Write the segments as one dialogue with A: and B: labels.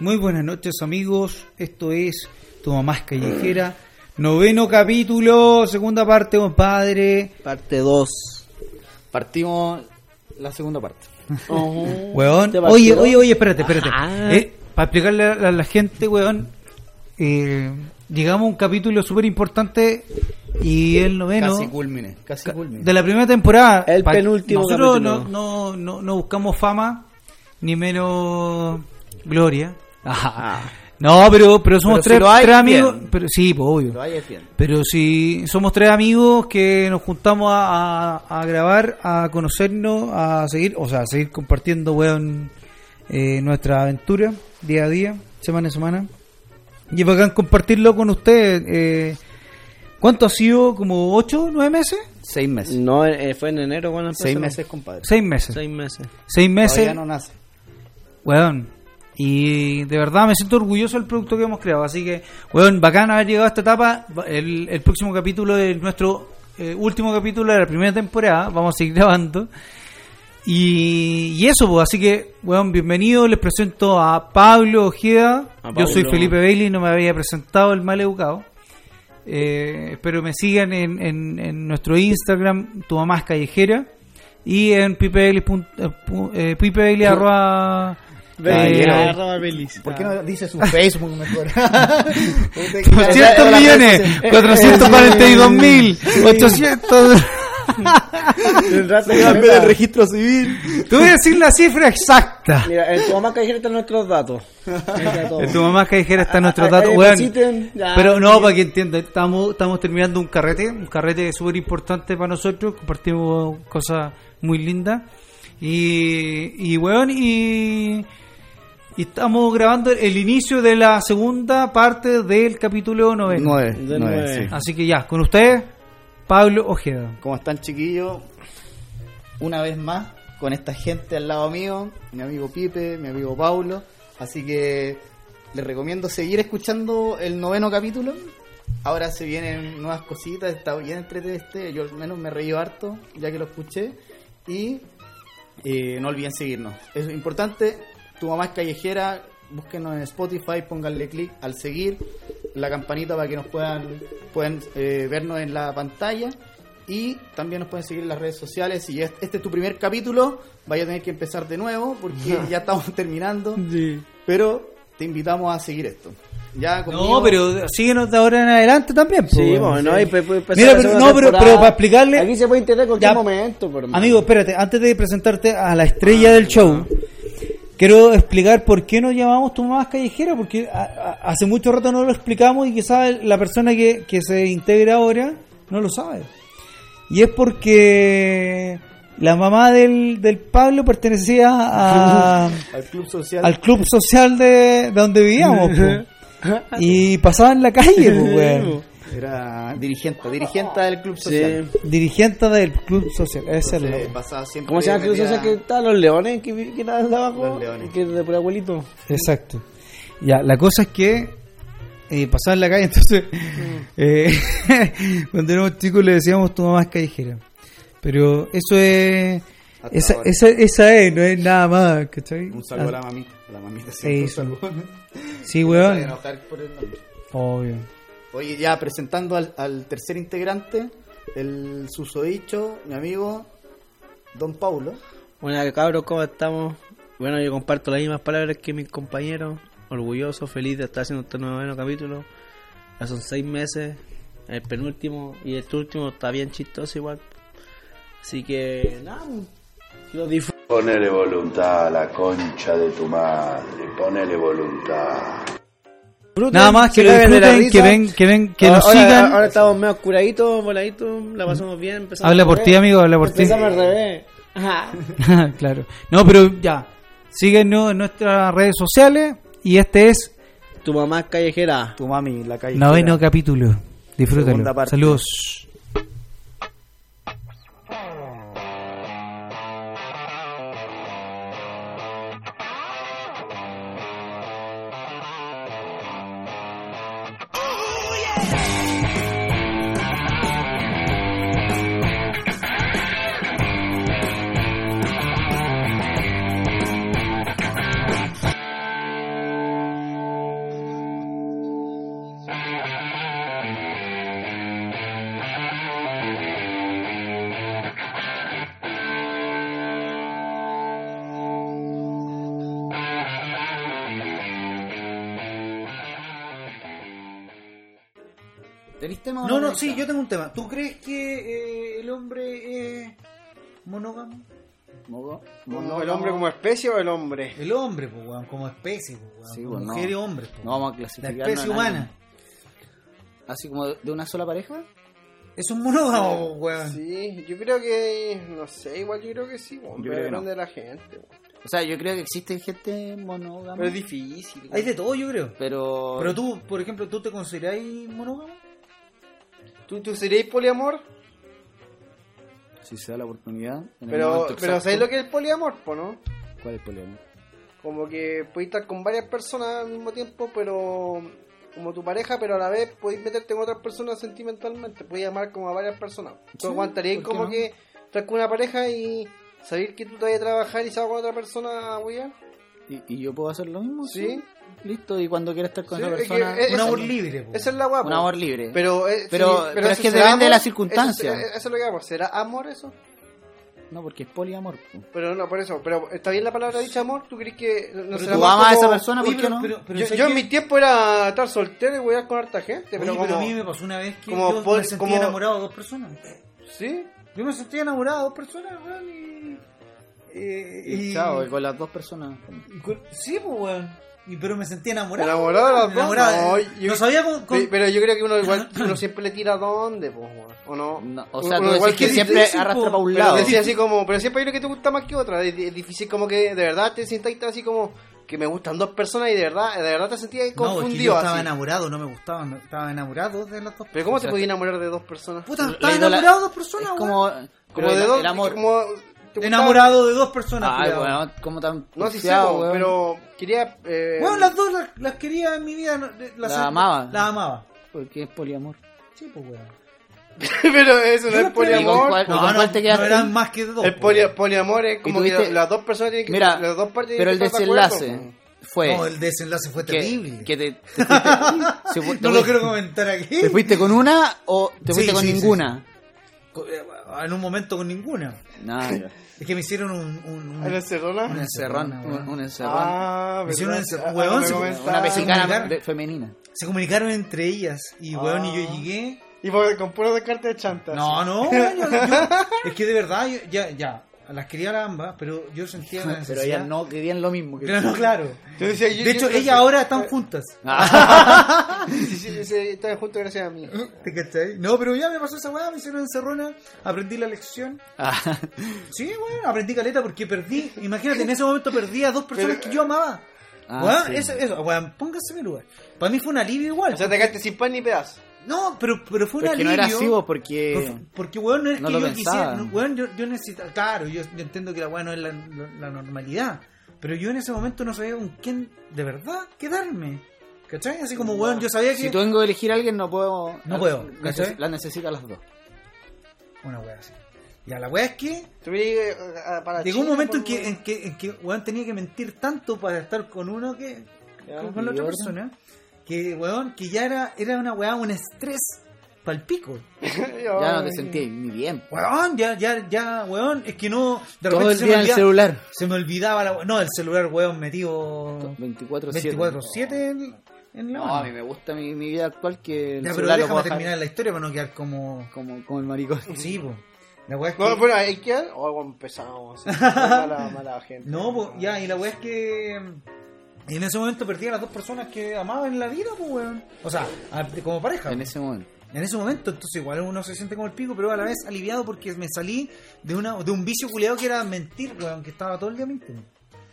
A: Muy buenas noches amigos, esto es Tu Mamás Callejera, noveno capítulo, segunda parte, oh, compadre.
B: Parte 2.
C: Partimos la segunda parte. Oh.
A: Weón,
B: ¿Te
A: oye,
B: partió?
A: oye, oye, espérate, espérate.
C: Ah,
B: Ajá.
A: Eh, para explicarle a la, a la gente, weón, eh, llegamos a un capítulo súper importante y el noveno
C: Casi culmine. Casi culmine.
A: de la primera temporada.
B: El
A: Pa-
B: penúltimo
A: Nosotros
B: capítulo.
A: no, no, no, no buscamos fama ni menos gloria. No, pero, pero somos
C: Pero si
A: tres,
C: lo hay,
A: tres amigos.
C: bien.
A: Pero, sí, pues, obvio.
C: Lo vaya haciendo.
A: Pero si somos tres amigos que nos juntamos a, a- a grabar, a conocernos, a seguir, o sea, a seguir compartiendo, weón, eh, nuestra aventura día a día, semana a semana. Y es bacán compartirlo con ustedes. eh, ¿Cuánto ha sido? ¿Como ocho, nueve meses?
C: Seis meses.
B: No, eh, fue en enero cuando empezó,
C: Seis
B: ¿no?
C: meses, compadre.
A: Seis meses.
B: Seis meses.
A: Seis meses,
C: Todavía no nace.
A: weón. Y de verdad me siento orgulloso del producto que hemos creado. Así que, weón, bacán haber llegado a esta etapa. Va- El, el próximo capítulo es nuestro eh, último capítulo de la primera temporada. Vamos a seguir grabando. Y, y eso, pues. Así que, weón, bienvenido. Les presento a Pablo Ojeda.
B: A
A: Yo soy
B: Pablo.
A: Felipe Bailey, no me había presentado el mal educado. Eh, espero me sigan en, en- en nuestro Instagram, tu mamá es callejera, y en pipebailey punt- eh, pu- eh, pipebailey arroba, eh,
B: Callejera.
C: ¿Por qué no dice su Facebook mejor?
A: 800 millones, 442 mil, 800...
B: El rato
C: registro civil.
A: Te voy a decir la cifra exacta.
B: Mira, en tu mamá callejera están nuestros datos. Mira todo.
A: En tu mamá callejera están nuestros
B: Ahí-
A: datos,
B: ahí
A: weón.
B: visiten, ya.
A: Pero no, para que entiendan, estamos, estamos terminando un carrete, un carrete súper importante para nosotros, compartimos cosas muy lindas. Y, y weón, y, y estamos grabando el inicio de la segunda parte del capítulo 9.
C: Nueve. Nueve,
B: De nueve.
C: sí.
A: Así que ya, con ustedes, Pablo Ojeda.
C: ¿Cómo están, chiquillos? Una vez más, con esta gente al lado mío, mi amigo Pipe, mi amigo Paulo. Así que les recomiendo seguir escuchando el noveno capítulo. Ahora se vienen nuevas cositas, está bien entrete este, yo al menos me reí harto ya que lo escuché. Y eh, no olviden seguirnos. Es importante, tu mamá es callejera, búsquenos en Spotify, pónganle clic al seguir, la campanita para que nos puedan pueden, eh, vernos en la pantalla. Y también nos pueden seguir en las redes sociales. Si es- este es tu primer capítulo, vaya a tener que empezar de nuevo porque ya estamos terminando. Pero te invitamos a seguir esto. Ya conmigo-
A: No, pero síguenos de ahora en adelante también. po,
B: Sí,
A: weón.
B: bueno, no, y pe- pe- empezar
A: Mira,
B: la
A: pero-
B: segunda
A: no, pero-
B: temporada.
A: pero para explicarle-
B: Aquí se puede entender en cualquier
A: Ya.
B: momento, por hermano.
A: Amigo, espérate, antes de presentarte a la estrella del show, quiero explicar por qué nos llamamos Tu Mamá es Callejera, porque a- a- hace mucho rato no lo explicamos y quizás la persona que, que se integra ahora no lo sabe. Y es porque la mamá del, del Pablo pertenecía a-
C: al club social.
A: al club social de, de donde vivíamos. po. Y pasaba en la calle, po, weón.
C: Era dirigente, dirigente del club social.
B: pues, Sí.
A: Dirigente del club social, ese es el
C: Entonces,
A: loco.
C: pasaba siempre
B: ¿Cómo se llama
C: metida-
B: aquel socio que está? Los leones que, vi- que está abajo.
C: Los leones.
B: Que es de por abuelito.
A: Exacto. Ya, la cosa es que eh, pasaba en la calle, entonces
B: Mm.
A: eh, cuando éramos chicos le decíamos tu mamá es callejera. Pero eso es...
C: Hasta
A: Esa,
C: ahora.
A: esa, esa es, no es nada más, ¿cachai? Ah,
C: Un saludo a
B: Ah.
C: la mamita. A la mamita
A: Sí,
C: sí. Un
A: sí.
C: saludo.
A: Sí,
C: Se van a
A: weón.
C: enojar por el nombre.
A: Obvio.
C: Oye, ya presentando al, al tercer integrante, el susodicho, mi amigo Don Paulo.
B: Buenas cabros, ¿cómo estamos? Bueno, yo comparto las mismas palabras que mis compañeros. Orgulloso, feliz de estar haciendo este nuevo capítulo. Ya son seis meses, el penúltimo y este último está bien chistoso igual. Así que, nada, lo disfruto.
D: Ponele voluntad a la concha de tu madre, ponele voluntad.
A: Nada más que lo disfruten, que ven, que ven, que nos
B: ahora,
A: sigan.
B: Ahora estamos medio curaditos, voladitos, la pasamos bien. empezamos
A: habla
B: al
A: por
B: revés.
A: ti, amigo, habla por ti.
B: Empezamos al revés. Ajá.
A: claro. No, pero ya. Síguenos en nuestras redes sociales y este es
B: Tu mamá es callejera.
C: Tu mami, la calle.
A: noveno capítulo. Disfrútalo.
C: Segunda parte.
A: Saludos.
E: Ooh,
C: ¿Tenís tema o
A: No, no,
C: tenés
A: sí,
C: tema?
A: yo tengo un tema. ¿Tú crees que eh, el hombre es monógamo?
C: Mogo-
F: No,
C: monógamo.
F: ¿El hombre como especie o el hombre?
A: El hombre, pues, weón, como especie, pues, weón.
C: Sí,
A: como
C: pues, no.
A: mujer y hombre, pues.
C: No vamos a
A: La
C: clasificar.
A: especie humana.
C: Así como de de una sola pareja.
A: Es un monógamo, pues, weón.
F: Sí, yo creo que, no sé, igual yo creo que sí, bueno,
C: Yo
F: pero
C: creo que no.
F: depende de la gente. bueno.
C: O sea, yo creo que existe gente monógama.
F: Pero es difícil.
A: Hay de todo, yo creo.
C: Pero.
A: Pero tú, por ejemplo, ¿tú te consideráis monógamo?
F: ¿Tú, tú serías poliamor?
C: Si se da la oportunidad. en el
F: Pero,
C: momento
F: pero
C: exacto.
F: ¿sabes lo que es el poliamor, po, no?
C: ¿Cuál es el problema?
F: Como que podéis estar con varias personas al mismo tiempo, pero como tu pareja, pero a la vez podéis meterte con otras personas sentimentalmente. Podéis amar como a varias personas.
C: Sí,
F: Tú
C: ¿por
F: aguantarías
C: qué
F: como
C: no?
F: que estar con una pareja y saber que tú te vas a trabajar y se va con otra persona a huear.
C: ¿Y, y yo puedo hacer lo mismo?
F: Sí.
C: Listo, y cuando quiera estar con
F: Sí,
C: esa
F: es que
C: persona.
F: es-
A: Un
F: Esa-
A: amor libre, pues.
F: Esa es la guapa.
C: un amor libre.
F: Pero, eh,
C: Pero- pero es
F: eso
C: que
F: será
C: depende de la
F: amor,
C: circunstancia.
F: Eso, eso es lo que vamos. ¿Será amor eso?
C: No, porque es poliamor. po.
F: Pero no, por eso. Pero está bien la palabra dicha amor. ¿Tú crees que no
C: Pero
F: será
C: tú
F: más
C: amas a esa
F: como-
C: persona,
A: Oye,
C: ¿por qué
A: pero-
C: no?
A: pero- pero
F: Yo,
A: sé
F: yo
A: que-
F: en mi tiempo era estar soltero y huear con harta gente.
A: Oye,
F: Pero
A: pero,
F: como.
A: a mí me pasó una vez que
F: como
A: yo
F: pon-
A: me sentí
F: como-
A: enamorado de dos personas.
F: ¿Sí?
A: Yo me sentí enamorado de dos personas, weón, y... eh,
C: Y chao, y con las dos personas.
A: y con- Sí, pues, weón. Y, pero me sentí enamorado.
F: Enamorado de las dos.
A: Enamorado.
C: ¿eh?
F: No,
A: No,
F: yo-
A: sabía con... con-
F: Pe- Pero yo creo que uno igual uno siempre le tira a dónde, po, weón, ¿o no?
C: No, o sea,
F: Uno
C: tú decís
F: igual
C: que
F: quiere-
C: siempre
A: difícil,
C: arrastra
A: po.
C: para un
F: Pero
C: lado.
F: decía así como, pero siempre hay uno que te gusta más que otra. Es, es difícil como que de verdad te sientas así como que me gustan dos personas y de verdad, de verdad te sentías
A: No, es que
F: confundido
A: yo estaba
F: así.
A: enamorado, no me gustaba. me- Estaba enamorado de las dos
F: Pero ¿cómo te podías enamorar de dos personas?
A: Puta,
C: La
A: estaba
C: idola-
A: enamorado de dos personas, weón.
C: Es como,
F: Como
C: pero
F: de
C: el-
F: dos,
C: el amor.
F: como te gustaba-
A: Enamorado de dos personas,
C: Ay,
A: culiao.
C: weón, como tan.
F: No sé si
C: confiado, weón.
F: pero quería eh,
A: pues. Weón, las dos las, las quería en mi vida. no- de-
C: Las amaba.
A: Las amaba.
C: Porque es poliamor.
A: Sí, pues, weón.
F: pero eso no es
C: ¿Y con cuál,
F: poliamor.
C: con cuál te quedaste?
A: no eran más que dos.
F: El
A: pues,
F: poli-
A: weón.
F: poliamor es como
C: ¿Y tuviste-
F: que las dos personas tienen que
C: Mira,
F: las dos partes
C: pero el
F: tienen que estar de acuerdo,
C: desenlace
F: po.
C: fue.
A: No, el desenlace fue
C: que,
A: terrible.
C: que te, te fuiste, se fu- te
A: no lo
C: fuiste-
A: quiero comentar aquí.
C: ¿Te fuiste con una o te
A: Sí,
C: fuiste con
A: sí, sí,
C: ninguna?
A: Co- eh, En un momento con ninguna.
C: No,
A: Es que me hicieron un. un, un-
F: ¿A la Serrona?
A: una
C: un encerrón,
A: encerrona,
C: un,
A: weón.
C: un encerrón.
F: Ah,
A: Me hicieron
F: verdad.
A: ese-
F: Ah,
A: huevón,
F: me
A: sí,
F: comentaste.
C: una mexicana
A: comunicar-
C: de- Ah. femenina.
A: Se comunicaron entre ellas. Y, weón, y yo llegué.
F: Y por, con puro de carta de chanta.
A: No, no, weón, yo- yo- es que de verdad, yo- ya, ya. Las quería las ambas, pero yo sentía la
C: Pero
A: necesidad.
C: ellas no querían lo mismo que
A: Pero no, claro.
F: Yo decía,
A: De
F: yo- yo-
A: hecho,
F: yo-
A: ellas ahora están juntas.
C: Ah,
F: Sí, sí, sí, sí, están juntos gracias a mí.
A: ¿Te cachai? No, pero ya me pasó esa weá, me hicieron encerrona, aprendí la lección.
C: ah,
A: Sí, weón, aprendí caleta porque perdí, imagínate, en ese momento perdí a dos personas que yo amaba.
C: Ah,
A: Weón,
C: sí.
A: eso, eso, weón, póngase en mi lugar. Para mí fue un alivio igual.
F: O sea, te quedaste sin pan ni pedazo.
A: no, pero, pero fue un
C: porque no
A: alivio.
C: era así vos,
A: Por-
C: porque
A: Porque, weón, no es
C: Eh, No
A: que
C: lo
A: yo
C: pensaba.
A: quisiera. no, weón, yo, yo necesitaba. Claro, yo, yo entiendo que la weá no es la, la- la normalidad. Pero yo en ese momento no sabía con quién de verdad quedarme. ¿Cachai? Así como, weón, yo sabía que.
C: si tengo que elegir a alguien no puedo.
A: No puedo,
C: neces-
A: ¿cachai?
C: la necesito a las dos.
A: Una weá así. Ya, la weá es que.
F: Tuve, eh, a- para
A: Llegó un
F: China,
A: momento en
F: por-
A: que, en que, en que weón tenía que mentir tanto para estar con uno que con, con la otra persona que weón, que ya era, era una weá, un estrés palpico.
C: Ya no te sentí ni bien.
A: Weón, ya, ya, ya, weón, es que no, de
C: Todo el
A: repente se me,
C: día en el
A: olvidaba,
C: celular.
A: se me olvidaba la we- no, el celular weón metido
C: 24-7.
A: 24-7 en, en la
C: No,
A: mano.
C: a mí me gusta mi, mi vida actual que el
A: Ya, pero
C: celular lo
A: déjame
C: puedo
A: terminar
C: dejar
A: la historia para no quedar como,
C: como, como el maricón.
A: sí, po. La weá es que,
F: No, bueno, hay que. Oh, bueno, empezamos. Mala, mala gente.
A: No, pues, ya, y la weá es que. En ese momento perdí a las dos personas que amaba en la vida, pues, weón. O sea, a- como pareja.
C: En
A: pues.
C: ese momento.
A: En ese momento, entonces igual uno se siente como el pico, pero a la vez aliviado porque me salí de una de un vicio culiado que era mentir, weón, que estaba todo el día mintiendo.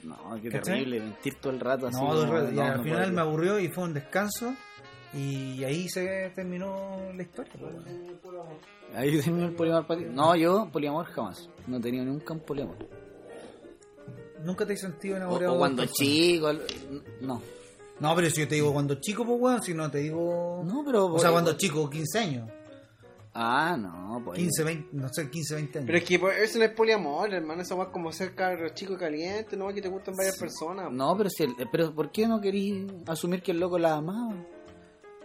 C: No, qué
A: ¿Cachai?
C: terrible, mentir todo el rato así.
A: No, todo el rato, y al
C: no
A: final
C: puedo.
A: me aburrió y fue un descanso. Y ahí se terminó la historia. pues, weón.
C: Ahí terminó el poliamor para ti. No, yo poliamor jamás. No he tenido nunca un poliamor.
A: Nunca te he sentido
C: O,
A: enamorado.
C: o
A: de
C: cuando
A: otra persona.
C: chico, al- no.
A: No, pero si yo te digo cuando chico, pues weón, si no te digo.
C: No, pero.
A: o sea, cuando chico, 15 años.
C: Ah, no, pues.
A: 15, 20, no sé, 15, 20 años.
F: Pero es que pues, eso no es poliamor, hermano. Eso va como ser cabro chico caliente, ¿no? Que te gustan varias personas.
C: No, pero si el- pero ¿por qué no querís asumir que el loco la amaba?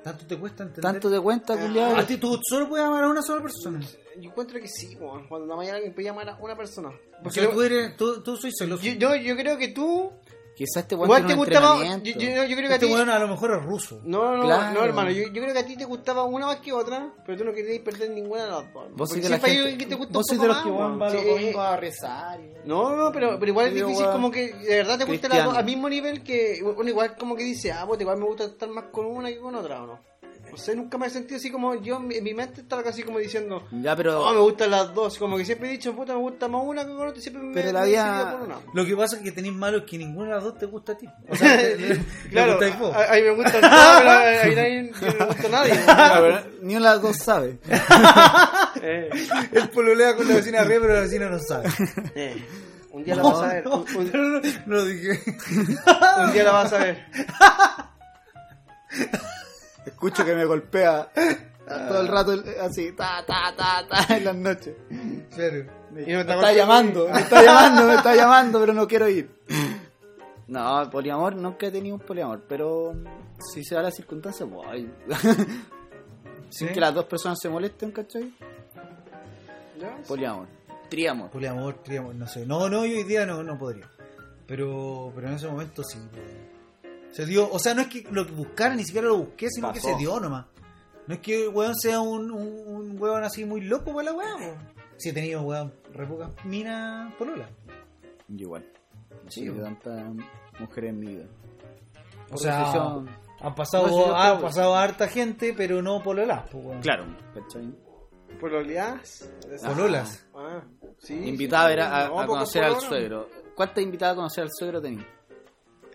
A: Tanto te cuesta entender.
C: Tanto de
F: Ah.
C: cuenta, culiado.
A: A ti tú solo puedes amar a una sola persona.
F: Yo encuentro que sí, weón. Cuando la mañana alguien puede llamar a una persona.
A: Porque
F: Porque
A: tú eres, tú, tú soy celoso.
F: yo, yo, yo creo que tú
C: Quizás este weón
F: Igual te
C: tiene un
F: gustaba. Yo,
C: entrenamiento.
F: yo- yo creo que a
A: Este
F: ti.
A: weón a lo mejor es ruso.
F: No, no,
C: Claro.
F: no, hermano. Yo, yo creo que a ti te gustaba una más que otra, pero tú no querías perder ninguna de las dos.
C: Vos sois de la
F: Porque siempre hay
C: gente-
F: alguien que te gusta
C: vos
F: un
C: sois de
F: poco
C: los que
F: más,
C: van
F: weón.
C: para los
F: Sí,
C: domingos a rezar. y-
F: No, no, pero, pero igual es
C: Sí,
F: difícil
C: weón.
F: como que de verdad te guste la
C: Cristiano.
F: dos al mismo nivel que uno igual como que dice, ah, pues igual me gusta estar más con una que con otra o no. No sé, nunca me he sentido así como yo, en mi- en mi mente estaba casi como diciendo,
C: Ya, pero.
F: no, me gustan las dos, como que siempre he dicho, puta, me gusta más una que con otra, y siempre me-
C: Pero la
F: me he
C: vida-
F: decidido por una.
A: Lo que pasa es que tenéis malo es que ninguna de las dos te gusta a ti. O sea, te- te- te
F: Claro,
A: gustáis vos.
F: a, a mí me gustan todas, pero a, a mí nadie- yo no me gusta a nadie.
C: Claro, pero ni una de las dos sabe.
F: Eh,
A: Él pololea con la vecina arriba, pero la vecina no sabe.
F: eh, un día la vas a ver.
A: No,
F: un- un-
A: no, no lo dije.
F: Un día la vas a ver.
C: Escucho que me golpea todo el rato el- así, ta, ta, ta, ta, en las noches.
A: Claro.
C: Me,
F: Y no
C: me está
F: te acuerdas-
C: llamando, me está llamando, me está llamando, pero no quiero ir. No, poliamor, nunca he tenido un poliamor, pero si se da la circunstancia, voy. Sin
A: ¿Sí?
C: que las dos personas se molesten, ¿cachai?
F: ¿Ya?
C: Poliamor. Triamor.
A: Poliamor, triamor, no sé. No, no, yo hoy día no, no podría. Pero, pero en ese momento sí. pues. Se dio, o sea, no es que lo que buscara, ni siquiera lo busqué, sino que
C: Pasó.
A: se dio nomás. No es que el weón sea un, un, un weón así muy loco para la weá. po. Sí he tenido weón re pocas minas polola.
C: Yo igual. No
A: Sí,
C: sé
A: bueno.
C: tantas mujeres en mi vida.
A: O sea,
C: decisión-
A: han pasado,
C: Por decisión
A: ha
C: propia.
A: pasado harta gente, pero no pololas. po, weón.
C: Claro, ¿cachai?
F: ¿Pololeás?
A: Pololas.
F: Ah, sí.
C: Invitaba
F: sí.
C: era a,
F: No,
C: a
F: pues,
C: conocer al
F: polola.
C: suegro. ¿Cuántas invitadas a conocer al suegro tenías?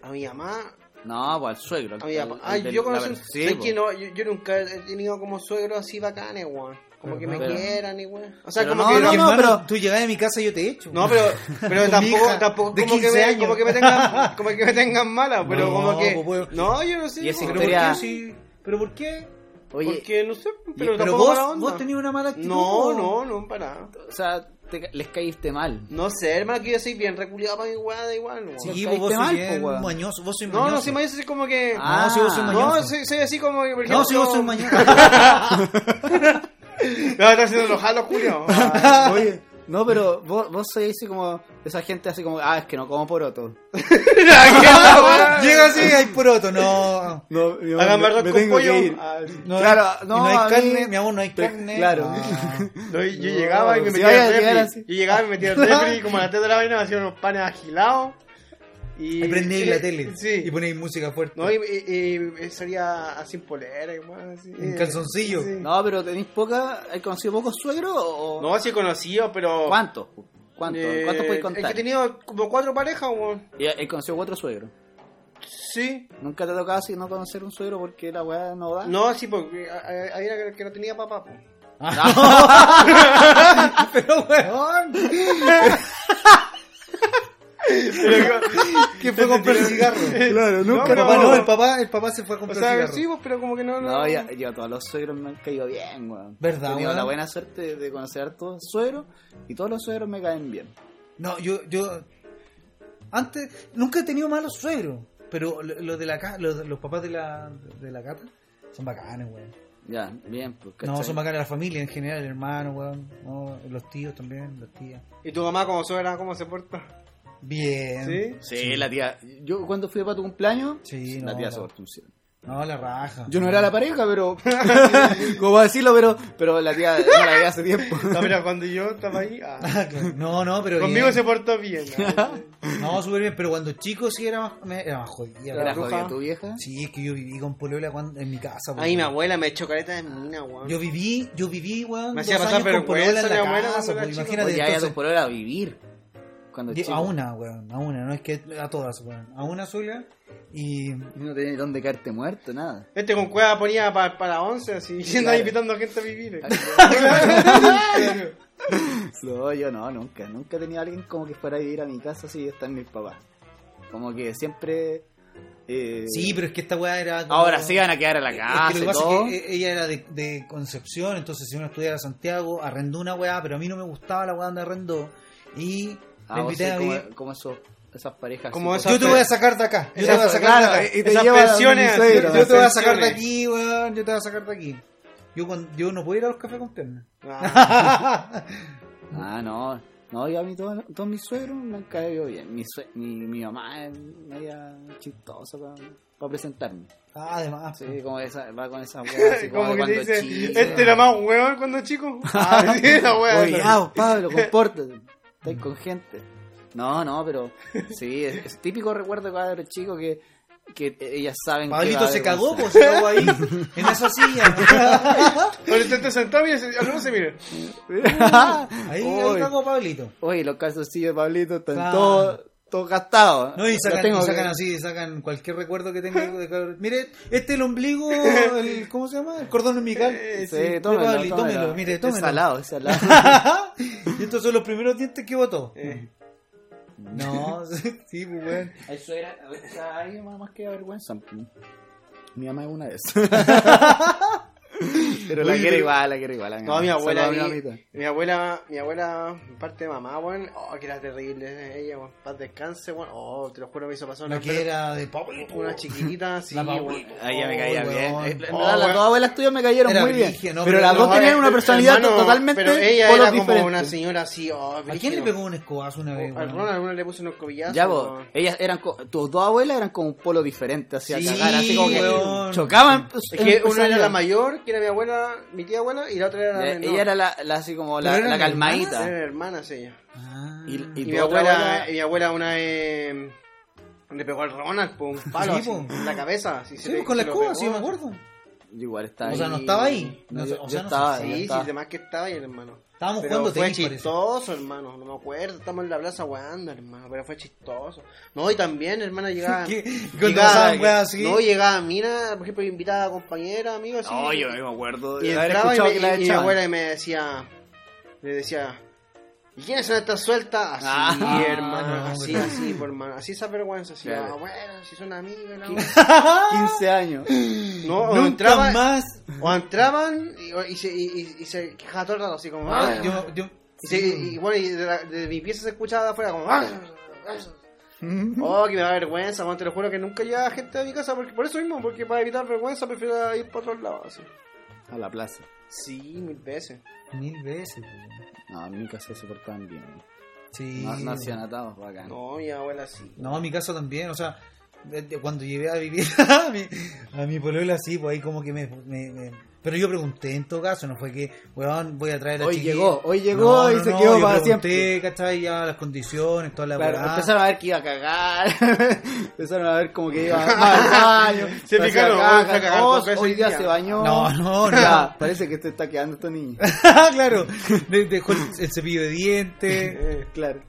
F: A mi mamá.
C: No, pues al suegro. al-
F: A mi
C: al-
F: papá. Ah,
C: al del-
F: yo conocí.
C: la-
F: un-
C: Sí,
F: ¿sabes
C: po.
F: que no, yo, yo nunca he tenido como suegros así bacanes, weón. Como que me
C: Pero-
F: quieran y weón. O sea,
C: pero
F: como
C: no,
F: que.
A: Pero,
C: no, no.
A: hermano,
C: pero-
A: tú llegás a mi casa y yo te echo.
F: No, pero, pero
A: Con mi
F: tampoco,
A: hija
F: tampoco
A: de
F: como, que
A: 15
F: me,
A: años.
F: como que me tengan, como que me tengan mala, pero
A: No,
F: como que,
A: pues, weón.
F: no, yo no sé.
C: Y esa
F: weón.
A: pero,
F: Pero
C: historia-
A: ¿por qué, sí? ¿Pero por qué?
F: porque-
C: Oye,
F: Porque no sé, pero,
A: Pero
F: tampoco mala
A: vos,
F: onda.
A: vos tenías una mala actitud.
F: No, no, no, para nada.
C: o sea, te- les caíste mal.
F: No sé, hermano, que yo soy bien reculeado para mi weá, da igual, weón.
A: Sí,
C: Te
A: vos, vos
C: caíste
A: sois
C: mal, po,
A: bien
C: weón.
A: mañoso. Vos sois
F: No,
A: mañoso.
F: no, si me dice como que.
C: Ah,
A: No, si vos sois
C: no,
A: mañoso.
F: no, soy, soy así como que, por ejemplo.
A: No, si vos sois mañoso.
F: No, está Ah, haciendo enojado, Julio.
C: Oye, no, pero vos, vos sois así como esa gente así como, ah, es que no como poroto.
A: Llega así, hay poroto. No.
C: No, mi
F: Hagan verdad con pollo. Ah,
A: No,
C: Claro, no,
A: y no hay
C: a mí-
A: carne, mi amor, no hay carne.
C: Claro.
A: Ah.
F: no, y yo
C: No,
F: llegaba y me
C: si
F: metía
C: vaya a
F: al refri.
C: llegar así.
F: Yo llegaba y me metía al refri y como a las 3 de la mañana me hacían unos panes agilados. Y,
A: Y prendí la tele.
F: Sí.
A: Y ponéis música fuerte.
F: No, y, y, y salía así en polera y más. Así.
A: En calzoncillo.
F: Sí.
C: No, pero tenéis poca, ¿hay conocido pocos suegros o
F: No, sí he conocido, pero.
C: cuántos? ¿Cuántos?
F: Eh,
C: ¿Cuántos podéis
F: Es que
C: contar?
F: he tenido como cuatro parejas, weón.
C: Y he conocido cuatro suegros.
F: Sí.
C: Nunca te tocaba así no conocer un suegro porque la weá no da.
F: No, sí, porque eh, a- a- ahí era que- que no tenía papá, po.
C: Ah.
A: Pero, weón. que fue a comprar cigarros.
C: Claro,
A: No, el papá no, el papá, el papá se fue a
F: O
A: comprar
F: sea,
A: cigarros.
F: sí, pues, pero como que no.
C: No, ya, yo a todos los suegros me han caído bien, weón.
A: ¿Verdad,
C: He tenido
A: weón?
C: la buena suerte de conocer a todos los suegros y todos los suegros me caen bien.
A: No, yo, yo antes nunca he tenido malos suegros, pero lo- los de la ca- los, los papás de la de la cata son bacanes, weón.
C: Ya, bien, pues,
A: No,
C: ¿cachai?
A: son bacanes la familia en general, el hermano, weón, no, los tíos también, las tías.
F: ¿Y tu mamá como suegra cómo se porta?
A: Bien.
F: ¿Sí?
C: Sí, la tía. Yo cuando fui para tu cumpleaños,
A: Sí,
C: la
A: no,
C: tía
A: no.
C: se portó un cielo.
A: No, la raja.
C: Yo no era la pareja, pero. como decirlo, pero. Pero la tía no la veía hace tiempo.
F: No, mira, cuando yo estaba ahí, ah,
A: Ah, claro. No, no, pero
F: conmigo
A: bien.
F: se portó bien. ah.
A: No, súper bien, pero cuando chico sí era más, me- era más jodida.
C: ¿Era
A: weón.
F: bruja.
C: jodida tu vieja?
A: Sí, es que yo viví con Polola cuando- en mi casa. weón.
F: Ay, mi abuela me echó careta de mina, weón.
A: Yo viví, yo viví, weón,
F: Me
A: dos
F: hacía pasar
A: años con Polola en
F: vergüenza mi
A: la
F: abuela
A: casa,
F: cuando era
A: pues,
F: chico.
A: imagínate.
C: Oye, ya
A: entonces-
C: tu polola a vivir. Cuando
A: Yo-
C: chico.
A: a una, weón, a una, no es que a todas, weón, a una sola y
C: Y No tenía dónde caerte muerto, nada.
F: Este con cueva ponía pa- para 11, así, y andaba
C: Claro.
F: invitando a gente a vivir. eh.
C: No, yo no, nunca. Nunca tenía alguien como que fuera a vivir a mi casa si están mis papás. Como que siempre. eh,
A: sí, pero es que esta weá era como-
C: Ahora sí ah, van a quedar a la
A: Es que
C: casa
A: lo
C: y
A: que pasa es
C: todo.
A: que ella era de, de Concepción, entonces si uno estudiara a Santiago, arrendó una weá, pero a mí no me gustaba la weá donde arrendó y
C: Ah,
A: la
C: vos
A: invité
C: sois
A: a vivir.
C: como, como esos- esas parejas.
F: Como
C: así,
F: esas-
A: Yo te voy a sacar de acá, yo te voy a sacar de acá.
C: y te
F: Esas
C: lleva a
F: pensiones,
C: mi suegra.
A: Yo te voy a
F: Las
A: sacar de
F: pensiones.
A: aquí, weón, yo te voy a sacar de aquí. Yo, cuando- yo no puedo ir a los cafés con piernas.
F: Ah,
C: Ah, no. No, yo a mí todo- todos mis suegros me han caído bien. Mi, sue- mi, mi mamá es media chistosa para presentarme.
A: Ah, además.
C: Sí, como esa, va con esa wea así como,
F: Como
C: de
F: que te
C: cuando
F: dice,
C: chico.
F: este era más hueón cuando chico. Ah, sí, la hueá.
C: Oye, ya, vos, Pablo, compórtate. Estáis con gente. No, no, pero sí, es, es típico recuerdo de cuando era chico que, que ellas saben que va
A: Pablito
C: a
A: se
C: haber
A: cagó,
C: un-
A: pues se cagó ahí, en esa silla.
F: Ahora te te sentado y ese- algunos se miran.
A: Ahí,
C: Oy.
A: ahí cagó Pablito.
C: Oye, los calzoncillos de Pablito están
A: Claro.
C: todos todos gastados.
A: No, y
C: Los
A: sacan,
C: tengo
A: y
C: que-
A: sacan así, sacan cualquier recuerdo que tenga. de cabro- Mire, este es el ombligo, el, ¿cómo se llama? El cordón umbilical.
F: Eh,
C: Sí,
A: De
C: tómelo,
A: Pabli,
C: tómelo.
A: tómelo, mire,
C: Es
A: tómelo.
C: salado, es salado.
A: y estos son los primeros dientes que botó.
F: Eh.
A: No, sí, pues weón.
C: Hay suegra, o sea, hay mamás que avergüenza. Mi mamá es una de esas. pero la quiere
F: Oye, pero-
C: igual, la quiere igual.
F: No, mi abuela,
C: Saludos a
F: mi,
C: mamita.
F: mi abuela, mi abuela, parte de mamá, weón. Oh, que era terrible ella, weón. Paz descanse, weón. Oh, te lo juro, me hizo pasar una,
A: La que era de Pablito.
F: una chiquitita así,
A: La Paulita.
F: weón.
C: Ahí ya me
A: Oh,
C: caía bien.
A: weón.
C: Eh, En
F: Oh,
C: verdad, las
F: weón.
C: dos abuelas tuyas me cayeron
A: Era
C: muy bien.
A: brígido, no,
C: pero
A: pero
C: las
A: no,
C: dos tenían
F: eh,
C: una personalidad
F: hermano,
C: totalmente
F: Pero ella
C: polos
F: era como
C: diferentes.
F: una señora así, oh,
A: ¿A quién le
F: brígido.
A: pegó un escobazo una vez,
F: Al
A: weón?
F: Ron alguna le puso unos cobillazos.
C: Ya
F: weón.
C: vos, ellas eran co- tus dos abuelas eran como un polo diferente, así a
A: Sí,
C: cagar, así como que
A: weón.
C: chocaban.
F: Es que una era
C: personalidad.
F: la mayor, que era mi abuela, mi tía abuela, y la otra era la
C: Eh,
F: menor.
C: Ella era la, la- así como la,
A: ¿Pero
C: la
A: eran
C: calmadita.
F: Eran hermanas ella.
A: Ah.
C: eh. Y, y
F: Y,
C: tu
F: mi
C: otra
F: abuela, y mi abuela una eh, le pegó al Ronald por un palo
A: Sí,
F: así,
A: po.
F: en la cabeza. así, se
A: Sí,
F: le-
A: pues con la
F: se lo
A: escoba,
F: pegó.
A: sí, yo me acuerdo.
C: yo igual está
A: O
C: ahí.
A: sea, no estaba ahí.
C: No,
A: No,
C: yo-
A: o
C: yo
A: sea, no
C: estaba.
A: sé.
C: yo
F: Ah, Sí, sí,
C: estaba.
F: además que estaba ahí, hermano.
A: Estábamos
F: Pero
A: jugando
F: fue
A: tenis, parece.
F: chistoso, hermano. No me acuerdo. Estamos en la plaza Wanda, hermano. Pero fue chistoso. No, y también, hermana, llegaba.
A: ¿Qué? Cuando
F: llegaba
A: pasaban weas así.
F: No, llegaba Mina, por ejemplo, invitada a compañera, amigos. Así,
C: No, yo no me acuerdo.
F: y
C: de haber
F: entraba y,
C: escuchado
F: me-
C: que la
F: y mi
C: echaban.
F: abuela me decía, le decía, ¿y quiénes son estas sueltas? Así,
C: Ah,
F: hermano,
A: no,
F: así,
A: hombre.
F: así, por hermano, así esa vergüenza, así,
C: Claro.
F: ah, bueno, si son amigos, la
C: 15 años.
F: No, o
A: Nunca
F: entraba-
A: más.
F: O entraban y, o- y se, y, y- y se quejaba todo el rato, así como, "Ah".
A: Yo, yo,
F: y, se- y- y bueno, y de, la- de mi pieza se escuchaba de afuera como, "Ah".
C: Mm.
F: Oh, que me da vergüenza, man, te lo juro que nunca llega gente a mi casa, porque, por eso mismo, porque para evitar vergüenza prefiero ir para otros lados, así.
C: A la plaza.
F: Sí, mil veces.
A: Mil veces, weón.
C: No, en mi casa se portaban bien.
A: Sí.
C: No, no
A: weón.
C: hacían atados bacán.
F: No, mi abuela sí.
A: No, en mi casa también, o sea, de- de cuando llegué a vivir a mi, a mi polola, sí, pues ahí como que me, me- me- Pero yo pregunté en todo caso, no fue que, weón, voy a traer a
C: Hoy
A: chiquilla.
C: llegó, hoy llegó y se quedó
A: yo
C: para
A: pregunté,
C: siempre.
A: ¿cachai? Ya las condiciones, toda la
C: Claro,
A: weá.
C: empezaron a ver que iba a cagar. empezaron a ver como que iba al baño.
F: Se
C: hacía
F: fijaron,
C: caca.
F: vamos a cagar
C: Oh,
F: dos veces
C: hoy
F: hoy
C: día
F: día.
C: se bañó.
A: No, no, no.
C: Ya, parece que te está quedando esta niña.
A: claro, de- dejó el, el cepillo de dientes.
C: claro.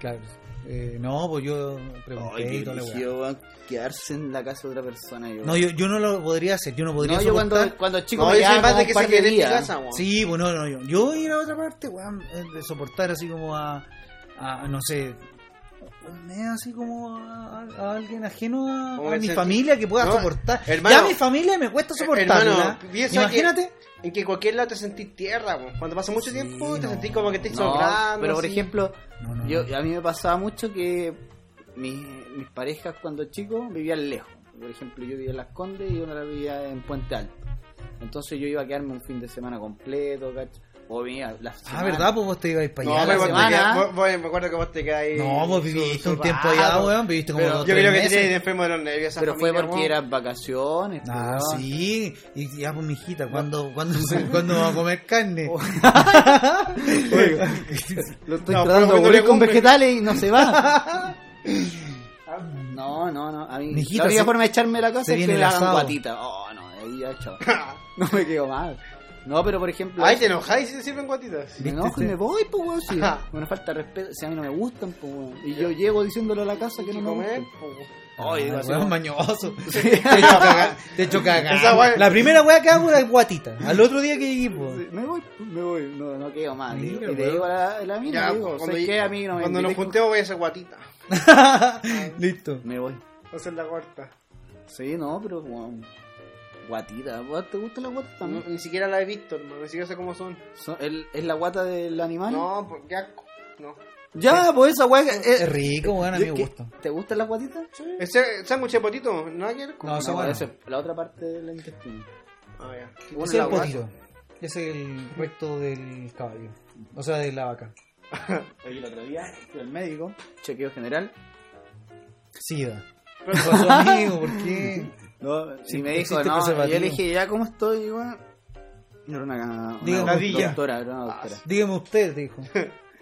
A: Claro. eh, no, pues yo pregunté
C: Ay,
A: y
C: qué
A: toda la weá.
C: brígido, weón, quedarse en la casa de otra persona. Yo.
A: No, yo, yo no lo podría hacer, yo no podría
C: No, yo cuando,
A: soportar-
C: cuando chico
F: No,
C: me
F: yo soy
C: quedaba
F: más
C: como
F: de
C: un
F: que
C: par
F: se
C: de
F: quede en mi
C: días.
F: casa, weón.
A: Sí, bueno, no, yo, yo ir a otra parte, weón, eh, de soportar así como a, a no sé, eh, así como a, a- a alguien ajeno a,
F: Como
A: a
F: el
A: mi
F: senti-
A: familia que pueda
F: No,
A: soportar.
F: hermano. Eh,
A: ya mi familia me cuesta soportarla.
F: Hermano, piensa
A: Imagínate.
F: En que en cualquier lado te sentís tierra, weón. Cuando pasa mucho tiempo te
A: no.
F: sentís como que te hizo
C: No,
F: grande.
C: pero por
F: así.
C: ejemplo,
A: No, no,
C: yo,
A: no.
C: a mí me pasaba mucho que mis, mis parejas cuando chico vivían lejos. Por ejemplo, yo vivía en Las Condes y otra vivía en Puente Alto. Entonces yo iba a quedarme un fin de semana completo, ¿cach? O venía la
A: Ah,
C: semana-
A: ¿verdad? Pues vos te ibais para
F: No,
A: allá.
F: pero
C: la
F: eh, vos te
A: weón.
C: semana.
F: quedas- vos- vos- me acuerdo que vos te quedáis.
A: no, vos viviste
C: su-
A: un
C: su
A: tiempo allá,
C: rato.
A: weón, viviste como
C: Pero
A: dos,
F: Yo
A: tres
F: creo que
A: meses.
F: tenías enfermo de los nervios. esa
C: Pero fue
F: familia,
C: porque
F: weón.
C: eran vacaciones. pues,
A: Ah,
C: weón.
A: sí, y ya pues mijita, ¿cuándo, cuándo, se- ¿cuándo vamos a comer carne?
C: Lo estoy
F: No, pero
C: tratando de
F: porque no
C: aburrir
F: le
C: con
F: cumple.
C: vegetales y no se va. No, no, no. A mí,
A: Mijita,
C: la única
A: se-
C: forma de echarme la
A: se
C: casa es
A: viene
C: que
A: el
C: me hagan
A: asado.
C: guatita. Oh, no, ahí ya, chao. No me quedo mal. No, pero por ejemplo,
F: Ay, te enojáis si te sirven guatitas.
C: me enojo y me voy, pues, weón. Sí. Una falta de respeto. Si a mí no me gustan, pues, weón. Y yo llego diciéndole a la casa que no
F: ¿Qué
C: me
F: comer?
C: gustan.
F: po, weón.
A: Ay,
C: Ah,
A: demasiado
C: weón.
A: mañoso. Te echo cagar. Te echo cagar.
F: Esa wea-
A: La primera weá que hago era guatita. Al otro día que llegué, po.
C: Sí, Me voy, pues, me voy. No, no quedo mal. Y-
A: Mira,
C: y le
A: weón.
C: digo a la, a la mina,
F: Ya,
C: digo,
F: cuando
C: ¿sabes
F: yo-
C: qué? A mí no me
F: Cuando nos
C: invites,
F: juntemos voy a hacer guatita.
A: Listo.
C: Me voy.
F: Va a ser la corta.
C: Sí, no, pero, weón. Guatita, weón, ¿te gustan las guatas
F: No,
C: también?
F: ni siquiera la he visto, hermano. Ni siquiera sé cómo son.
C: Son- el- ¿Es la guata del animal?
F: No, por- qué asco. No.
C: Ya, pues esa weá. que- eh,
A: Es rico, weón, a mí me
C: ¿qué?
A: gusta.
C: ¿Te gustan las guatitas? Sí.
F: Ese sándwich de potito, ¿no hay que ver con-
A: No, esa
C: No,
A: weá. no.
C: esa es la otra parte del intestino.
F: Ah, ya.
A: Ese
C: Bueno,
A: es
C: la
A: el
C: guata.
A: potito. Ese Es el recto del caballo. O sea, de la vaca.
C: Oye, el otro día fui al médico, chequeo general.
A: Sida. ¿Qué pasó, amigo? ¿Por qué?
C: No,
A: Sí,
C: y me dijo,
A: existe
C: no, y yo
A: preservativo.
C: le dije, ya, ¿cómo estoy? Y bueno, era una, una,
A: Diga,
C: una
A: Villa.
C: doctora, era una doctora.
A: Dígame usted, dijo.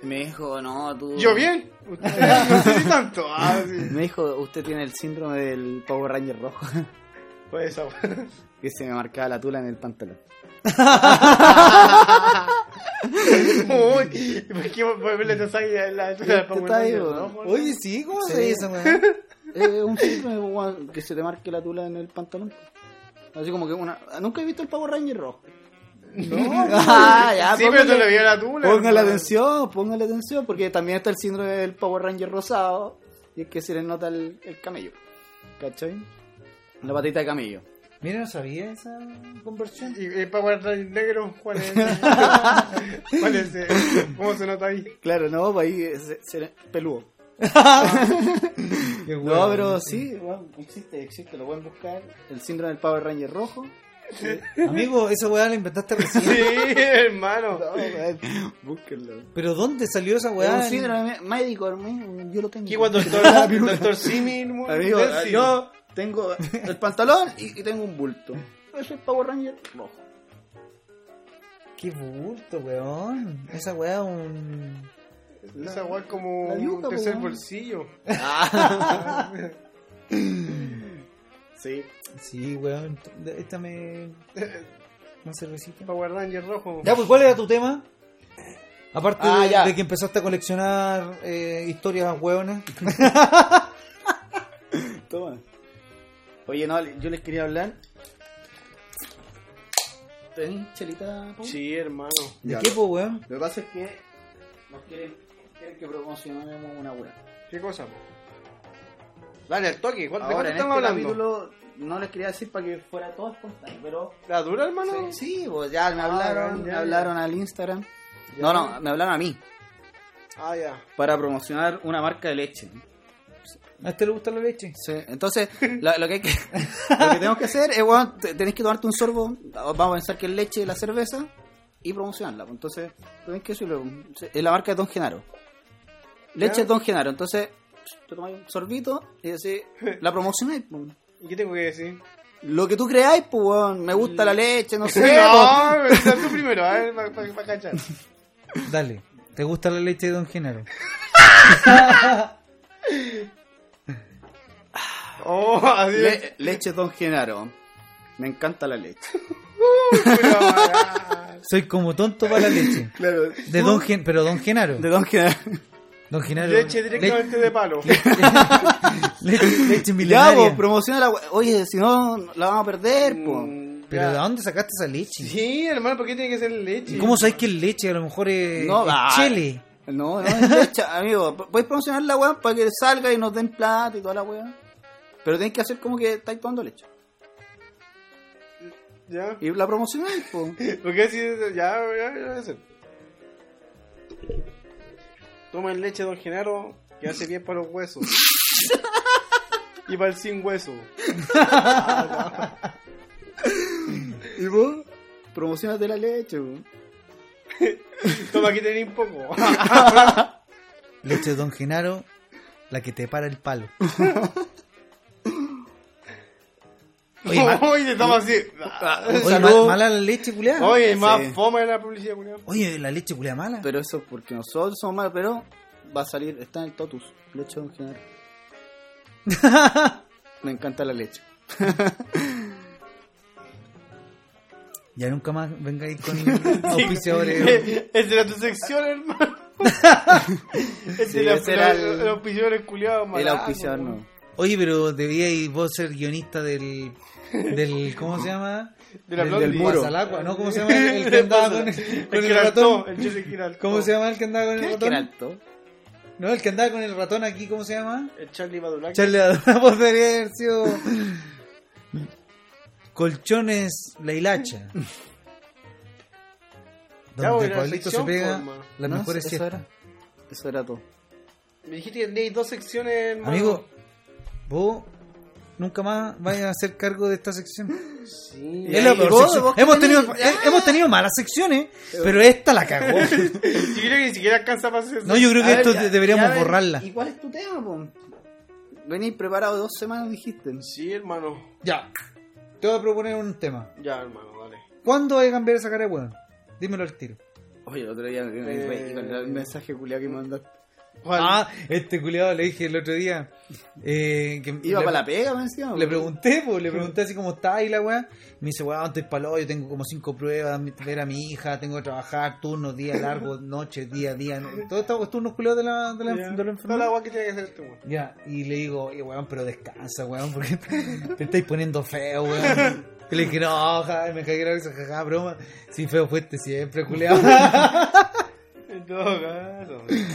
C: Y me dijo, no, tú...
F: Yo bien. Ustedes no sé si tanto. Ah, sí.
C: Me dijo, usted tiene el síndrome del Power Ranger rojo,
F: Pues esa weá.
C: que se me marcaba la tula en el pantalón.
F: Uy, ¿por qué volverle a salir la altura del
C: Está ahí, weón.
A: Oye, sí, ¿cómo
C: Sí.
A: se dice esa weá?
C: Eh, un síndrome weón, que se te marque la tula en el pantalón. Así como que una... Nunca he visto el Power Ranger rojo. Ah, ya,
F: Sí, pero te lo
C: póngale-
F: vi a la tula.
C: Póngale
F: weón.
C: atención, póngale atención, porque también está el síndrome del Power Ranger rosado, y es que se le nota el, el camello. ¿Cachai? La patita de camello.
A: Mira, no sabía esa conversión.
F: ¿Y el Power Ranger negro? ¿Cuál es? ¿Cuál es? eh? ¿Cómo se nota ahí?
C: Claro, no, pues ahí eh, se, se le- peludo.
A: Qué
C: no,
A: weón.
C: pero sí, bueno, existe, existe, lo pueden buscar. El síndrome del Power Ranger rojo.
A: Amigo, esa weá la inventaste recién.
F: Sí, hermano.
C: No, weón, búsquenlo.
A: ¿Pero dónde salió esa
C: Es
A: weá?
C: un síndrome médico, hermano, yo lo tengo.
F: Aquí cuando el doctor, el doctor Simi... weón,
C: Amigo,
F: Delsi.
C: yo tengo el pantalón y, y tengo un bulto. Es el Power Ranger rojo.
A: Qué bulto, weón. Esa weá es un...
F: Esa weá es como
C: La pues, yuca,
F: un tercer
C: weón.
F: bolsillo.
C: Sí.
A: Sí, weón. Esta me... Una cervecita.
F: Power Ranger rojo.
A: Ya, pues, ¿cuál era tu tema? Aparte
C: Ah,
A: de,
C: ya.
A: de que empezaste a coleccionar eh, historias hueonas.
C: Toma. Oye, no, yo les quería hablar. ¿Ten chelita? Pau?
F: Sí, hermano.
A: ¿De
C: Ya.
A: qué, po, weón?
C: Lo que pasa es que nos quieren, quieren que promocionemos una wea.
F: ¿Qué cosa? Dale, al toque. ¿cuál-
C: Ahora,
F: ¿De cuánto
C: en este
F: estamos hablando?
C: capítulo no les quería decir para que fuera todo espontáneo, pero...
F: ¿La dura, hermano?
C: Sí, pues ya me hablaron,
F: Ah, ya,
C: me
F: ya.
C: hablaron al Instagram. No, no, me hablaron a mí
F: Ah, ya.
C: para promocionar una marca de leche.
A: ¿A este le gusta la leche?
C: Sí, entonces, la- lo, que hay que, lo que tenemos que hacer es, bueno, te- tenés que tomarte un sorbo, vamos a pensar que es leche de la cerveza y promocionarla. pues, Entonces, tenés que decirlo, es la marca de Don Genaro. Leche de Don Genaro, entonces, te tomás un sorbito y así la promocionáis. pues.
F: ¿Y qué tengo que decir?
C: Lo que tú creáis, pues, weón, me gusta la leche, no sé. pues.
F: no, pero tú primero, a ver, para cachar.
A: Dale. ¿Te gusta la leche de Don Genaro?
F: Oh, así es.
C: Le- leche Don Genaro, me encanta la leche.
F: Pero, ah,
A: Soy como tonto para la leche.
C: Claro,
A: De Don Gen... Pero Don Genaro.
C: de Don Genaro.
A: Don Genaro.
F: Leche directamente de palo.
A: Le- Leche, leche
C: Ya,
A: milenaria.
C: pues, promociona la we- Oye, si no, la vamos a perder, pues.
F: Mm,
A: ¿Pero
F: ya.
A: de dónde sacaste esa leche?
F: Sí, hermano, ¿por qué tiene que ser leche?
A: ¿Y ¿Cómo sabes que es leche? A lo mejor es,
C: No,
A: es
C: va.
A: chele.
C: No, no, es leche, amigo. P- Podéis promocionar la weá para que salga y nos den plata y toda la weá. Pero tenéis que hacer como que estáis tomando leche.
F: ¿Ya?
C: Y la promocionáis, po.
F: ¿Por qué así? es? Ya, ya, ya, ya. Tomen leche, don Genaro, que hace bien para los huesos. y para el sin hueso.
C: Y vos, promocionate la leche, po.
F: Toma, aquí tenéis un poco.
A: Leche de Don Genaro, la que te para el palo. Oye, ma-
F: Oye, estamos así.
A: Oye, ma-
C: Salud.
A: mala la leche, culiá.
F: Oye, más
C: Ah. Sí.
F: fome de la publicidad, culiao.
A: Oye, la leche culiá mala.
C: Pero eso es porque nosotros somos malos, pero va a salir, está en el totus. Leche en general. Me encanta la leche.
A: Ya nunca más vengáis con auspiciadores.
F: Esa era tu sección, hermano.
C: Sí,
F: Ese era,
C: ese era el-
F: el, el auspiciador el culiao,
C: El
F: malaco,
C: auspiciador
F: weón.
C: no.
A: Oye, pero debíais vos ser guionista del. del ¿Cómo se llama?
F: De la
A: del,
F: Blondie.
A: del Guasalacua, ¿no? ¿Cómo se llama? El, el que andaba con, el- con
F: El
A: el,
F: Giraltó,
A: ratón.
F: el Jesse Giraltó.
A: ¿Cómo se llama el que andaba con el
C: ¿Qué que
A: ratón?
C: era alto?
A: No, el que andaba con el ratón aquí, ¿cómo se llama?
F: El Charlie Badulac.
A: Charlie Adorno vos debería haber sido. Colchones La Hilacha.
F: Ya,
A: Donde
F: bueno, la
A: Pablito se
F: sección,
A: pega
F: forma.
A: las
C: No,
A: mejores
C: eso
A: siestas.
C: era. Eso era todo.
F: Me dijiste que tenéis dos secciones, hermano.
A: Amigo, vos nunca más vayan a hacer cargo de esta sección.
F: Sí.
A: Es la
F: Y
A: peor
F: vos-
A: sección.
F: vos-
A: hemos, tenido, eh, hemos tenido malas secciones, pero esta la cagó.
F: Yo creo que ni siquiera alcanza para hacer
A: No, yo creo
C: A
A: que
C: ver,
A: esto
C: ya-
A: de- deberíamos
C: ya, a ver,
A: borrarla.
C: ¿Y cuál es tu tema, po? Venís preparado dos semanas, dijiste.
F: Sí, hermano.
A: Ya. Te voy a proponer un tema.
F: Ya, hermano, dale.
A: ¿Cuándo hay que cambiar esa cara de weón? Dímelo al tiro.
C: Oye, el otro día me,
F: Eh,
C: el mensaje culiado que me mandaste.
F: Juan,
A: Ah, este culiado le dije el otro día. eh, que
C: Iba
A: le-
C: para la pega, me decía.
A: Le pregunté, pues, le pregunté así como está y la weá. Me dice, weón, estoy palo, yo tengo como cinco pruebas, mi- ver a mi hija, tengo que trabajar, turnos, días largos, noches, día, día. no- Todo estos turnos culiados de la, de la, de la
F: ya. Toda la
A: enfermedad.
F: agua que tiene que hacer este weón.
A: Ya, y le digo, "Eh, weón, pero descansa, weón, porque te estáis poniendo feo, weón. Y le dije, no, ja, me cagué la risa, jaja, broma. Sí, feo fuiste siempre, culiado.
F: En todo caso.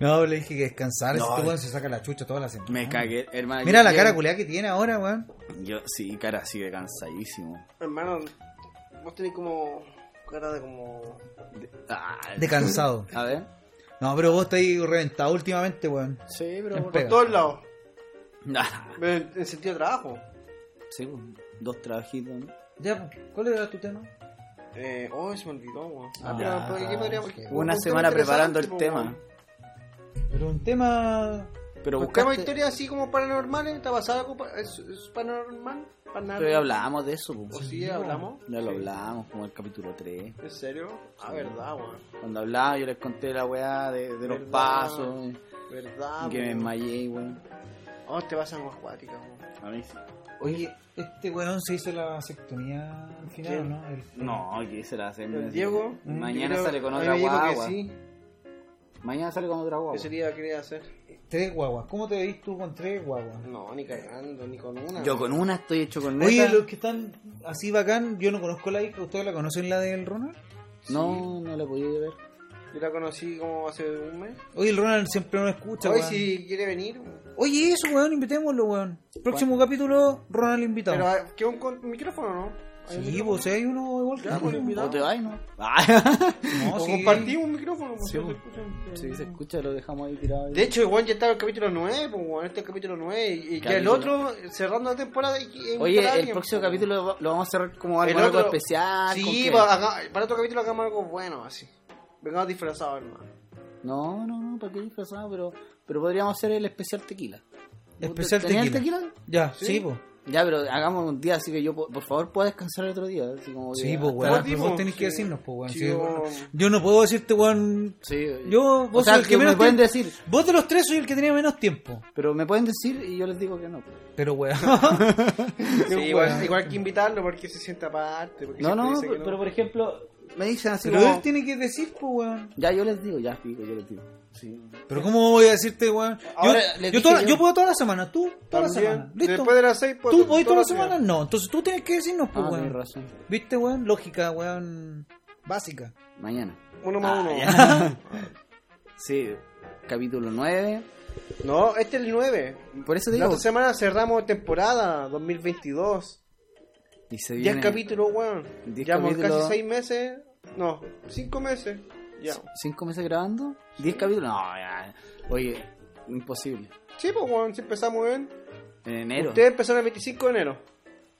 A: No, le dije que descansar,
C: No,
A: este
C: eh.
A: weón se saca la chucha toda la semana.
C: Me cagué, hermano.
A: Mira
C: yo-
A: la
C: yo-
A: cara culiada que tiene ahora, weón.
C: Yo, sí, cara así de cansadísimo.
F: Hermano, vos tenés como cara de como.
C: De, ah,
A: De cansado.
C: A ver.
A: No, pero vos estáis reventado últimamente, weón.
C: Sí,
A: En
F: Por
A: pega.
F: todos lados.
C: Ah,
F: En, en sentido de trabajo.
C: sí, pues, dos trabajitos. ¿no?
A: Ya, ¿cuál era tu tema?
F: Eh, oh, se me olvidó, weón.
C: Ah,
F: pero, ¿por ¿qué podríamos-
C: Una
F: un tema
C: semana preparando el
F: interesante,
C: tema.
F: weón.
A: Pero un tema.
C: Pero
F: Pues tenemos
C: buscaste...
F: historias así como paranormales, ¿te ha pasado algo pa- es, es paranormal?
C: Pero ya
F: ¿Paranormal?
C: hablábamos de eso,
F: ¿O
C: pues.
F: sí hablamos?
C: Ya lo hablábamos, como el capítulo 3.
F: ¿En serio? Ah, verdad, weón.
C: Cuando hablaba, yo les conté la weá de, de los
F: Verdad.
C: pasos. y
F: Verdad,
C: que me
F: weón.
C: desmayé, weón.
F: Oh, te pasan aguas cuáticas, weón.
C: A mí sí.
A: Oye, este weón se hizo la vasectomía al final,
F: ¿Quién?
A: ¿no? El-
C: No, que se la hacen.
F: El Diego.
C: Mañana
F: yo creo-
C: sale con
F: a mí
C: otra
F: me dijo que
C: guagua.
F: sí.
C: Mañana sale con otra guagua.
F: ¿Qué sería quería hacer?
A: Tres guaguas. ¿Cómo te veis tú con tres guaguas?
F: No, ni cagando, ni con una.
C: Yo con una estoy hecho con
A: Oye,
C: neta.
A: los que están así bacán, yo no conozco la hija, ¿ustedes la conocen la del Ronald?
C: No, no la podía ver.
F: Yo la conocí como hace un mes.
A: Oye, el Ronald siempre no escucha,
F: Hoy
A: weón.
F: si quiere venir.
A: Oye, eso, weón, invitémoslo, weón. Próximo capítulo, Ronald invitado.
F: Pero ah, que un con- micrófono, ¿no? ¿Hay un
A: sí,
F: micrófono?
A: vos, si hay uno igual que
F: Ya,
A: tú,
F: pues,
A: weón.
F: invitado.
C: O te vas, ¿no?
A: Ah, No,
F: O
A: sí.
F: compartimos un micrófono. pues,
C: Sí,
F: no se
C: pues.
F: escucha.
C: Si se escucha, lo dejamos ahí tirado.
F: De hecho, igual ya estaba el capítulo 9, pues, bueno, este es el capítulo 9. Y, y ya el
C: Capítulo.
F: otro, cerrando la temporada. y- y invitar a
C: Oye, el
F: alguien,
C: próximo
F: pues.
C: capítulo lo- lo vamos a cerrar como
F: El
C: algo, algo
F: otro-
C: especial. ¿con
F: Sí,
C: qué?
F: para, haga- para otro capítulo hagamos algo bueno, así. Vengamos disfrazados, hermano.
C: No, no, no, para qué disfrazado, pero, pero podríamos hacer el especial tequila.
A: Especial
C: ¿Tenías el
A: tequila.
C: tequila?
A: Ya, sí, pues. po.
C: Ya, pero hagamos un día, así que yo, po- por favor, pueda descansar el otro día. Así como que
A: Sí, pues,
C: hasta-
A: weón.
F: vos
A: pero
F: mismo.
A: vos tenés que
F: Sí.
A: decirnos, pues, weón.
F: Sí,
A: Sí,
F: yo-
A: weón. Yo no puedo decirte, weón.
C: Sí,
A: Yo,
C: o
A: vos
C: sea,
A: sos el
C: que
A: que
C: me
A: menos
C: pueden
A: tiempo.
C: decir,
A: Vos de los tres soy el que tenía menos tiempo.
C: pero me pueden decir y yo les digo que no.
A: Pero, weón.
F: Sí, igual, igual que invitarlo porque se sienta aparte. porque
C: No,
F: siempre
C: no,
F: dice que
C: pero, pero por ejemplo, me dicen así
A: Pero
C: como-
A: él tiene que decir, pues, weón.
C: Ya, yo les digo, ya, pico, yo les digo. Sí.
A: Pero, ¿cómo voy a decirte, weón? Yo,
C: Ahora, le
A: yo,
C: dije
A: toda-
C: yo.
A: yo puedo toda la semana, tú, toda
F: También,
A: la semana. Listo.
F: Después de las 6,
A: ¿Tú voy toda la semana? No, entonces tú tienes que decirnos, pues,
C: Ah,
A: weón.
C: tenés razón.
A: ¿Viste, weón? Lógica, weón. Básica.
C: Mañana.
F: Uno más
C: Ah,
F: uno.
C: Sí, capítulo 9.
F: No, este es el 9.
C: Por eso
F: La
C: digo.
F: otra semana cerramos temporada 2022.
C: Y se
F: 10
C: viene
F: capítulos, weón.
C: Diez
F: Llevamos
C: capítulos.
F: casi 6 meses. No, 5 meses. Ya.
C: 5 meses grabando. 10 capítulos. No, ya. Oye, imposible.
F: Sí, pues, weón, si empezamos en.
C: En enero.
F: Ustedes empezaron el 25 de enero.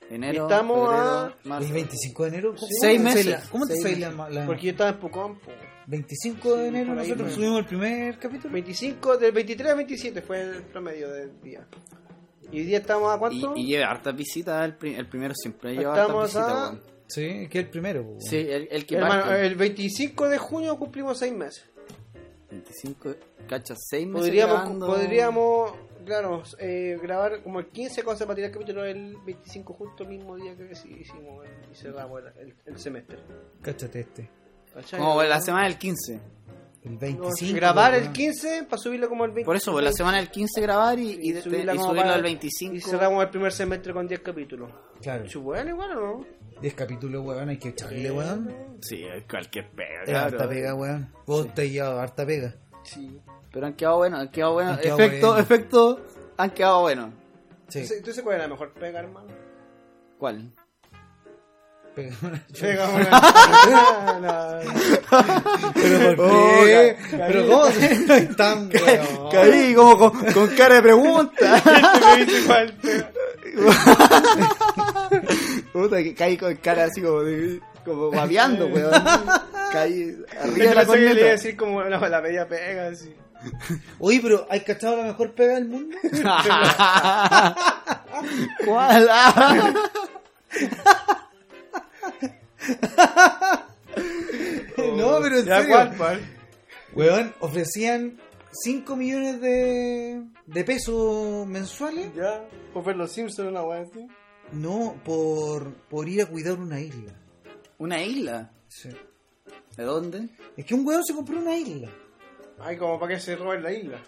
C: Enero.
F: estamos
C: febrero,
A: El
C: marzo.
A: 25 de enero. ¿cómo-
F: Sí.
A: cómo te
C: Seis meses.
A: sale la- ¿Cómo te
C: Seis
A: sale la, la-
F: Porque yo estaba en Pucón, pues.
A: 25 de
F: Sí,
A: enero
F: por ahí,
A: nosotros
F: weón.
A: subimos el primer capítulo?
F: 25, del 23 al 27 fue el promedio del día. Y hoy día estamos a
C: Y,
F: cuánto?
C: y lleva hartas visitas. El, pri- el primero siempre lleva hartas
F: Estamos
C: visitas.
F: a-
C: weón.
A: Sí, es que el primero, pues, weón.
C: Sí, el, el que
F: Hermano,
C: parte.
F: el 25 de junio cumplimos 6 meses.
C: 25, cacha, 6 meses
F: Podríamos,
C: grabando.
F: podríamos claro, eh, grabar como el 15 cosas para tirar el capítulo el 25 justo el mismo día que sí hicimos el- y cerramos el, el- el semestre.
A: Cáchate este.
F: ¿Cachai?
C: Como la semana del 15.
A: El
F: No,
A: 25.
F: grabar
A: weón.
F: el 15 para subirlo como el 25.
C: Por eso, por la semana del 15 grabar y, y, de- y subirlo,
F: como para-
C: al
F: Y
C: 25.
F: cerramos el primer semestre con 10 capítulos.
A: Claro.
F: Sí, Bueno, igual o no.
A: 10 capítulos, weón, hay que echarle, weón.
C: Sí, cualquier pega,
A: Es harta pega, weón. Vos te has llevado harta pega.
F: Sí.
C: Pero han quedado buenos, han quedado buenos.
A: Han quedado
C: efecto,
A: buenos.
C: efecto, han quedado buenos.
A: Sí,
F: Entonces, ¿tú sabes cuál es la mejor pega, hermano?
C: ¿Cuál?
A: pega.
F: Pega una.
A: Pero por
C: Oh,
A: qué? Pero cómo se tan weón.
C: Caí como con, con cara de pregunta.
F: Me dice cuál pega.
C: Puta, que caí con cara así como, de- como babeando, weón. Caí arriba de la
F: Pensé que le iba a
C: corneta.
F: decir como no, la media pega, así.
A: Oye, pero ¿hay cachado la mejor pega del mundo?
C: ¿Cuál? Ah.
A: no, pero en
F: Oh, Ya,
A: serio.
F: ¿cuál, cuál?
A: Weón, ofrecían 5 millones de, de pesos mensuales.
F: Ya, por ver los Simpsons, una weá así.
A: No, por, por ir a cuidar una isla.
C: ¿Una isla? ¿De dónde?
A: Es que un weón se compró una isla.
F: Ay, como para que se roben la isla.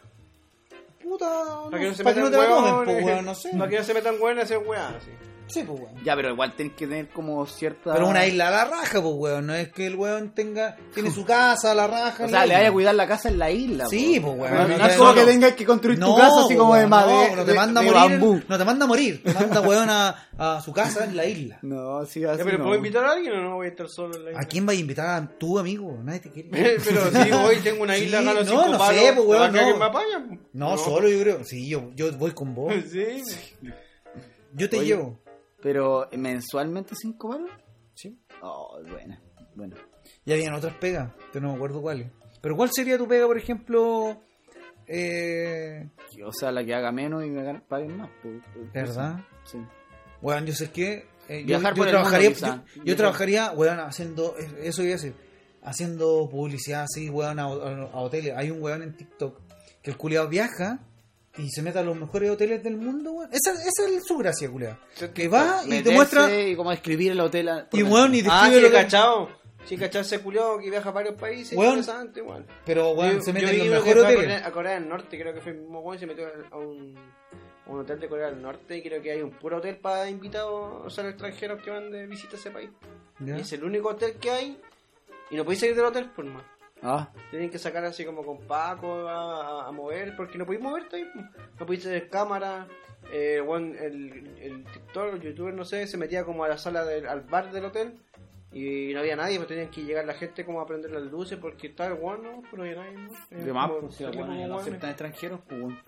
A: Puta,
F: Para que no se
A: pa' que
F: metan
A: te la
F: hueones.
A: tomen, po, weón, no sé.
F: Para que no se metan hueones a hacer weá, así.
A: Sí, po, weón.
C: Ya, pero igual tienen que tener como cierta...
A: Pero una isla a la raja, pues, weón. No es que el weón tenga, tiene su casa a la raja.
C: O
A: en
C: sea,
A: la
C: le
A: isla.
C: vaya a cuidar la casa en la isla.
A: Sí,
C: po.
A: pues, weón.
C: No,
A: no
C: no es
A: te-
C: como
A: no.
C: que tengas que construir tu
A: No,
C: casa así
A: po,
C: como de
A: weón,
C: madera.
A: No, no te manda
C: de,
A: a morir.
C: bambú.
A: en- No te manda a morir. Te manda, weón, a, a su casa en la isla.
C: No, sí, así
F: Ya, pero
C: no.
F: ¿puedo invitar a alguien o no voy a estar solo en la isla?
A: ¿A quién vas a invitar a tu amigo? Nadie te quiere.
F: Eh, pero si hoy tengo una isla,
A: Sí,
F: gano
A: no,
F: cinco
A: no sé,
F: palos,
A: pues, weón,
F: ¿para que
A: no.
F: alguien me apaña? pues?
A: No, solo yo creo. Sí, yo, yo voy con vos.
F: Sí,
A: Yo te
C: Oye.
A: llevo.
C: Pero, eh, ¿mensualmente cinco palos?
A: Sí.
C: Oh, buena, bueno.
A: Y habían otras pegas, pero no me acuerdo cuáles. Pero ¿cuál sería tu pega, por ejemplo? Eh,
C: O sea, la que haga menos y me gane- paguen más. po. Pues,
A: ¿Verdad?
C: Sí.
A: Bueno, yo sé que eh, yo-
C: Viajar
A: yo,
C: por el
A: trabajaría,
C: mundo, quizá.
A: yo, yo
C: Viajar.
A: trabajaría, weón, haciendo, es- eso iba a decir, haciendo publicidad así, weón, a, a- a hoteles. Hay un weón en TikTok que el culiado viaja y se mete a los mejores hoteles del mundo, weón. Esa, esa es su gracia, culiado. Que va y te
C: Meterse
A: muestra,
C: Y como escribir el hotel. a- por
A: y
C: dentro.
A: weón, y
F: Ah,
A: describe
F: sí,
A: lo que-
F: cachado. Sí, cachado ese culiao que viaja a varios países.
A: Weón.
F: interesante, weón.
A: Pero, weón,
F: Yo-
A: se
F: yo
A: mete en
F: vi
A: los
F: uno que
A: mejores
F: fue a
A: hoteles.
F: Corea- A Corea del Norte, creo que fue el mismo weón, se metió a un, a un hotel de Corea del Norte y creo que hay un puro hotel para invitados, o sea, extranjeros que van de visita a ese país.
A: ¿Ya?
F: Y es el único hotel que hay y no podéis salir del hotel pues, por más.
C: Ah,
F: Tienen que sacar así como con Paco a, a- a mover, porque no podéis moverte ahí, po. no podéis tener cámara. Eh, weón, el, el TikTok, el youtuber, no sé, se metía como a la sala del al bar del hotel y no había nadie, pues tenían que llegar la gente como a prender las luces porque estaba el weón, no, pero no había nadie. ¿no? Tenían
C: de más,
F: como-
C: pues, si la
F: tenían
C: weón
F: Eh, como
C: no
F: weones.
C: aceptan extranjeros, pues, weón.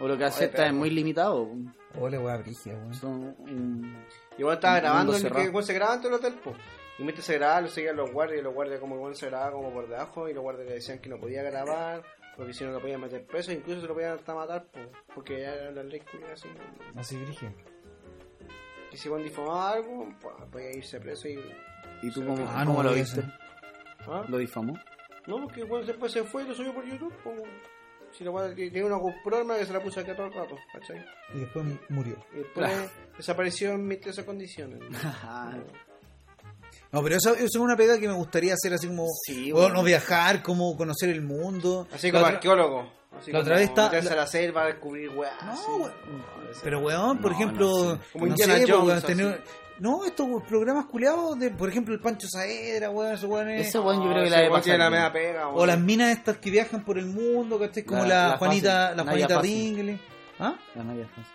C: O lo que aceptan es muy limitado. pues.
A: Hola, weón, brígida, weón.
C: Son un-
F: Y bueno,
C: Un mundo
F: estaba grabando, el que
C: cerrado.
F: el weón se grababa ante el hotel, po. Y mientras se grababa, lo seguían los guardias, y los guardias como el weón se grababa como por debajo, y los guardias le decían que no podía grabar, porque si no lo podían meter preso, incluso se lo podían hasta matar, po, porque ya era la ley culiada así. ¿no?
A: Así brígida.
F: Que si weón difamaba algo, pues podía irse preso y.
C: ¿Y tú cómo,
A: Ah,
C: cómo
A: no,
C: lo
A: eso.
C: viste?
F: ¿Ah?
C: ¿Lo difamó?
F: No, porque el weón después se fue y lo subió por YouTube, po. Si la weón que tenía una GoPro, hermano, que se la puse acá todo el rato, ¿cachai?
A: Y después murió.
F: Y después desapareció en mis esas condiciones.
C: Ah,
F: Ah,
A: No, pero eso, eso es una pega que me gustaría hacer así como
C: Sí,
A: bueno,
C: weón.
A: no viajar, como conocer el mundo.
F: Así
A: La
F: como
A: otra-
F: arqueólogo. Así
A: la
F: como
A: otra vez está-
F: meterse
A: la-
F: a la selva a descubrir weá.
A: No,
F: así.
A: weón.
F: No, ese-
A: Pero weón, por
C: No,
A: ejemplo,
C: no
A: no,
C: sé.
F: Como Indiana
A: sé, pues,
F: Jones,
A: weón,
F: así.
A: tener- no, estos programas culiados de, por ejemplo, el Pancho Saedra, weón, esos weones.
C: Ese weón yo creo que
F: ese
C: la debe
F: Ah, weón
C: pasar.
F: tiene la
C: bien.
F: media pega,
A: O
F: weón.
A: las minas estas que viajan por el mundo, ¿cachai? Como
C: La-
A: la,
C: la
A: Juanita, la
C: fácil, la
A: Juanita
C: ya fácil.
A: Ringle. ¿Ah?
C: La Maya Fácil.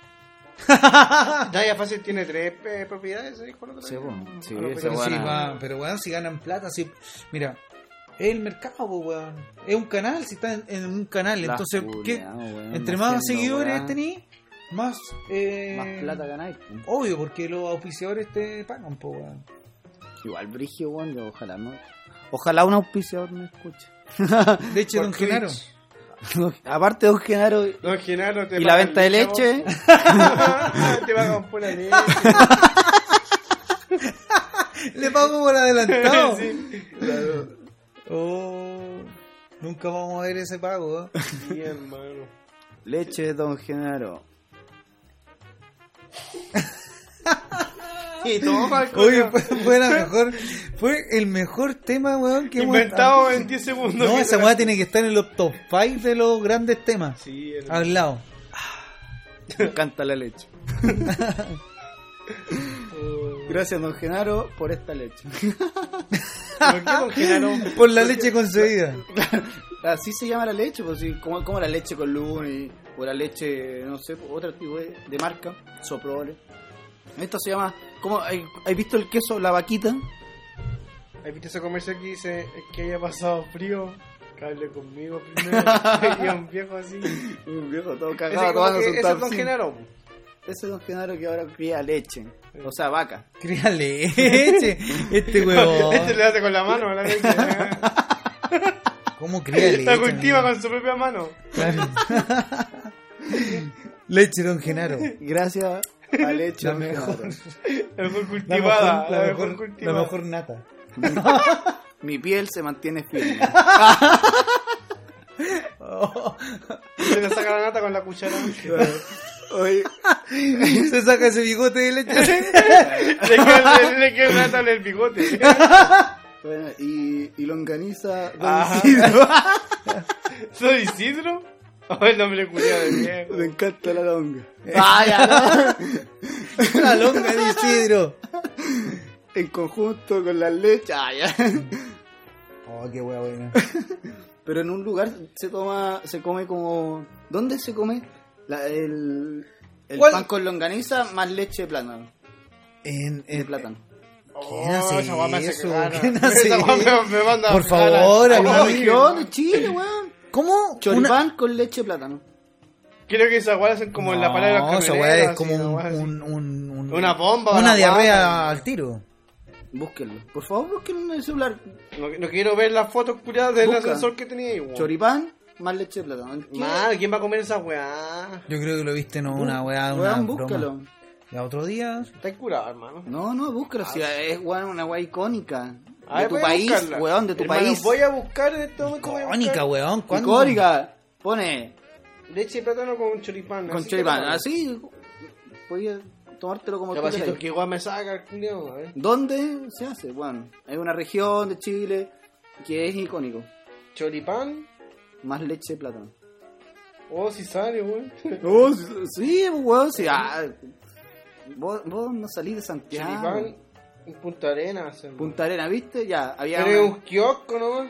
F: Daya Fácil tiene tres eh, propiedades, se dijo el otro
C: Sí,
F: día.
C: bueno, sí,
F: Ah, no,
C: ese
F: pero
A: Pero, sí,
C: weón,
A: va- pero weón, si ganan plata, si, mira, es el mercado, pues, weón. Es un canal, si está en, en un canal.
C: La
A: Entonces, ¿qué-
C: culiao,
F: Mm,
C: weón,
A: entre más
C: haciendo
A: seguidores
C: weá,
A: tenéis, más, eh,
C: Más plata ganáis. pues.
A: Obvio, porque los auspiciadores te pagan, pues, weón.
C: Igual Brigio, weón, yo ojalá no. Ojalá un auspiciador me escuche.
A: De hecho,
F: Por
A: don
F: Twitch.
A: Genaro.
C: Aparte de un Genaro y
F: Don Genaro te
C: la
F: pagan
C: venta de
F: leche,
C: leche,
F: vos. te pagan pura leche.
A: Le pago por adelantado.
F: Sí.
A: Oh, nunca vamos a ver ese pago. ¿eh?
F: Sí, hermano.
C: leche Don Genaro.
F: Y toma el
A: Oye, pues, fue, fue la mejor, fue el mejor tema, weón, que hemos-
F: Inventado en 10 segundos.
A: No, esa weá tiene que estar en los top 5 de los grandes temas.
F: Sí, hermano.
A: Al lado.
C: Me encanta la leche. Gracias, Don Genaro, por esta leche.
F: ¿Por qué Don Genaro?
A: Por la leche concebida.
C: Así se llama la leche, pues, sí, como, como la leche con luna y- o la leche, no sé, pues, otro tipo de, de marca, Soprole. Esto se llama, ¿cómo, ¿hay- ¿hay visto el queso, la vaquita?
F: Ahí viste ese comercial que dice "Es que haya pasado frío. Que hable conmigo primero. y un viejo así.
C: Un viejo todo
F: Ese,
C: cagado
F: como
C: tomando
F: que,
C: su
F: ese es Don
C: tapsin.
F: Genaro.
C: Ese don Genaro que ahora cría leche. O sea, vaca.
A: Cría leche. Este huevón.
F: Este le hace con la mano, la leche. ¿eh?
A: ¿Cómo cría leche?
F: La cultiva
A: amigo?
F: con su propia mano.
A: Claro. Leche, don Genaro.
C: Gracias a leche.
A: La
C: don
A: mejor.
C: Genaro.
F: La mejor
A: La
F: cultivada.
A: mejor, la mejor, la
F: cultivada.
A: mejor nata.
C: Mi piel se mantiene firme.
F: Se le saca la nata con la cuchara.
C: Oye,
A: Se saca ese bigote de leche.
F: le queda, le, le queda nata en el bigote.
C: bueno, y, y longaniza. don
F: Ajá.
C: Isidro.
F: ¿Soy Isidro? Oh, el nombre culiado de viejo.
C: Me encanta la longa.
A: La longa de Isidro.
C: En conjunto con la leche. Ah, ya.
A: Oh, qué hueá buena.
C: Pero en un lugar se toma, se come como. ¿Dónde se come? La- el el
A: ¿Cuál?
C: pan con longaniza más leche de plátano.
A: En,
C: De
A: en,
C: plátano.
A: ¿Quién hace
F: Oh, esa guapa me hace
A: eso?
F: cagar.
A: ¿Quién hace
F: Esa guapa me, me manda
A: Por
F: a cagar.
A: favor,
F: Ay,
A: amigo.
C: Como
F: no,
C: región
F: que-
C: de Chile, weón.
A: ¿Cómo? Oh, Una-
C: Choripán con leche de plátano.
F: Creo que esas guapas son como en la
A: No,
F: palabra de los
A: esa
F: camioneros,
A: weá es
F: así,
A: como
F: una
A: un,
F: weá así.
A: un- un- un-
F: Una bomba,
A: Una
F: una
A: diarrea
F: guata.
A: al tiro.
C: Búsquenlo. Por favor, búsquenlo en el celular.
F: No, no quiero ver las fotos culiadas del
C: Busca.
F: ascensor que tenía ahí,
A: Oh.
F: weón.
C: Choripán más leche de plátano. ¿Qué?
F: Madre, ¿quién va a comer esa weá?
A: Yo creo que lo viste no una weá, una
C: Weón,
A: broma.
C: búscalo.
A: Y a otro día,
F: Está curado, hermano.
C: No, no, búscalo. Si es weón, una weá icónica.
F: Ah. A
C: de
F: ver,
C: tu
F: voy a
C: país,
F: buscarla.
C: weón, de tu
F: Hermano,
C: país.
F: Voy a buscar en este momento. voy a buscar
A: icónica, weón. ¿cuándo?
C: Icónica. Pone
F: Leche de plátano con choripán.
C: con
F: así
C: choripán.
F: que-
C: Así. Podías tomártelo como
F: Ya
C: tú
F: pasito
C: queráis.
F: que igual me saca el culiao, eh.
C: ¿Dónde se hace? Bueno, hay una región de Chile que es icónico.
F: Choripán
C: Más leche de plátano.
F: o si sale, weón.
C: Oh, sí, weón, sí. ah, vos, vos no salís de Santiago.
F: Choripán en Punta Arenas. hermano.
C: Punta Arena, ¿viste? Ya, había
F: Pero es
C: una-
F: un kiosco nomás.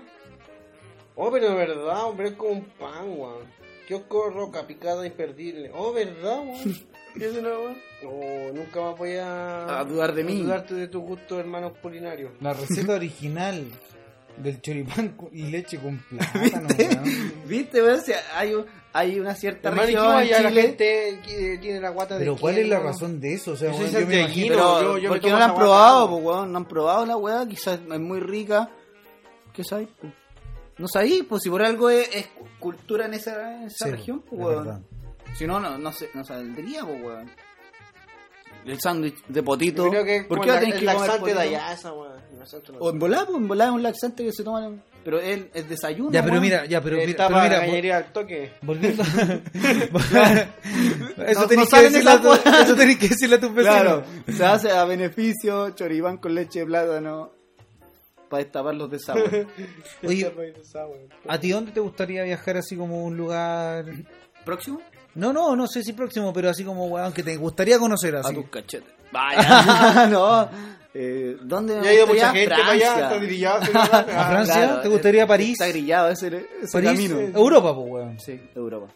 F: Oh, pero de verdad, hombre, es como un pan, weón. Kiosco roca picada imperdible. Oh, verdad, weón. ¿Qué es una weón? Oh, nunca más voy a...
C: A dudar de mí.
F: dudarte de tu gusto, hermano culinario.
A: La receta original del choripán con- y leche con plátano, weón.
C: ¿Viste, weón? Sí, hay, un- hay una cierta
F: Hermano, ¿y
C: región
F: cómo
C: en
F: ya la
C: Chile,
F: gente que tiene la guata de
A: Pero ¿cuál
F: quién,
A: es la
F: weón?
A: razón de eso? O sea,
F: Yo
A: weón,
F: soy
A: yo me
F: santiaguino.
A: imagino...
C: Pero,
F: yo- yo me
C: ¿por qué
F: tomo
C: no la han
F: esa guata,
C: probado, po,
F: weón?
C: weón? No han probado la weá, quizás es muy rica. ¿Qué sabéis, po? No sabéis, pues si por algo es, es cultura en esa, en esa
A: Sí,
C: región, po,
A: es
C: weón.
A: verdad.
C: Si no, no, no, se- no saldría, po, weón. El sándwich de potito.
F: Yo creo que es
C: ¿Por
F: como
C: qué no
F: la-
C: tenés
F: el
C: que comer
F: laxante
C: potito?
F: de allá, esa weón. El laxante no-
C: O en volá, pues en volá es un laxante que se toma. en- Pero él es desayuno.
A: Ya, pero
C: weón.
A: mira, ya, pero,
F: Eh,
A: mira,
F: tapa
A: pero
F: la
A: mira, vol-
F: cañería al toque.
A: volviendo...
C: No-
A: eso
C: no
A: tenés que
C: salen
A: decirle a tu-
C: esas cosas.
A: eso tenés que decirle a tus vecinos.
C: Claro, se hace a beneficio choribán con leche de plátano para destapar los desagües.
A: Oye,
F: Esa weón.
A: ¿a ti dónde te gustaría viajar así como un lugar...
C: ¿Próximo?
A: No, no, no sé si próximo, pero así como, weón, que te gustaría conocer
C: A
A: así.
C: tus cachetes. Vaya. no. Eh, ¿Dónde
F: Ya ha
C: gustaría?
F: ido mucha gente para allá, está grillado. se la van
A: ¿A
F: a- eh,
A: Francia? ¿Te gustaría
C: eh,
A: París?
C: Está grillado Ah, ese, ese
A: París,
C: camino.
A: Europa, pues, weón.
C: Sí, Europa.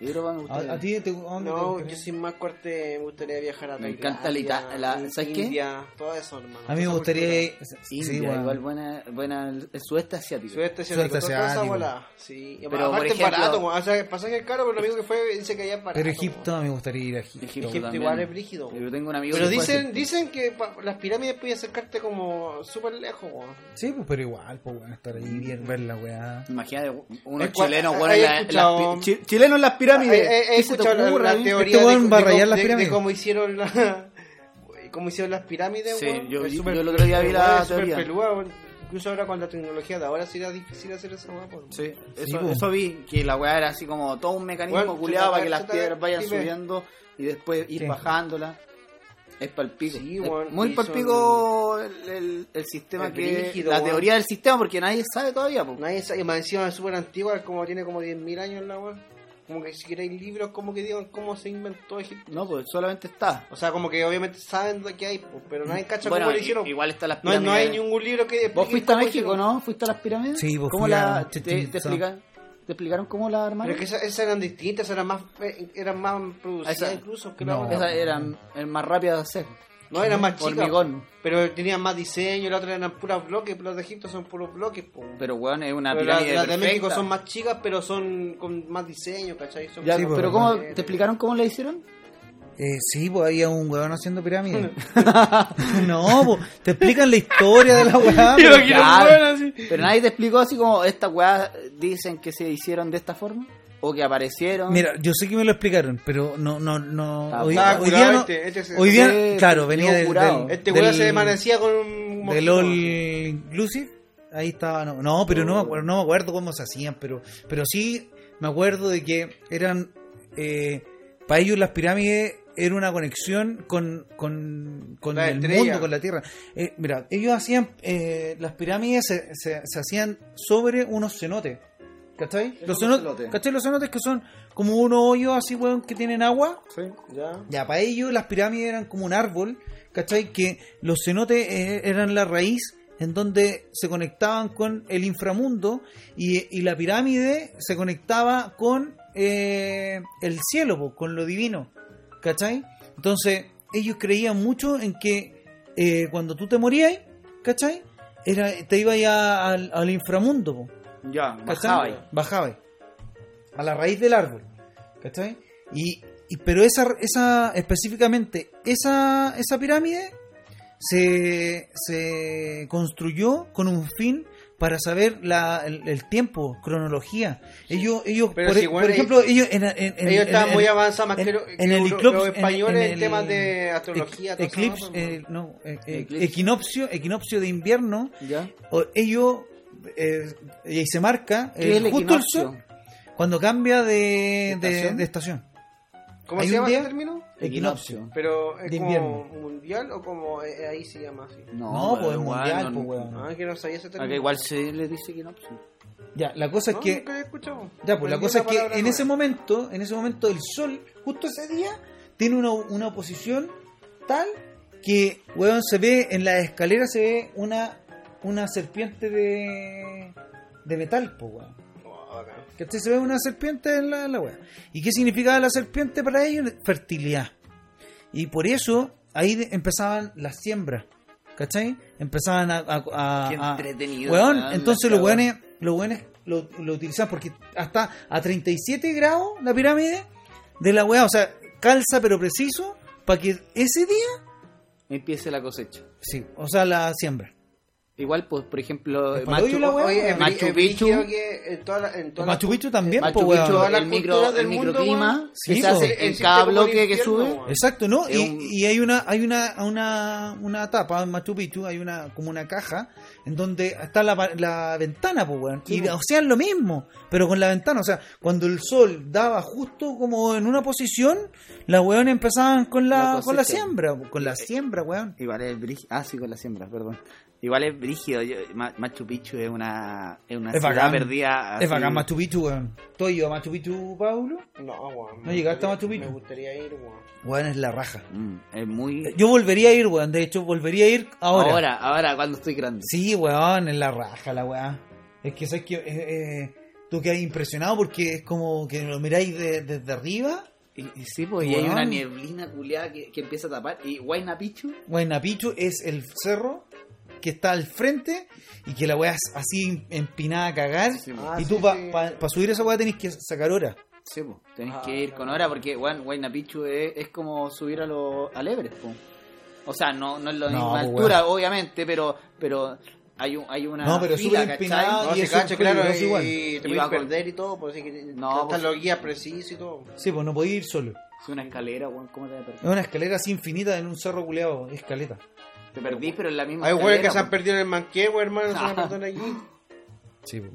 C: Europa me gustaría.
A: ¿A, a ti te, a dónde te
F: No,
A: gustaría?
F: yo sin más corte me gustaría viajar a
C: Me
F: Tailandia.
C: encanta la Ita- la- ¿sabes qué?
F: India, todo eso, hermano.
A: A mí me
F: Esa
A: gustaría...
F: cultura.
A: sí,
C: India,
A: weón.
C: igual buena, buena el el sudeste asiático.
F: Sudeste asiático,
A: Sudeste
F: toda esa
A: asiático.
F: bola. Sí, y
C: Pero, por
F: aparte es
C: ejemplo-
F: barato, weón. o sea, el pasaje es caro, pero lo amigo que fue dice que allá es barato.
A: Pero Egipto, me gustaría ir a Egipto.
C: Egipto
F: Egipto
C: también.
F: igual es brígido,
C: Yo tengo un amigo
F: Pero
C: que fue
F: dicen,
C: así.
F: dicen que pa- las pirámides pueden acercarte como súper lejos, weón.
A: Sí, pues, pero igual, pues, bueno, estar ahí, bien, ver la weá.
C: Imagínate, unos
F: Es cua-
C: chilenos,
F: hay-
C: weón,
F: hay
C: en la- en las
F: escuchado-
C: pi- chi- chilenos en las pirámides.
F: He- He, he
C: ¿Qué se te
F: escuchado
C: ocurre,
F: la, la
C: amigo?
F: teoría
A: Este
F: de,
A: weón va a rayar las
F: de- de
A: pirámides.
F: cómo hicieron la, cómo hicieron las pirámides.
C: Sí,
F: weón.
C: yo
F: Es
C: vi-
F: súper-
C: yo el otro día vi
F: weón,
C: la
F: es súper
C: teoría.
F: peluda, weón. Incluso ahora con la tecnología de ahora sí era difícil hacer esa weá, weón.
C: Sí, eso,
A: po.
C: eso vi, que la weá era así como todo un mecanismo
F: pues. Bueno,
C: culeado
F: chuta,
C: para que las
F: chuta,
C: piedras vayan
F: dime.
C: subiendo y después ir
A: Sí.
C: bajándolas. Es palpico.
F: Sí,
C: Es
F: weón,
C: muy
F: y
C: palpico el, el- el sistema
F: es
C: que.
F: brígido,
C: la
F: weón.
C: teoría del sistema, porque nadie sabe todavía. po.
F: Nadie sabe, y más encima es súper antigua, como tiene como 10.000 años la weá. Como que si queréis libros, como que digan cómo se inventó Egipto.
C: No, pues solamente está.
F: O sea, como que obviamente saben lo que hay, pues, pero nadie cacha
C: Bueno,
F: cómo lo
C: i-
F: hicieron.
C: igual está las
F: no, hay-
C: pirámides.
F: no hay ningún libro que.
C: Vos
F: explique
C: fuiste a
F: cómo
C: México,
F: hicieron.
C: ¿no? ¿Fuiste a las pirámides?
A: Sí, pues
C: ¿Cómo
A: fui
C: la,
A: a
C: te,
A: Chichén
C: te
A: Itzá.
C: explica- te explicaron cómo la armaron?
F: Pero es que esas, esas eran distintas, eran más, eh, eran más producidas
C: Esa-
F: incluso que
A: no.
F: la otra.
C: Esas eran eran más rápidas de hacer.
F: No, eran más chicas.
C: Hormigón.
F: Pero tenían más diseño, las otras eran puras bloques, las de Egipto son puros bloques. po.
C: Pero weón, es una
F: Pero las
C: pirámide.
F: las de México
C: perfecta.
F: son más chicas, pero son con más diseño, ¿cachai? Son
C: Ya,
A: Sí,
F: más-
A: pues,
C: pero
A: ¿cómo
C: ¿cómo te explicaron cómo la hicieron?
A: Eh, sí, pues había un weón haciendo pirámides. no, pues te explican la historia de la weá.
F: Yo
A: pero-
F: imagino un
C: claro.
F: weón así.
C: Pero nadie te explicó así como estas weas dicen que se hicieron de esta forma o que aparecieron.
A: Mira, yo sé que me lo explicaron, pero no, no, no.
C: Ah,
A: Hoy,
F: estaba
A: hoy
F: curado
A: día, no-
F: este, este se-
A: hoy día,
C: Sí,
A: claro, venía
C: llegó
A: del,
C: curado.
A: del-
F: Este
A: del-
F: weón se amanecía con un.
A: del
F: mojito.
A: All Inclusive, ahí estaba, no, no, pero
F: Oh.
A: no me acuerdo, no me acuerdo cómo se hacían, pero, pero sí me acuerdo de que eran, eh, para ellos las pirámides era una conexión con, con, con
F: La
A: el
F: estrella.
A: mundo, con la tierra. Eh, mira, ellos hacían, eh, las pirámides se, se- se hacían sobre unos cenotes. ¿Cachai? Los
C: son
A: cenotes,
C: cenotes?
A: ¿Cachai? Los cenotes que son como unos hoyos así, weón, que tienen agua.
F: Sí, ya.
A: Ya, para ellos las pirámides eran como un árbol, ¿cachai? Que los cenotes eh, eran la raíz en donde se conectaban con el inframundo y, y la pirámide se conectaba con eh, el cielo, po, con lo divino, ¿cachai? Entonces, ellos creían mucho en que eh, cuando tú te morías, ¿cachai? Era, te ibas ya al, al inframundo, po.
C: Ya,
A: ¿cachai?
C: bajaba ahí.
A: Bajaba ahí. A la raíz del árbol. ¿Cachai? Y, y- pero esa, esa, específicamente, esa, esa pirámide se, se construyó con un fin para saber la, el, el tiempo, cronología. Ellos, ellos
F: Pero
A: por,
F: si,
A: e-
F: bueno,
A: por
F: ellos-
A: ejemplo, ellos en, en- en-
F: Ellos
A: en-
F: estaban
A: en-
F: muy avanzados más
A: en-
F: que los,
A: en
F: que
A: el
F: los-
A: eclipse-
F: los
A: en-
F: españoles en,
A: el-
F: temas de astrología.
A: ec-
F: todo esa
A: eclipse,
F: mapa,
A: eh, no, eh, eh,
C: Eclipse.
A: equinoccio, equinoccio de invierno,
C: Ya.
A: o- ellos eh, y se marca
C: ¿Qué
A: eh,
C: es el
A: justo el
C: equinoccio?
A: sol cuando cambia de,
C: ¿De
A: de-
C: estación?
A: de estación.
F: ¿Cómo
A: hay
F: se
A: un
F: llama
A: día-
F: ese término?
A: Equinoccio.
F: Pero es
A: De
F: como
A: invierno.
F: mundial o como eh, ahí se llama así.
A: No,
C: pero
A: pues es
C: igual,
A: mundial,
C: no-
A: pues, weón.
F: Ah, que no sabía ese término.
C: Acá igual se le dice pues, equinoccio.
A: Ya, la cosa es
F: No,
A: que
F: nunca había escuchado.
A: ya, pues, la
F: Aprendí
A: cosa es
F: una
A: que
F: palabra eh.
A: en
F: nueva.
A: ese momento, en ese momento el sol justo ese día tiene una, una posición tal que weón se ve en la escalera se ve una una serpiente de de metal, pues weón.
F: Oh, bacán.
A: ¿Cachai? Se ve una serpiente en la, la wea. ¿Y qué significaba la serpiente para ellos? Fertilidad. Y por eso ahí de- empezaban las siembras. ¿Cachai? Empezaban a. a, a-
C: Qué
A: a-
C: entretenido,
A: Weón,
C: weón,
A: entonces
C: la
A: los weones, los weones lo, lo utilizaban porque hasta a 37 grados la pirámide de la wea, o sea, calza pero preciso para que ese día.
C: Empiece la cosecha.
A: Sí, o sea, la siembra.
C: Igual, pues, por ejemplo,
A: Es
C: Machu,
A: paloyo la wea,
C: oye,
A: weón.
C: Machu
F: Es
C: Picchu.
F: brígido que eh, en toda la- en toda la-
A: Machu Picchu también,
C: Machu
A: po, weón.
C: Picchu,
F: Todas las
C: el, micro,
F: culturas del
C: el
F: mundo,
C: microclima
F: weón.
A: Sí, pues.
C: que se hace
A: po.
C: en
F: Existe
C: cada
F: como el
C: bloque que
F: infierno,
C: sube.
F: weón.
A: Exacto, ¿no?
C: Es
A: Y,
C: un-
A: y hay una, hay una, una, una tapa en Machu Picchu, hay una, como una caja, en donde está la, pa- la ventana, pues, weón.
C: Sí,
A: y,
C: po.
A: o sea, es lo mismo, pero con la ventana. O sea, cuando el sol daba justo como en una posición, las weones empezaban con la,
C: La
A: con la
C: cosecha.
A: siembra, po, con la siembra, weón.
C: Igual es brígido. Ah, sí, con las siembras, perdón. Igual es brígido. yo- Ma- Machu Picchu es una, es una
A: Es
C: ciudad
A: bacán.
C: perdida.
A: Es
C: así.
A: bacán Machu Picchu, weón. ¿Tú has ido a Machu Picchu, Pablo?
F: No, weón.
A: ¿No
F: me
A: llegaste a
F: gustaría-
A: Machu Picchu?
F: Me gustaría ir, weón.
A: Weón, es la raja.
C: Mm, es muy.
A: Yo volvería a ir, weón. De hecho, volvería a ir
C: Ahora, ahora, cuando estoy grande.
A: Sí, weón, es la raja la weá. Es que sabes que eh, eh, tú quedas impresionado porque es como que lo miráis de- desde arriba.
C: Y, y sí, pues, y hay
A: Weón.
C: una nieblina culeada que, que empieza a tapar. Y Huayna Picchu.
A: Huayna Picchu es el cerro que está al frente y que la weá es así em, empinada a cagar.
F: Ah,
A: y
F: sí,
A: tú para
F: sí.
A: subir esa weá tenés que sacar horas.
C: pues, Sí, pues, tenés
F: Ah,
C: que ir con hora porque weón, Huayna Picchu es, es como subir a lo, al Everest, po. O sea, no, no es la
A: No,
C: misma
A: pues,
C: altura, obviamente, pero pero hay, un, hay una
A: No, pero
C: fila,
A: súper
C: ¿cachai?
A: empinado.
F: No,
A: y
F: se
A: es
F: cacha,
A: un
F: claro,
A: peligroso
F: y,
A: igual.
F: y te
C: Y
F: voy
C: va
F: a
C: con-
F: perder y todo, por eso que
C: No,
F: no,
C: pues-
F: están los guías precisos y todo.
A: Sí, pues no podéis ir solo.
C: Es una escalera, weón, ¿cómo te perdí?
A: Es una escalera así infinita en un cerro culeado, escaleta.
C: Te perdí, pero en la misma
F: Hay weones que
C: escalera, pues.
F: se han
C: po.
F: perdido en el manqueo, hermano, se
C: Ah.
F: han perdido allí.
A: Sí, pues.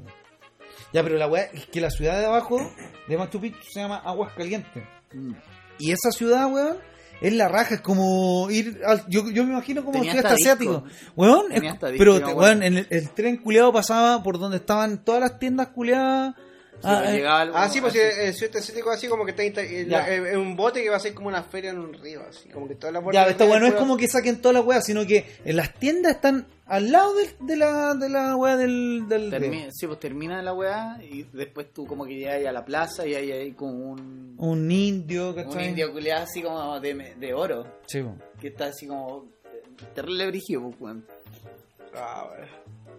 A: Ya, pero la weá es que la ciudad de abajo de Machu Picchu se llama Aguas Calientes.
C: Mm.
A: Y esa ciudad, weón, es la raja, es como ir al, yo, yo me imagino como
C: Tenía
A: estoy hasta
C: hasta
A: asiático.
C: disco.
A: Weón,
C: Tenía
A: es-
C: hasta disco,
A: pero
C: yo
A: te-
C: me acuerdo.
A: weón, en el, el tren culeado pasaba por donde estaban todas las tiendas culeadas.
C: Sí,
A: Ah,
C: pues,
A: eh,
C: llegaba el-
F: Ah, sí, pues
C: así.
F: sí, el sudeste asiático así como que está insta- en la- en- en un bote que va a ser como una feria en un río, así como que toda la
A: ya, esta weá no es como que saquen todas las weas, sino que en las tiendas están al lado del- de, la, de la weá del, del
C: Termi- sí, pues termina la weá y después tú como que llegas a la plaza y ahí hay como un,
A: un indio,
C: un
A: ¿cachai?
C: indio culeado así como de, de oro,
A: Sí, po.
C: que está así como eh, terrible brígido, pues, weón.
F: Ah, bueno.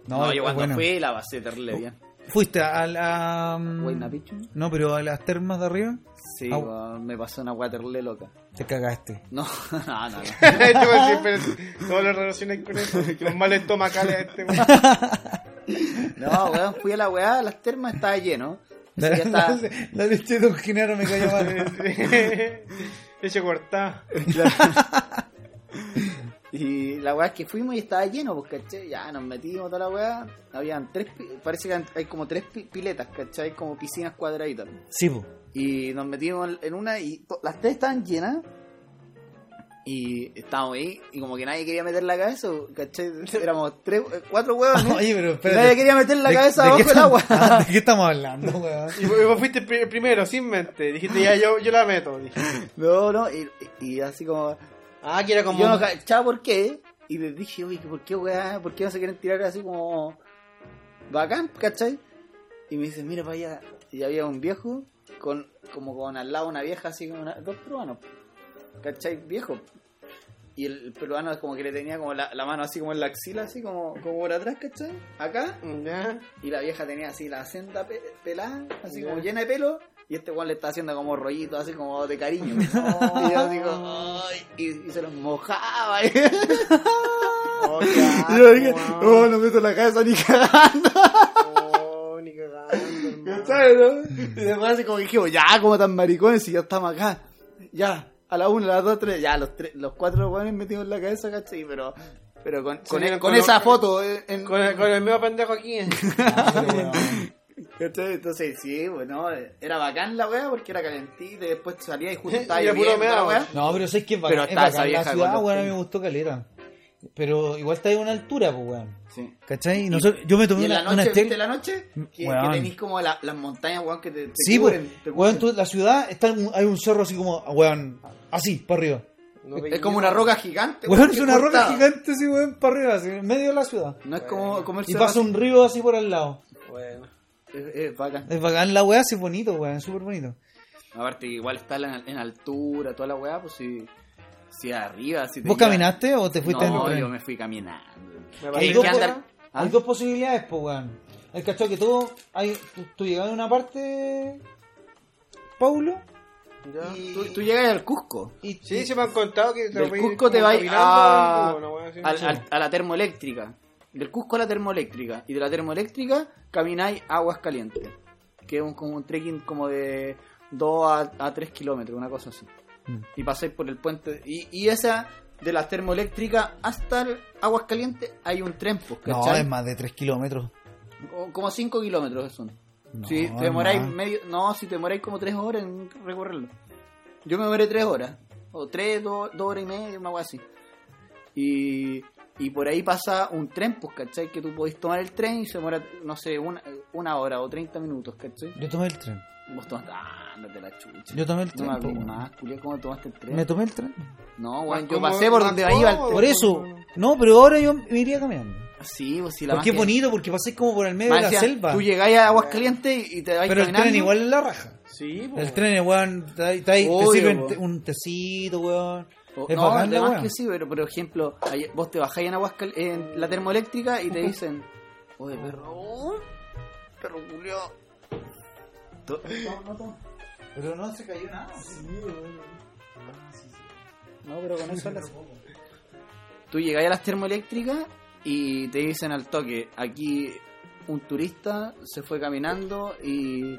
A: no,
C: No, yo
A: es
C: cuando
A: bueno.
C: fui la pasé terrible bien.
A: ¿Fuiste a la.
C: Huayna Picchu.
A: No, pero a las termas de arriba.
C: Sí,
A: Mm. Au.
C: weón, me pasó una Waterle loca.
A: Te cagaste.
C: No, no, no. no.
F: Yo
A: Este
F: iba a decir, pero ¿Cómo lo relacionáis con eso? Los males estomacales de este weón.
C: No, weón, fui a la weá, las termas estaba lleno. Ese día estaba-
A: La leche de Don Genaro me cayó mal.
F: Leche cortada.
C: Y la weá es que fuimos y estaba lleno, pues, ¿cachai? Ya nos metimos toda la weá. Habían tres, pi- parece que han- hay como tres pi- piletas, ¿cachai? Como piscinas cuadraditas.
A: Sí, po.
C: Y nos metimos en una y to- las tres estaban llenas. Y estábamos ahí y como que nadie quería meter la cabeza, ¿cachai? Éramos tres, cuatro huevos, ¿no?
A: Oye, pero
C: Y
A: espérate.
C: nadie quería meter la
A: ¿De-
C: cabeza
A: de qué
C: abajo
A: Ah.
C: del agua.
A: estamos- ¿De qué estamos hablando, weón?
F: Y vos y vos fuiste el pri- primero, sin mente. Dijiste, ya, yo, yo la meto. Dije.
C: No, no, y, y así como...
F: Ah, que era como...
C: Yo no cachaba por qué. Y les dije, oye, ¿por qué, weá? ¿Por qué no se quieren tirar así como... Bacán, ¿cachai? Y me dicen, mira para allá. Y había un viejo con como con al lado una vieja así como una- dos peruanos. ¿Cachai? Viejo. Y el peruano como que le tenía como la, la mano así como en la axila, así como, como por atrás, ¿cachai? Acá.
F: Ya.
C: Y la vieja tenía así la senda pe- pelada, así
F: Ya.
C: como llena de pelo. Y este weón le está haciendo como rollito, así como de cariño. y yo así como, "Ay", y, y se los mojaba. y
F: Oh,
C: yo dije, oh,
F: oh,
C: no meto la cabeza ni cagando.
F: oh, ni cagando, hermano.
C: ¿Sabes, no? Y después así como que dijimos, ya, como tan maricones, si ya estamos acá. Ya, a la una, a las dos, tres, ya, los tres, los cuatro weones metimos la cabeza, ¿cachai? Pero, pero con, con,
F: mira,
C: con
F: con
C: esa
F: los-
C: foto eh, en,
F: Con el, con el mismo pendejo aquí. eh.
C: ¿Cachai? Entonces, sí, bueno, era bacán la weá porque era calentita y después salía y justo estaba
F: Y era puro
C: lloviendo la
F: meado.
C: weá.
A: No, pero sé que es bacán,
C: Pero
A: es
C: está
A: bacán
C: esa vieja
A: la
C: con
A: ciudad,
C: los
A: weón, a mí
C: tenis.
A: me gustó calera. Pero igual está ahí a una altura, pues, weón.
C: Sí.
A: ¿Cachai? Y nosotros, yo me tomé
C: Y en la
A: una,
C: noche,
A: una
C: ¿viste
A: chela-
C: la noche? Que,
A: Weón.
C: que tenéis como la- las montañas, weón, que te, te
A: Sí, pues,
C: cubren. te
A: weón,
C: cubren.
A: tú- la ciudad, está en un- hay un cerro así como, weón, así, para arriba.
F: No
C: es
F: veía.
C: como una roca gigante.
A: Weón, es
C: que
A: una roca
C: cortada.
A: gigante así, weón, para arriba, así, en medio de la ciudad.
C: No es como, como el
A: Y
C: cerro
A: pasa
C: así.
A: un río así por al lado.
F: Bueno.
C: Es, es bacán.
A: Es bacán la weá, sí, es bonito, weón, es súper bonito.
C: Aparte, que igual está en, en altura, toda la weá, pues si, si arriba, si te
A: ¿Vos
C: lleva-
A: caminaste o te fuiste en el
C: No,
A: tren?
C: yo me fui caminando.
F: Me
A: Hay
F: parece
A: dos,
F: que
A: po-
F: anda-
C: ¿Ah?
A: hay dos posibilidades, pues, weón. El cachado que tú, hay, tú, tú llegas de una parte, Paulo,
F: Ya.
C: Y... Tú, tú llegas al Cusco.
A: y,
F: Sí, se me han contado que te
C: Del
F: voy
C: Cusco te
F: como
C: vais
F: caminando,
C: a,
F: una wea así.
C: al- al- a la termoeléctrica. Del Cusco a la termoeléctrica. Y de la termoeléctrica camináis aguas calientes. Que es un, como un trekking como de 2 a, a 3 kilómetros, una cosa así.
A: Mm.
C: Y pasáis por el puente. Y, y esa de la termoeléctrica hasta el aguas calientes hay un tren, pues,
A: No,
C: ¿cachai?
A: es más de 3 kilómetros.
C: O- Como 5 kilómetros son.
A: No,
C: si
A: es
C: te demoráis
A: más.
C: medio. No, si te demoráis como 3 horas en recorrerlo. Yo me demoré 3 horas. O 3, 2, horas y media, una cosa así. Y, y por ahí pasa un tren, pues, ¿cachai? Que tú podés tomar el tren y se demora, no sé, una, una hora o 30 minutos, ¿cachai?
A: Yo tomé el tren.
C: Vos tomas. ¡Ah, ándate la chucha!
A: Yo tomé el
C: no
A: tren. po,
C: me hablé
A: weón.
C: más, culiao, ¿cómo tomaste el tren?
A: Me tomé el tren.
C: No, weón, yo
F: ¿Cómo-
C: pasé por
F: más
C: donde iba el
F: cómodo?
C: tren.
A: Por eso. No, pero ahora yo me iría caminando.
C: Sí, pues sí, la
A: Porque es
C: magia-
A: bonito, porque pasé como por el medio de
C: más
A: la
C: encima,
A: selva.
C: Tú llegáis a Aguascalientes y te vas
A: Pero el
C: caminando.
A: tren igual es la raja.
F: Sí, po.
A: El tren, weón, te, te- te
C: Obvio,
A: sirven
C: po.
A: te- un tecito, weón.
C: O-
A: Es
C: no,
A: bacán la
C: además
A: weá.
C: que sí, pero por ejemplo, ahí- vos te bajáis en, Aguascal, en la termoeléctrica y te dicen, oye perro, uh, perro Julio.
A: Pero no se cayó nada.
C: No, pero con eso hablas. Tú llegáis a las termoeléctricas y te dicen al toque, aquí un turista se fue caminando y,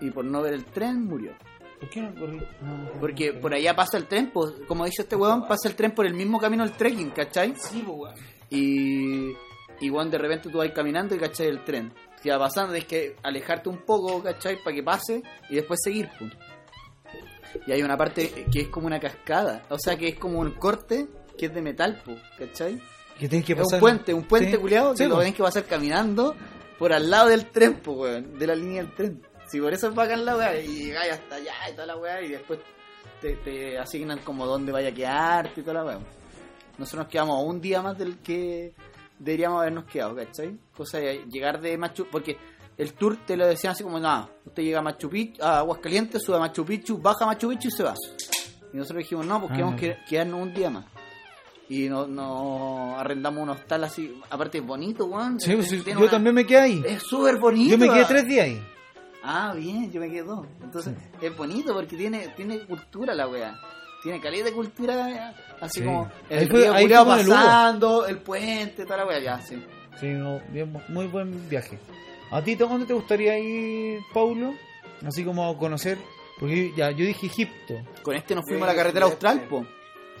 C: y por no ver el tren murió.
A: ¿Por qué no corrí? No, no,
C: Porque
A: no.
C: por allá pasa el tren, pues, como dice este huevón, pasa el tren por el mismo camino del trekking, ¿cachai?
A: Sí, po, weón.
C: Y, y weón, de repente tú vas caminando y cachai el tren. Si va pasando, tienes que alejarte un poco, cachai, para que pase y después seguir. pu. Y hay una parte que es como una cascada, o sea que es como un corte que es de metal, pu, cachai.
A: Que tienes que
C: Es
A: pasar.
C: un puente, un puente
A: Sí.
C: culiado
A: Sí, pues.
C: que lo
A: po.
C: tenés que pasar caminando por al lado del tren, pu, weón, de la línea del tren. Si por eso es bacán la weá, y llegáis hasta allá y toda la weá, y después te, te asignan como dónde vaya a quedarte y toda la weá. Nosotros nos quedamos un día más del que deberíamos habernos quedado, ¿cachai? Cosa de llegar de Machu porque el tour te lo decían así como, nada, usted llega a Machu Picchu, a Aguascalientes, sube a Machu Picchu, baja a Machu Picchu y se va. Y nosotros dijimos, no, pues
A: Ah,
C: queremos
A: no.
C: que- quedarnos un día más. Y nos no arrendamos un hostal así, aparte es bonito, weón.
A: Sí,
C: Es-
A: pues, sí,
C: tiene
A: yo
C: una-
A: también me quedé ahí.
C: Es súper bonito.
A: Yo me quedé
C: ah.
A: tres días ahí.
C: Ah, bien, yo me quedé dos. Entonces, es bonito porque tiene, tiene cultura la weá. Tiene calidad de cultura la weá. Así
A: Sí.
C: como el
A: Ahí fue-
C: río
A: ahí
C: culiao
A: fue con el Hugo.
C: pasando, el puente, toda la weá, ya, sí.
A: Sí, no, bien, muy buen viaje. ¿A ti te- dónde te gustaría ir, Paulo? Así como conocer, porque yo- ya, yo dije Egipto.
C: Con este nos
F: Yo
C: fuimos
F: iba
C: a la carretera
F: a
C: austral,
F: Chile.
C: po.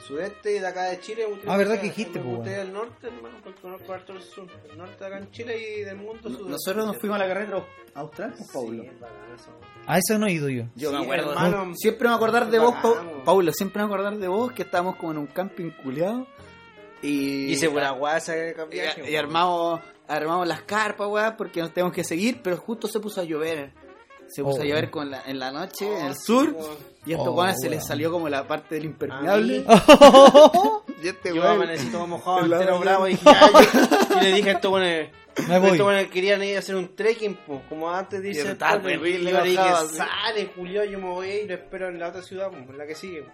F: Sudeste de acá de Chile. usted-
A: Ah, ¿verdad
F: usted-
A: que dijiste,
F: me
A: pues,
F: gusta
A: weón?
F: el norte, hermano, porque conozco harto el sur. El norte de acá en Chile y del mundo sur.
C: Nosotros nos fuimos a la carretera au- austral, po, Paulo.
F: Sí, bagazo.
A: A eso no he ido yo.
C: Yo me
F: Sí,
C: acuerdo.
F: hermano.
C: No, siempre me voy a acordar de vos,
F: Pagamos.
C: Pau- Paulo. Siempre me voy a acordar de vos que estábamos como en un camping culeado. Y,
F: Hice buena guasa que cambié.
C: y, y armamos, armamos las carpas, weá, porque nos tenemos que seguir, pero justo se puso a llover. Se puso
A: Oh.
C: a llover con la- en la noche, en el
F: Ah, sí,
C: sur.
F: Oh, weón.
C: Y a estos
A: Oh,
C: weones se
A: weón. Ah.
C: les salió como la parte del impermeable. y este
F: Yo
C: weón-
F: amanecí todo mojado,
C: En la
F: entero
C: mañana.
F: bravo. Y, dije, "Ay", y le dije a estos buenos.
A: Me voy.
F: Estos buenos querían ir a hacer un trekking, po, como antes
C: Y
F: dice.
C: estaba
F: el pueblo,
C: terrible
F: y yo le dije,
C: enojado, así.
F: sale, Julio, yo me voy y lo espero en la otra ciudad, po, en la que sigue. po".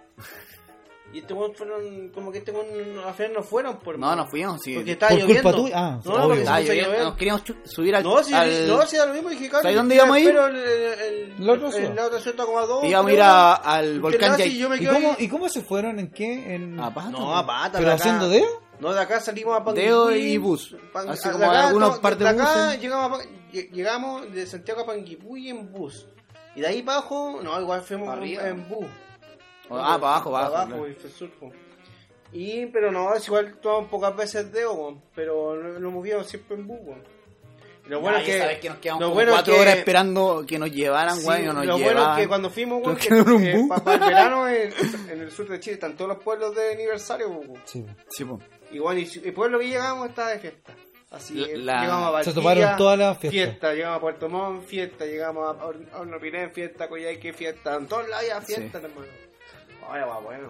F: Y estos buenos fueron, como que estos buenos al final no fueron, por
C: No, no fuimos, sí.
F: Porque estaba
A: Por culpa
F: lloviendo.
A: tuya, ah, sí,
F: no,
A: obvio.
F: porque se
C: Estaba
F: escucha
C: lloviendo,
F: llover.
C: nos queríamos chu- subir al.
F: No, si
C: al-
F: no, si da lo mismo, dije, cabrón.
C: ¿Sabes dónde
F: yo
C: íbamos a ir?
F: Pero el, el,
A: La otra
F: el-
A: ciudad.
F: la otra ciudad toma dos.
C: íbamos a ir
F: creo.
C: a- al volcán Ah,
F: Porque, no,
C: Yay-
F: si yo me
A: ¿Y
F: quedo
A: cómo,
F: ahí-
A: ¿Y cómo se fueron? ¿En qué? En...
C: a Pato,
F: No, a pata.
A: ¿Pero
F: de acá.
A: haciendo dedo?
F: No, de acá salimos a Panguipulli.
C: Deo y bus.
F: Pan-
C: Así
F: de
C: como
F: acá,
C: algunos
F: no,
C: par de
F: de acá
C: buses.
F: Llegamos, a Pan- lleg- llegamos de Santiago a Panguipulli en bus. Y de ahí para abajo, no, igual fuimos
C: Pa' arriba.
F: en bus.
C: Ah, para abajo, para abajo. claro.
F: y fue sur, po. Y, pero no, es igual tomamos pocas veces Deo, po, pero lo, lo movíamos siempre en bus, po. Y Lo bueno
C: Ah,
F: es
C: ya
F: que,
C: sabes que nos quedamos
F: lo
C: como
F: bueno es
C: cuatro
F: que-
C: horas esperando que nos llevaran,
F: Sí,
C: weón, y no nos
F: lo bueno
C: llevaban.
F: es que cuando fuimos, weón,
C: Nos quedaron un bus.
F: para el verano en, en el sur de Chile están todos los pueblos de aniversario, po.
A: Sí.
C: Sí, po.
F: Y bueno, y si- el pueblo que llegamos estaba de fiesta. Así
C: La-
F: que
C: la-
F: llegamos a Valdivia,
A: Se toparon todas las fiestas.
F: fiesta, llegamos a Puerto Montt, fiesta, llegamos a Hor- Horno Pirén, fiesta, Coyhaique, fiesta, en todos lados había fiesta, hermano. Ahora va bueno.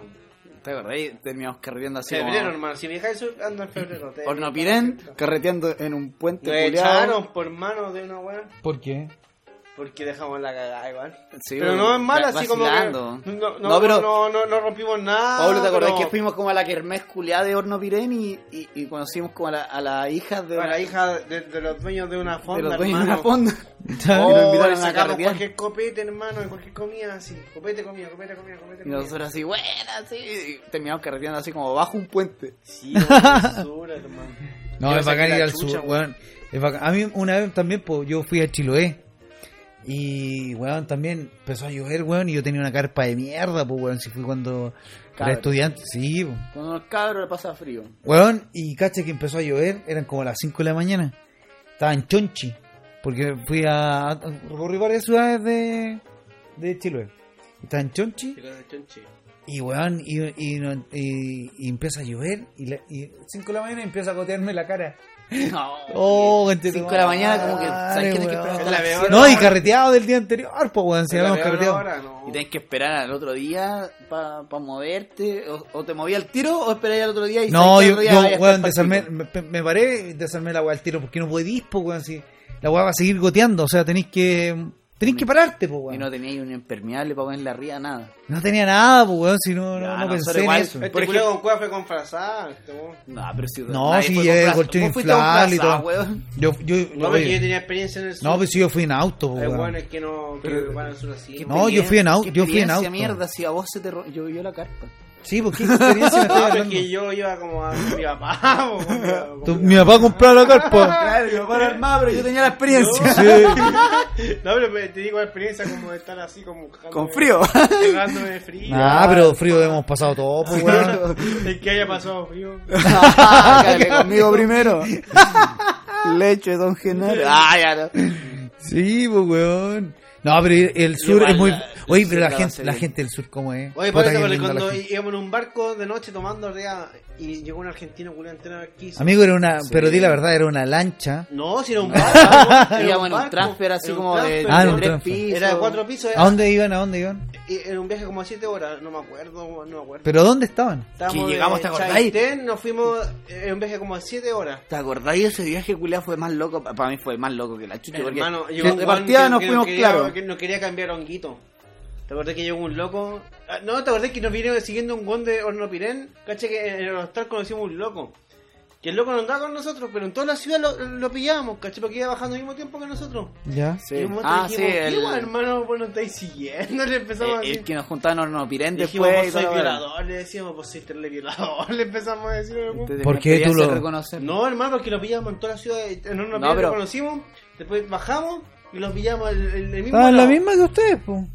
C: ¿Te acordás? Y Terminamos carreteando así
F: febrero,
C: como...
F: hermano, si viajáis sur, ando en febrero. te-
C: Hornopirén, carreteando en un puente
F: Nos
C: culiao.
F: echaron por mano de una weá,
A: ¿Por qué?
F: porque dejamos la cagada Ah, igual.
C: Sí,
F: pero
C: weón,
F: no es mala,
C: va-
F: así como que
C: vacilando.
F: no, no,
C: No, pero-
F: no, no, no rompimos nada.
C: Pablo, ¿te acordás
F: pero-
C: que fuimos como a la kermés culiada de Hornopirén y, y, y conocimos como a la, a la hija de,
F: A
C: una-
F: la hija de, de los dueños de una
C: de
F: fonda,
C: los dueños de una
F: hermano.
C: fonda?
F: Oh,
C: y nos invitaron
F: le
C: a
F: sacamos
C: carretear.
F: cualquier copete, hermano, y cualquier comida así. Copete, comida, copete, comida, copete,
C: Y
F: comida.
C: nosotros así, buena, sí. y terminamos carreteando así como bajo un puente.
F: Sí, basura, hermano.
A: No,
F: Yo
A: es
F: saqué
A: bacán
F: la
A: ir al
F: chucha,
A: sur,
F: weón.
A: weón. Es bacán. A mí una vez también, po, yo fui a Chiloé. Y, weón, también empezó a llover, weón. Y yo tenía una carpa de mierda, pues, weón. Si fui cuando
C: Cabrón.
A: era estudiante, sí, po.
C: Cuando los cabros le pasa frío.
A: weón. Y caché que empezó a llover, eran como las 5 de la mañana. Estaba en Chonchi. Porque fui a. a- recorrí varias ciudades de, de Chiloé. Estaba en Chonchi. Y weón, y, y, no- y- y empieza a llover. Y 5 de la mañana empieza a gotearme la cara.
C: No.
A: Oh, gente,
C: 5
A: tu
C: de la mañana, como que,
A: madre,
C: ¿sabes qué? Tenés que
A: weón.
C: esperar hasta
F: La
C: las
F: veo
C: siete.
A: No, y carreteado del día anterior, pues, weón, si habíamos carreteado.
F: Ahora, no.
C: Y tenés que esperar al otro día para moverte. O, o te movías al tiro o esperáis al otro día y
A: No,
C: sabés que
A: yo,
C: al otro día
A: yo,
C: vaya a estar
A: weón,
C: partido.
A: desarmé, me, me paré y desarmé la weá al tiro porque no podís, pues, weón, si la weá va a seguir goteando, o sea, tenéis que tenéis que pararte, pues,
C: Y
A: weón.
C: no
A: No,
C: teníais un impermeable para ponerle arriba, nada.
A: tenía nada, pues, weón, si no, no,
C: Ya,
A: no
C: nosotros
A: pensé en
C: igual,
A: eso.
F: Este
C: Por
F: por
C: ejemplo-
F: con cueva fue con frazal. este, weón.
C: No, pero si
A: No,
C: nadie
A: sí,
C: fue con
A: eh,
C: brazo.
A: colchón
C: Vos fuiste a un
A: inflable y
C: brazo,
A: todo.
C: weón.
A: Yo, yo,
F: No,
A: oye,
F: porque yo tenía experiencia en el sur.
A: no, pues si yo fui en auto, pues,
F: Hay
A: weón.
F: weones que no que van al sur así.
C: Qué
A: No, yo fui en au-
C: qué
A: yo fui en
C: experiencia,
A: auto.
C: mierda, si a vos se te ro- llovió la carpa.
A: Sí, pues, ¿qué experiencia me estás
F: No,
A: hablando?
F: porque yo iba como a mi papá. po, con mi- con
A: Tu-
F: mi-
A: Mi papá compró la carpa.
C: Claro, yo para armar, pero yo tenía la experiencia.
F: No, pero me- te digo la experiencia como de estar así como...
C: Con frío.
F: Pegándome de frío.
A: Nah, pero frío hemos pasado todo, pues, weón.
F: El que haya pasado frío.
C: Cágale Ah, conmigo primero. Leche, don Genaro. Ah, ya no.
A: Sí, pues, weón. No, pero el sur
C: Igual
A: es muy...
C: la-
A: Oye,
C: el sur
A: pero la
C: la
A: gente, la
C: Vaselina.
A: gente del sur, ¿cómo es?
F: Oye,
A: Puta,
F: parece
A: qué
F: porque
A: linda la
F: cuando
A: gente.
F: íbamos en un barco de noche tomando rea y llegó un argentino culiao entero aquí.
A: Amigo, era una... Pero di la verdad, era una lancha.
F: No, si era un barco. era
C: Íbamos en un
F: barco,
C: transfer así
F: era un
C: como de,
F: transfer,
A: Ah,
C: de
A: en un
C: tres
A: transfer.
C: pisos.
F: Era de cuatro pisos,
A: ¿A
F: era,
A: dónde iban? ¿A dónde iban?
F: y- era un viaje como a siete horas, no me acuerdo, no me acuerdo.
A: ¿Pero dónde estaban?
F: Estábamos
C: Que llegamos,
F: de
C: ¿te acordáis?
F: Chaitén, nos fuimos, era un viaje como a siete horas.
C: ¿Te acordáis de ese viaje, culiao? Fue más loco. Para mí fue más loco que la chucha. porque
F: Hermano,
C: de-
F: llegó un
C: de
F: weón
C: partida
F: que-
C: nos
F: que
C: fuimos
F: quería-
C: claros.
F: que nos quería cambiar a honguito. ¿Te acordás que llegó un loco? Ah, no, ¿te acordás que nos vino siguiendo un guón de Hornopirén? Caché que en el hostal conocimos un loco. Que el loco no andaba con nosotros, pero en toda la ciudad lo, lo pillábamos, caché, porque iba bajando al mismo tiempo que nosotros.
A: Ya.
F: Y en un momento
C: Ah,
F: dijimos,
C: sí,
F: "¿Qué,
C: el- eh,
F: guay, hermano, vos no estáis siguiendo? Le empezamos a
C: El,
F: decir.
C: el que nos juntaban a Hornopirén
F: Le Dijimos,
C: después.
F: vos sois violador, le decíamos, vos sois terrible violador, le empezamos a decir. weón.
A: ¿Por qué tú lo-
C: No.
F: No, hermano, porque lo pillamos en toda la ciudad, en
C: No,
F: una no,
C: pero-
F: lo conocimos, después bajamos y los pillamos el, el, el mismo
A: Estaban Ah, la
F: lado.
A: misma que ustedes, pues. po.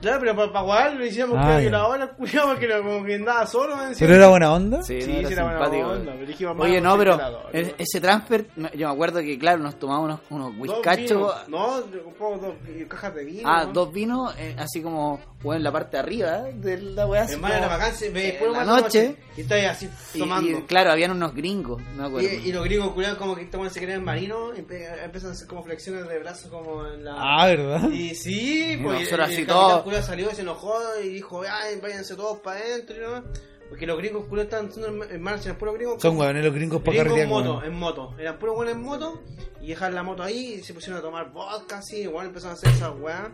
F: Claro, pero para pagar lo hicimos
A: Ah,
F: que era
A: ya.
F: violador, cuidado porque era como que andaba solo, weón,
A: ¿Pero era buena onda?
C: Sí,
F: Sí,
C: no, era
F: sí, era buena
C: simpático.
F: onda, pero dijimos,
C: Oye,
F: "Mano,
C: no,
F: soy
C: pero
F: violador,
C: el-
F: weón".
C: ese transfer, no, yo me acuerdo que, claro, nos tomamos unos, unos
F: Dos
C: whiskachos.
F: vinos. No, yo compramos dos eh, cajas de vino.
C: Ah,
F: ¿no?
C: dos vinos, eh, así como, bueno, en la parte de arriba ¿eh? de la weá. así
F: Hermano,
C: como-
F: la vacancia, ve,
C: en
F: después
C: la
F: más
C: noche.
F: Y estáis así
C: y-
F: tomando.
C: y, claro, habían unos gringos, no me acuerdo.
F: Y, y los griegos curados como que toman se creen marinos, empe- empiezan a hacer como flexiones de brazos como en la...
A: Ah, ¿verdad?
F: Y sí,
C: Y
F: pues
C: nosotros
F: el,
C: así
F: el
C: todos.
F: capitán cura salió y se enojó y dijo, ay, váyanse todos para adentro, ¿no? Porque los gringos culos estaban haciendo en- en marcha, eran puros gringos.
A: Son huevones los gringos para
F: Gringos
A: carretear,
F: en moto,
A: weón.
F: en moto. Eran puros buenos en moto y dejaron la moto ahí y se pusieron a tomar vodka así, igual empezaron a hacer esas weá.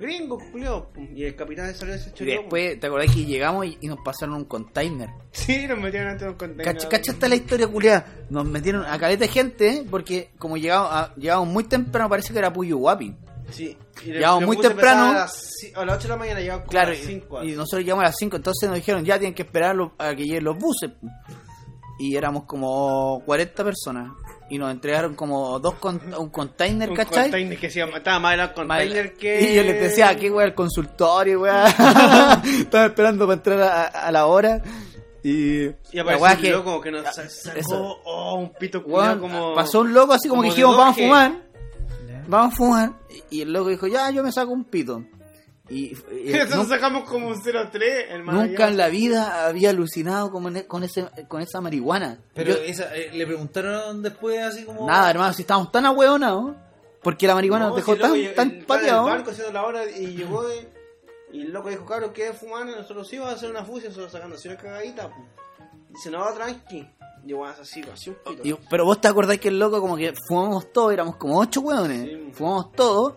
F: Gringos, culiados. pum, Y el capitán salió ese
C: Y
F: chorizo.
C: después, ¿te acordás que llegamos y, y nos pasaron un container?
F: Sí, nos metieron antes de un contenedor.
C: Cacha, cacha está la historia culiada. Nos metieron a caleta de gente, ¿eh? porque como llegamos, a- llegamos muy temprano, parece que era Puyo Guapi.
F: Sí. Y le-
C: Llegamos
F: le
C: muy
F: puse
C: temprano.
F: pesada A las, ci- a las 8 de la mañana llegamos como
C: Claro,
F: a las 5.
C: y, y nosotros llegamos a las 5, entonces nos dijeron, ya tienen que esperar lo- a que lleguen los buses. Y éramos como 40 personas. Y nos entregaron como dos con- un container,
F: un
C: ¿cachai?
F: container que se llama, estaba más era un container que...
C: Y yo les decía, aquí weá, el consultorio, weá. Estaba esperando para entrar a, a la hora. Y,
F: Y
C: la
F: apareció
C: weá
F: un
C: que-
F: loco que nos sa- sacó
C: eso.
F: oh, un pito culiao
C: Weón,
F: como...
C: pasó un loco así como, que
F: como de
C: dijimos, vamos a
F: doje".
C: fumar. Vamos a fumar. Y el loco dijo, ya, yo me saco un pito. Y, y-
F: Nosotros
C: nunca,
F: sacamos como un 03, hermano.
C: nunca en la vida había alucinado con, e- con, ese, con esa marihuana.
B: Pero
C: Yo-
B: esa, eh, le preguntaron después así como...
C: nada, hermano, si estábamos tan ahueonados. Porque la marihuana
F: No,
C: nos dejó
F: si el loco
C: tan,
F: llegó-
C: tan
F: el- estaba en el
C: pateados.
F: barco haciendo la hora y llegó de- y el loco dijo, claro, ¿qué fumar? Y Nosotros íbamos a hacer una fusión, solo sacando así una cagadita. po. Dice, no, tranqui. Y bueno, así, así un pito.
C: Y- pero vos te acordás que el loco como que fumamos todo, éramos como ocho hueones,
F: Sí. pues.
C: fumamos todo,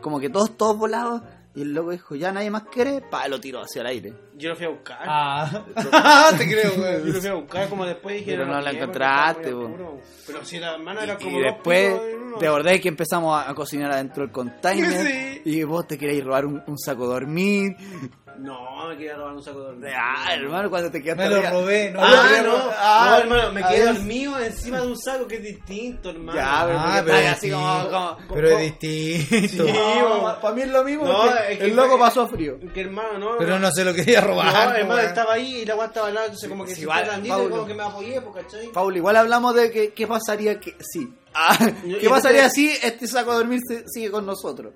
C: como que todos, todos volados, y el loco dijo, ya nadie más quiere, pa, lo tiró hacia el aire.
F: Yo lo fui a buscar.
B: Ah,
F: te creo, güey. Yo lo fui a buscar, como después dije...
C: Pero no la
F: lo pillé porque
C: encontraste,
F: estaba muy
C: po.
F: oscuro. Pero si la hermana era
C: Y-
F: como
C: y
F: dos
C: después
F: pitos en uno.
C: te acordás que empezamos a, a cocinar adentro del container,
F: Sí.
C: y vos te queréis robar un, un saco de dormir,
F: No, me quería robar un saco de dormir.
C: ah, hermano, cuando te quedaste
B: me lo
C: arriba-
B: robé. No,
F: Ah,
B: lo
F: no,
B: robé.
F: no, hermano, me
C: a
F: quedé
C: ver.
F: dormido encima de un saco que es distinto, hermano.
C: Ya, pero,
B: Ah,
C: porque
B: pero
C: estás así
B: sí.
C: como, como-
B: Pero
C: como-
B: es distinto.
F: Sí,
C: No,
F: bo.
C: para mí es lo mismo,
F: No,
C: porque
F: es que
C: el loco
F: fue-
C: pasó frío.
F: Que hermano, no.
B: Pero no se lo quería
F: No,
B: robar. po,
F: hermano,
B: weón.
F: estaba ahí y la agua estaba al lado, entonces como que
C: Sí,
F: se
C: igual,
F: fue grandito y
C: Pablo.
F: como que me apoyé, pues, ¿cachai?
C: Paul, igual hablamos de que- qué pasaría que sí. Ah,
F: Yo-
C: ¿Qué
F: yo
C: pasaría
F: creo-
C: si este saco a dormir se- sigue con nosotros?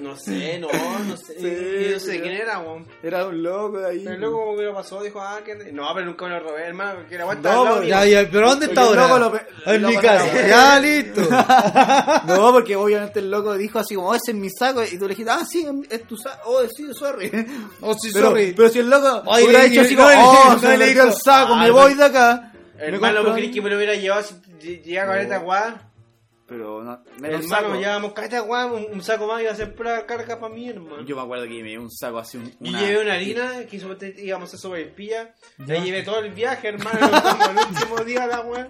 F: No sé, no, no sé.
C: Sí,
F: yo no sé de
C: pero-
F: quién era, weón.
C: Era un loco de ahí.
F: Pero luego como que lo pasó, dijo, ah, que... No, pero nunca me lo robé, hermano, que la agua estaba
C: No,
F: al lado
C: pues,
F: y-
A: Ya, ya, pero ¿dónde está
C: Porque el
A: ahora? Ah,
C: loco lo pe-
A: en
C: lo
A: mi
C: mataba.
A: casa. Ya, listo.
C: No, porque obviamente el loco dijo así como, "Oh, ese es mi saco. Y tú le dijiste, ah, sí, es tu saco. Oh, sí, sorry.
A: Oh, sí,
C: pero,
A: sorry.
C: pero si el loco
A: Ay,
C: hubiera
A: le-
C: dicho así
A: no
C: como,
A: le-
C: oh,
A: no
C: se
A: le
C: me quedó el
A: dijo.
C: saco,
F: Ah,
C: me voy de acá. Me
F: Hermano,
C: compro-
F: ¿vos creí que me lo hubiera llevado si llegaba con esta agua?
C: Pero no, me dio un
F: Hermano,
C: saco.
F: llevábamos con esta agua, un, un saco más iba a ser pura carga para mí, hermano.
C: Yo me acuerdo que me dio un saco así. un-
F: Y llevé una harina que supuestamente íbamos a sobre el pilla. La llevé todo el viaje, hermano. lo usamos el último día, la weá.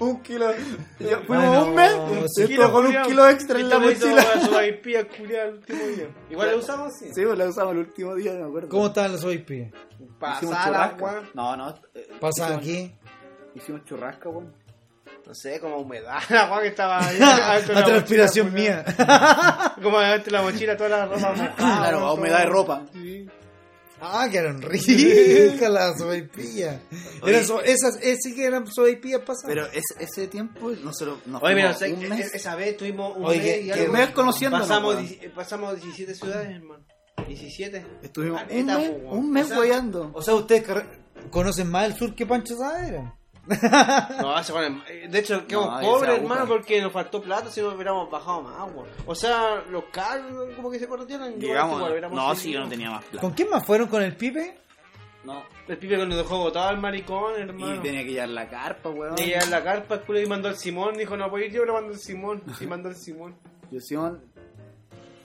C: un kilo. Yo, fuimos
A: Bueno,
C: un mes
A: un
C: y esto con un kilo extra en la mochila.
F: Sobre pilla, culiado, el último día. Igual la usamos, sí.
C: Sí, pues la usamos el último día, me acuerdo.
A: ¿Cómo estaban los OIP?
C: Hicimos
F: Pasada la
C: churrasco.
F: weá.
C: No, no. eh,
A: ¿Pasan
C: hicimos-
A: aquí?
C: Hicimos churrasco, weón.
F: No sé, como humedad, la weá que estaba ahí.
A: La
F: alto en la mochila,
A: transpiración
F: culiao.
A: mía.
F: Como adentro de la mochila, toda la ropa mojada.
C: Claro, a
F: todo.
C: humedad de ropa.
A: Ah, que eran ricas las sopaipillas. Eran so- esas, esas que eran sopaipillas pasadas.
C: Pero ese, ese tiempo nosotros nos
F: Oye, mira,
C: fuimos
F: sé
C: un
F: que
C: mes.
F: esa vez tuvimos un
A: Oye,
F: mes y
B: eh,
A: que-
F: algo.
C: un mes conociéndonos,
F: Pasamos,
C: weón.
F: dieci- pasamos 17 ciudades, hermano. 17.
C: Estuvimos un
F: Caleta,
C: mes,
F: po, weón.
C: un mes
F: Esa-
C: follando.
A: o sea, ustedes carre- conocen más el sur que Pancho Saavedra.
F: No, se ponen- eh, De hecho,
C: No,
F: quedamos
C: ahí se
F: pobres,
C: aguja.
F: hermano, porque nos faltó plata si no hubiéramos bajado más agua. O sea, los carros como que se corrompieron.
C: No, sí, yo no tenía más plata.
A: ¿Con quién más fueron? ¿Con el Pipe?
C: No.
F: El pibe que nos dejó agotado al maricón, hermano.
C: Y tenía que llevar la carpa, weón.
F: Y a la carpa, el culo, y mandó al Simón. Dijo, no, voy a ir yo, le mandó al Simón. Y mandó al Simón.
C: Yo, Simón,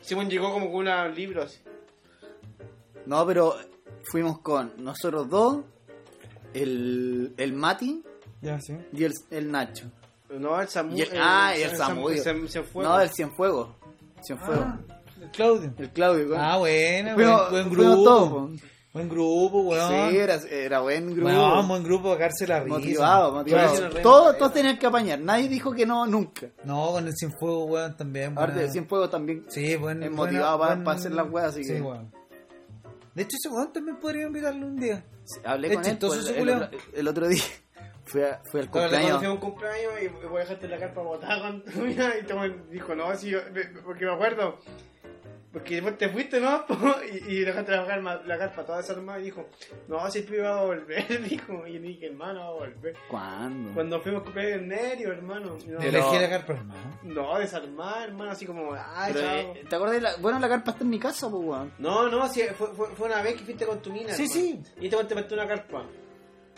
F: Simón llegó como con unos libros.
C: No, pero fuimos con nosotros dos, el, el Mati
A: Ya, sí.
C: y el, el Nacho.
F: No, el Samu. eh,
C: Y el- ah, y el Samu,
F: Samu Se,
C: digo.
F: se fue.
C: No, el Cienfuegos. Cienfuegos.
A: Ah, Claudio.
C: El Claudio, weón.
A: Ah, bueno,
C: Fuimos-
A: buen, buen
C: fuimos
A: grupo.
C: todos, weón.
A: Buen grupo, weón.
C: Sí, era, era buen grupo.
A: Weón, buen grupo, sacarse la risa.
C: motivado, motivado.
F: Claro.
C: Todos, todos tenían que apañar. Nadie dijo que no nunca.
A: No, con el Cienfuego, weón, también.
C: Aparte,
A: weón.
C: el Cienfuegos también.
A: Sí, buen. buena-
C: es motivado para-
A: buen-
C: para hacer las weas, así
A: sí,
C: que-
A: weón. De hecho, ese weón también podría invitarlo un día.
C: Hablé
A: Es
C: con él
A: chistoso
C: pues,
A: ese
C: el,
A: culiao.
C: otro, el otro día. Fui, a- fui al
F: Cuando le
C: cumpleaños.
F: fui a un cumpleaños y y voy a dejarte la carpa botada con tu vida. Y te dijo, no, sí, yo- me- porque me acuerdo. Porque después te fuiste, ¿no? Y, y dejaste la carpa, la carpa toda desarmada. Y dijo, no, si el pibe va a volver. Dijo, y yo dije, hermano, va a volver.
C: ¿Cuándo?
F: Cuando fuimos a cumpleaños en Nerio, hermano.
A: Yo
F: No,
A: le dejé la carpa, hermano.
F: no, desarmada, hermano, así como, ay,
C: Pero,
F: chao.
C: eh, ¿Te acuerdas? de La, bueno, la carpa está en mi casa, pues, weón.
F: No, no, sí, fue, fue, fue una vez que fuiste con tu mina.
A: Sí,
F: hermano. Y este te te metió una carpa.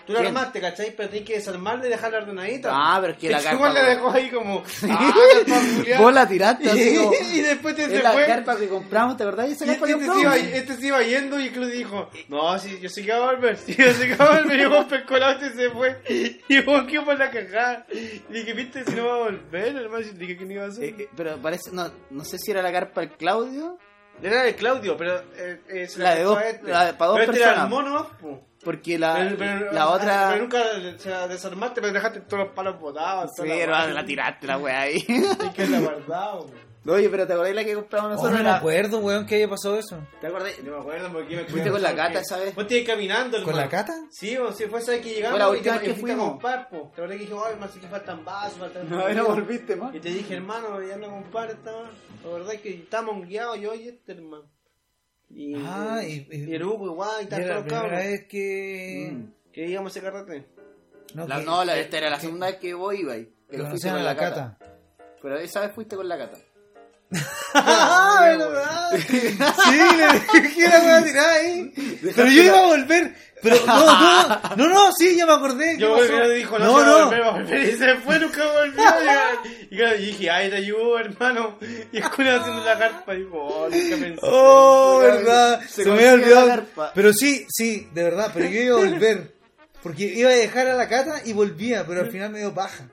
F: Tú la
C: ¿Quién?
F: armaste, ¿cachai? Pero tenés que desarmarla y dejarla ordenadita.
C: Ah, pero es que la
F: Y
C: carpa,
F: Simón la
C: weón.
F: dejó ahí como. ¡Ah, carpa culiada!
C: Vos la tiraste así como.
F: y después te
C: Es
F: se
C: la
F: fue.
C: carpa que compramos, ¿te acordás? de Esa
F: Y
C: carpa
F: este,
C: que
F: este se iba,
C: compramos. Eh,
F: este se iba yendo y Claudio dijo: No, sí, yo sí que voy a volver. Sí, yo sí que voy a volver. Y vos pescó la otra y se fue. Y vos que por la cagada. Y dije: Viste, si no va a volver, hermano. Y dije que no iba a hacer.
C: Eh, eh, pero parece, no, no sé si era la carpa del Claudio,
F: Era de Claudio, pero eh, eh, se
C: La de
F: prestó
C: dos-
F: a este.
C: la de- pa' dos
F: Pero este era el
C: personas.
F: mono, po.
C: porque la,
F: Pero- pero-
C: pues. Ah,
F: ah,
C: la otra.
F: Pero nunca o sea, desarmaste, pero dejaste todos los palos botados.
C: Sí,
F: toda la
C: hermano,
F: guarda.
C: la tiraste la weá ahí.
F: Y que la guardado.
C: No, Oye, pero ¿te acordás la que compramos
A: Oh,
C: nosotros?
A: no me
C: La-
A: acuerdo, weón, que haya pasado eso.
C: ¿Te acordás?
F: No me acuerdo porque me
C: Fuiste con la
A: eh.
C: gata, ¿sabes?
F: Vos te ibas caminando,
A: ¿Con la cata?
F: Sí, vos, sí, fue esa vez que llegamos
C: Fue la
F: y
C: última
F: te-
C: vez
F: y
C: que
F: fuiste
C: fuimos.
F: a comprar, po. Te acordás que dije, ay, más que faltan vasos, faltan...
C: volviste, más.
F: Y te dije, hermano, ya no compadre, estaba... La verdad es que estábamos guiados yo y este, hermano. Y,
A: Ah, y- y- eh.
F: y el Hugo igual, y
A: Era
F: tal, todos
A: la
F: los
A: primera
F: cabros.
A: vez que.
F: Que íbamos a ese carrete.
A: No,
C: Mm. La-
A: que-
C: no, la, esta era la segunda vez que vos ibas.
A: que
C: Pero fuiste
A: conocían
C: con
A: a
C: la
A: la
C: cata.
A: cata.
C: Pero esa vez fuiste con la cata.
A: ¡Ah, verdad! Sí, le dejé la weá tirada ahí. Pero yo iba a volver. Pero no, no, no, no, sí, ya me acordé. ¿qué
F: Yo
A: pasó?
F: volví y dijo,
A: no,
F: no, se va a
A: no.
F: volver, va a volver, y se fue, nunca volvió. y claro, yo dije, ay, te ayudo, hermano. Y el culo haciendo la carpa, dijo, oh, nunca pensé.
A: Oh, verdad.
C: Se
A: Se, me
C: conocía
A: había
C: la
A: olvidado.
C: carpa.
A: Pero sí, sí, de verdad, pero yo iba a volver. Porque iba a dejar a la cata y volvía, pero al final me dio paja.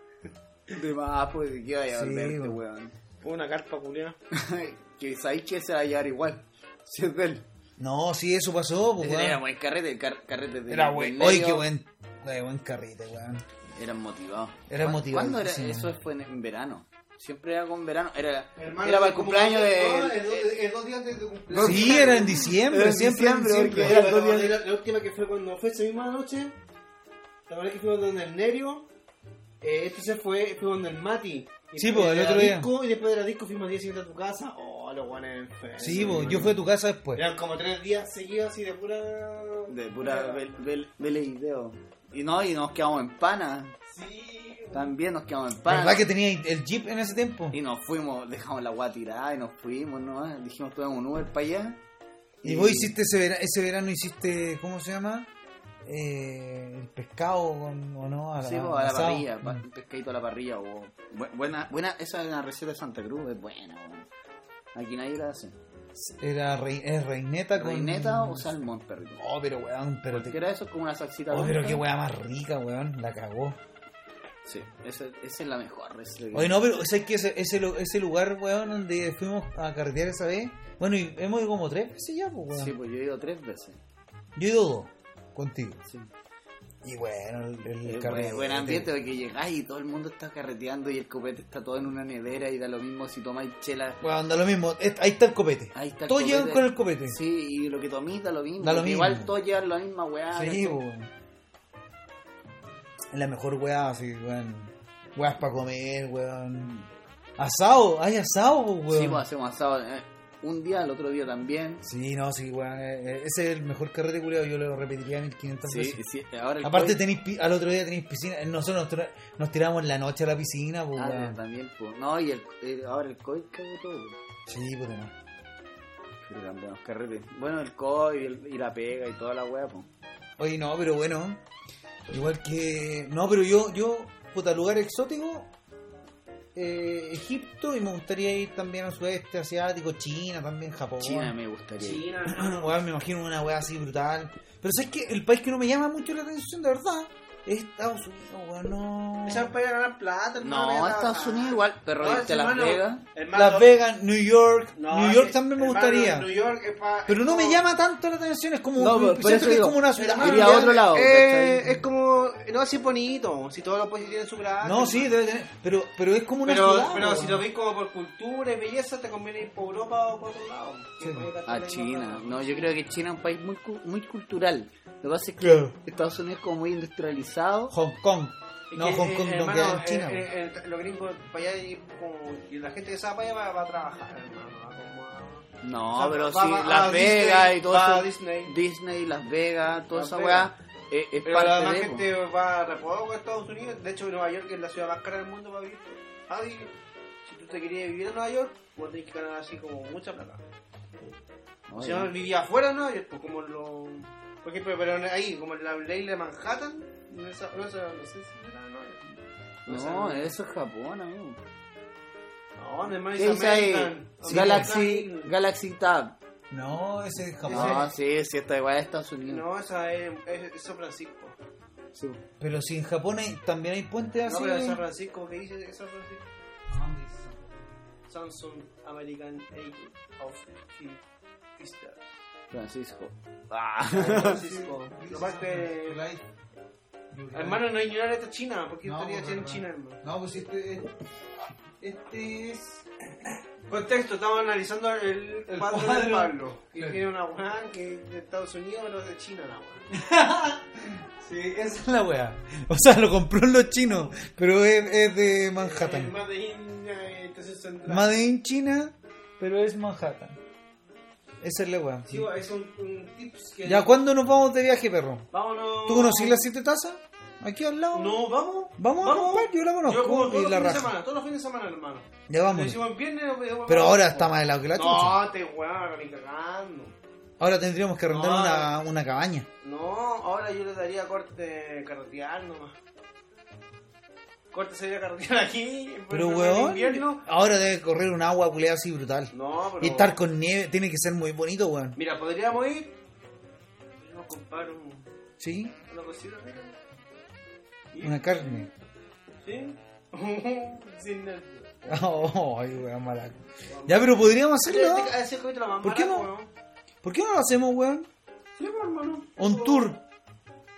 C: De más, pues, que iba a
A: Sí,
C: volverte,
A: weón.
C: weón.
F: Fue una carpa culiada.
C: que sabéis que se va a llevar igual. Si es de él.
A: No, sí, eso pasó, pues,
C: Ese Era
A: weón.
C: buen carrete, el car- carrete de.
A: Era
C: del
A: buen.
C: medio.
A: Oye, qué buen, qué buen carrete, weón.
C: Eran motivados.
A: Era
C: ¿Cuán-
A: motivado,
C: ¿Cuándo era?
A: sí,
C: Eso
A: man.
C: fue en, en verano. Siempre era con verano. Era,
F: Hermano,
C: era para el
F: como-
C: cumpleaños
F: No,
C: de.
F: es dos- es dos días antes de tu cumpleaños.
A: Sí, era en diciembre,
C: Era en
A: siempre en
C: diciembre,
A: diciembre.
C: porque- era
F: Pero
C: dos días-
F: de la, la última que fue cuando fue esa misma noche, la verdad que fuimos donde el Nerio, eh, este se fue, fue donde el Mati. Y
A: Sí,
F: después
A: po, el
F: de la
A: otro día.
F: disco, y después de la disco fuimos al día siguiente a tu casa. Oh, los guanes enfermos.
A: Sí, pues, yo fui a tu casa después.
F: Eran como tres días seguidos así de pura.
C: De pura vel- vel- vele y deo. Y no, y nos quedamos en pana.
F: Sí,
C: También nos quedamos en pana.
A: ¿Verdad que tenía el jeep en ese tiempo?
C: Y nos fuimos, dejamos la agua tirada y nos fuimos, ¿no? Dijimos, tomamos un Uber para allá.
A: Y
C: Eh,
A: vos hiciste ese verano, ese verano hiciste, ¿cómo se llama? Eh, el pescado con, o no, a la,
C: Sí, pues, a la
A: asado.
C: parrilla, pa-
A: Mm.
C: un pescadito a la parrilla. o- bu- buena, buena, esa es una receta de Santa Cruz, es buena. weón. Aquí nadie la hace.
A: Era rei- es reineta con...
C: ¿Reineta o salmón, perrito?
A: Oh, pero weón, pero te...
C: Cualquiera de eso es como una salsita.
A: Oh, pero
C: blanca.
A: qué weá más rica, weón, la cagó.
C: Sí, esa, esa es la mejor receta.
A: Oye, no, pero ¿sabes que ese, ese, lu- ese lugar, weón, donde fuimos a carretear esa vez? Bueno, y hemos ido como tres veces ya, pues, weón.
C: Sí, pues yo he ido tres veces.
A: Yo he ido dos, contigo.
C: Sí.
A: Y bueno, el, el
C: Eh,
A: carrete.
C: buen, buen ambiente porque llegáis y todo el mundo está carreteando y el copete está todo en una nevera y da lo mismo si tomáis chela.
A: Weón, da lo mismo, es- ahí está el copete.
C: Ahí está el
A: Todos llegan
C: copete.
A: con el copete.
C: Sí, y lo que toméis da lo mismo.
A: Da lo
C: porque
A: mismo.
C: Igual todos llevan la misma weá.
A: Sí,
C: ¿cachai?
A: po, weón. Es la mejor weá, así, weón. Weas para comer, weón. Asado, hay asado, po, weón.
C: Sí, pues hacemos asado. eh, Un día, el otro día también.
A: Sí, no, sí, weón. eh, eh, Ese es el mejor carrete culiado, yo lo repetiría 1500
C: Sí,
A: veces.
C: sí, ahora el
A: Aparte,
C: COVID-
A: tenéis pi- al otro día tenéis piscina. Eh, Nosotros nos, tra- nos tiramos la noche a la piscina, po,
C: Ah,
A: weón.
C: también, pues. No, y el, el- ahora el COVID cagó todo. pues.
A: Sí, puta no.
C: Pero también los carretes. Bueno, el COVID el- y la pega y toda la weá, pues.
A: Oye, no, pero bueno. Igual que. No, pero yo, yo, puta, lugar exótico. eh, Egipto y me gustaría ir también al sudeste asiático, China, también Japón.
C: China me gustaría. ir.
F: China.
A: Weón, me imagino una weá así brutal. Pero sabes que el país que no me llama mucho la atención, de verdad, es Estados Unidos, weón. No.
F: Esa para ganar plata, hermano, voy
C: No,
F: a
C: Estados
F: trabajar.
C: Unidos igual, pero
F: No,
C: irte a Las
F: hermano,
C: Vegas.
F: hermano,
A: Las Vegas, New York.
F: no,
A: New York
F: es-
A: también me
F: hermano,
A: gustaría.
F: New York es pa-
A: Pero no me
F: como-
A: llama tanto la atención, es como,
C: No, pero-
A: siento
C: por eso
A: que es
C: digo,
A: como una ciudad.
F: Hermano,
C: Iría a
F: ya-
C: otro lado,
F: Ah, eh,
C: ¿cachai?
F: es como. No, así bonito. Si todos los países tienen su gracia.
A: No, sí, debe tener, pero, pero es como una
F: Pero,
A: ciudad.
F: pero
A: weón.
F: si lo ves como por cultura y belleza, te conviene ir por Europa o por otro lado.
A: Sí,
F: Porque está
C: A
F: la misma
C: China.
F: plata.
C: No, yo creo que China es un país muy, cu- muy cultural. Lo que pasa es que
A: Claro.
C: Estados Unidos es como muy industrializado.
A: Hong Kong.
F: Es
A: No,
F: que,
A: Hong
F: eh,
A: Kong no
F: hermano,
A: queda en
F: eh,
A: China.
F: eh, eh, los gringos para allá y, como- y la gente que se va para allá va, va a trabajar, hermano. va como a-
C: No,
F: O sea,
C: pero
F: va-
C: sí,
F: va a
C: Las
F: Disney,
C: Vegas y
F: va
C: ah, todo
F: a
C: eso.
F: Disney.
C: Disney, Las Vegas, toda
F: Las
C: esa
F: Vegas.
C: weá eh, es
F: Pero la
C: parte
F: más
C: de.
F: gente va a repoco a Estados Unidos. De hecho, Nueva York es la ciudad más cara del mundo para vivir. Ah, y si tú te querías vivir en Nueva York, vos tenés que ganar así como mucha plata.
C: po. Oye,
F: Si no vivía afuera de Nueva York, pues como lo. Por ejemplo, pero ahí, como en la ley de Manhattan, no es, no es, no sé si era Nueva York.
C: No, eso es Japón, amigo.
F: No, no es más
C: ¿Qué dice ahí? Galaxy, Galaxy Tab.
A: No, ese es Japón.
C: No, sí, sí, está igual a Estados Unidos.
F: No, esa es, es, es San Francisco.
A: Pero si en Japón hay- también hay puentes
F: No,
A: así. Ah,
F: pero San Francisco, ¿qué dice que San Francisco? Samsung American Age of Fiesta.
C: Francisco.
F: San Francisco. Lo más que. Hermano, no ignorar esta China, porque
A: No,
F: usted ya
A: no,
F: tiene
A: no.
F: China, hermano.
A: No, pues este es. Este es.
F: Contexto, estamos analizando el,
A: El
F: cuadro de
A: cuadro.
F: Pablo. Que
A: Sí.
F: tiene una weá que es de Estados Unidos, pero es de China la weá.
A: Sí, esa es la wea. O sea, lo compró en los chinos, pero es, es de
F: Es
A: Manhattan.
F: más de India, eh, entonces central.
A: Made in China, pero es Manhattan. Esa es la wea.
F: Sí, weá, es un, un tips que.
A: ¿Ya cuándo nos vamos de viaje, perro?
F: Vámonos.
A: ¿Tú conocís las siete tazas? Aquí al lado.
F: No, vamos.
A: Vamos a comprar, yo la conozco.
F: Yo como todos
A: y
F: los
A: la
F: fines de
A: raja.
F: semana, todos los fines de semana, hermano.
A: Ya
F: Lo
A: vamos.
F: hicimos en viernes, lo hicimos-
A: Pero ahora está más helado que la chucha.
F: No, te weón, ni cagando.
A: Ahora tendríamos que arrendar
F: No.
A: una, una cabaña.
F: No, ahora yo le daría corte carretear nomás. Corte sería carretear aquí. pues, en
A: Pero,
F: pleno
A: weón,
F: invierno.
A: ahora debe correr un agua culeada así brutal.
F: No, pero.
A: Y estar con nieve tiene que ser muy bonito, weón.
F: Mira, podríamos ir. Nos comprar un,
A: ¿Sí?
F: una cosita rica. ¿Y?
A: Una carne.
F: ¿Sí? Sin nervios.
A: Ay, weón, malaco. Ya, pero podríamos hacerlo. ¿no?
F: Ese es el capítulo más
A: ¿Por qué
F: barato,
A: no?
F: weón.
A: ¿Por qué no lo hacemos, weón?
F: Sí, pues, hermano.
A: On tour.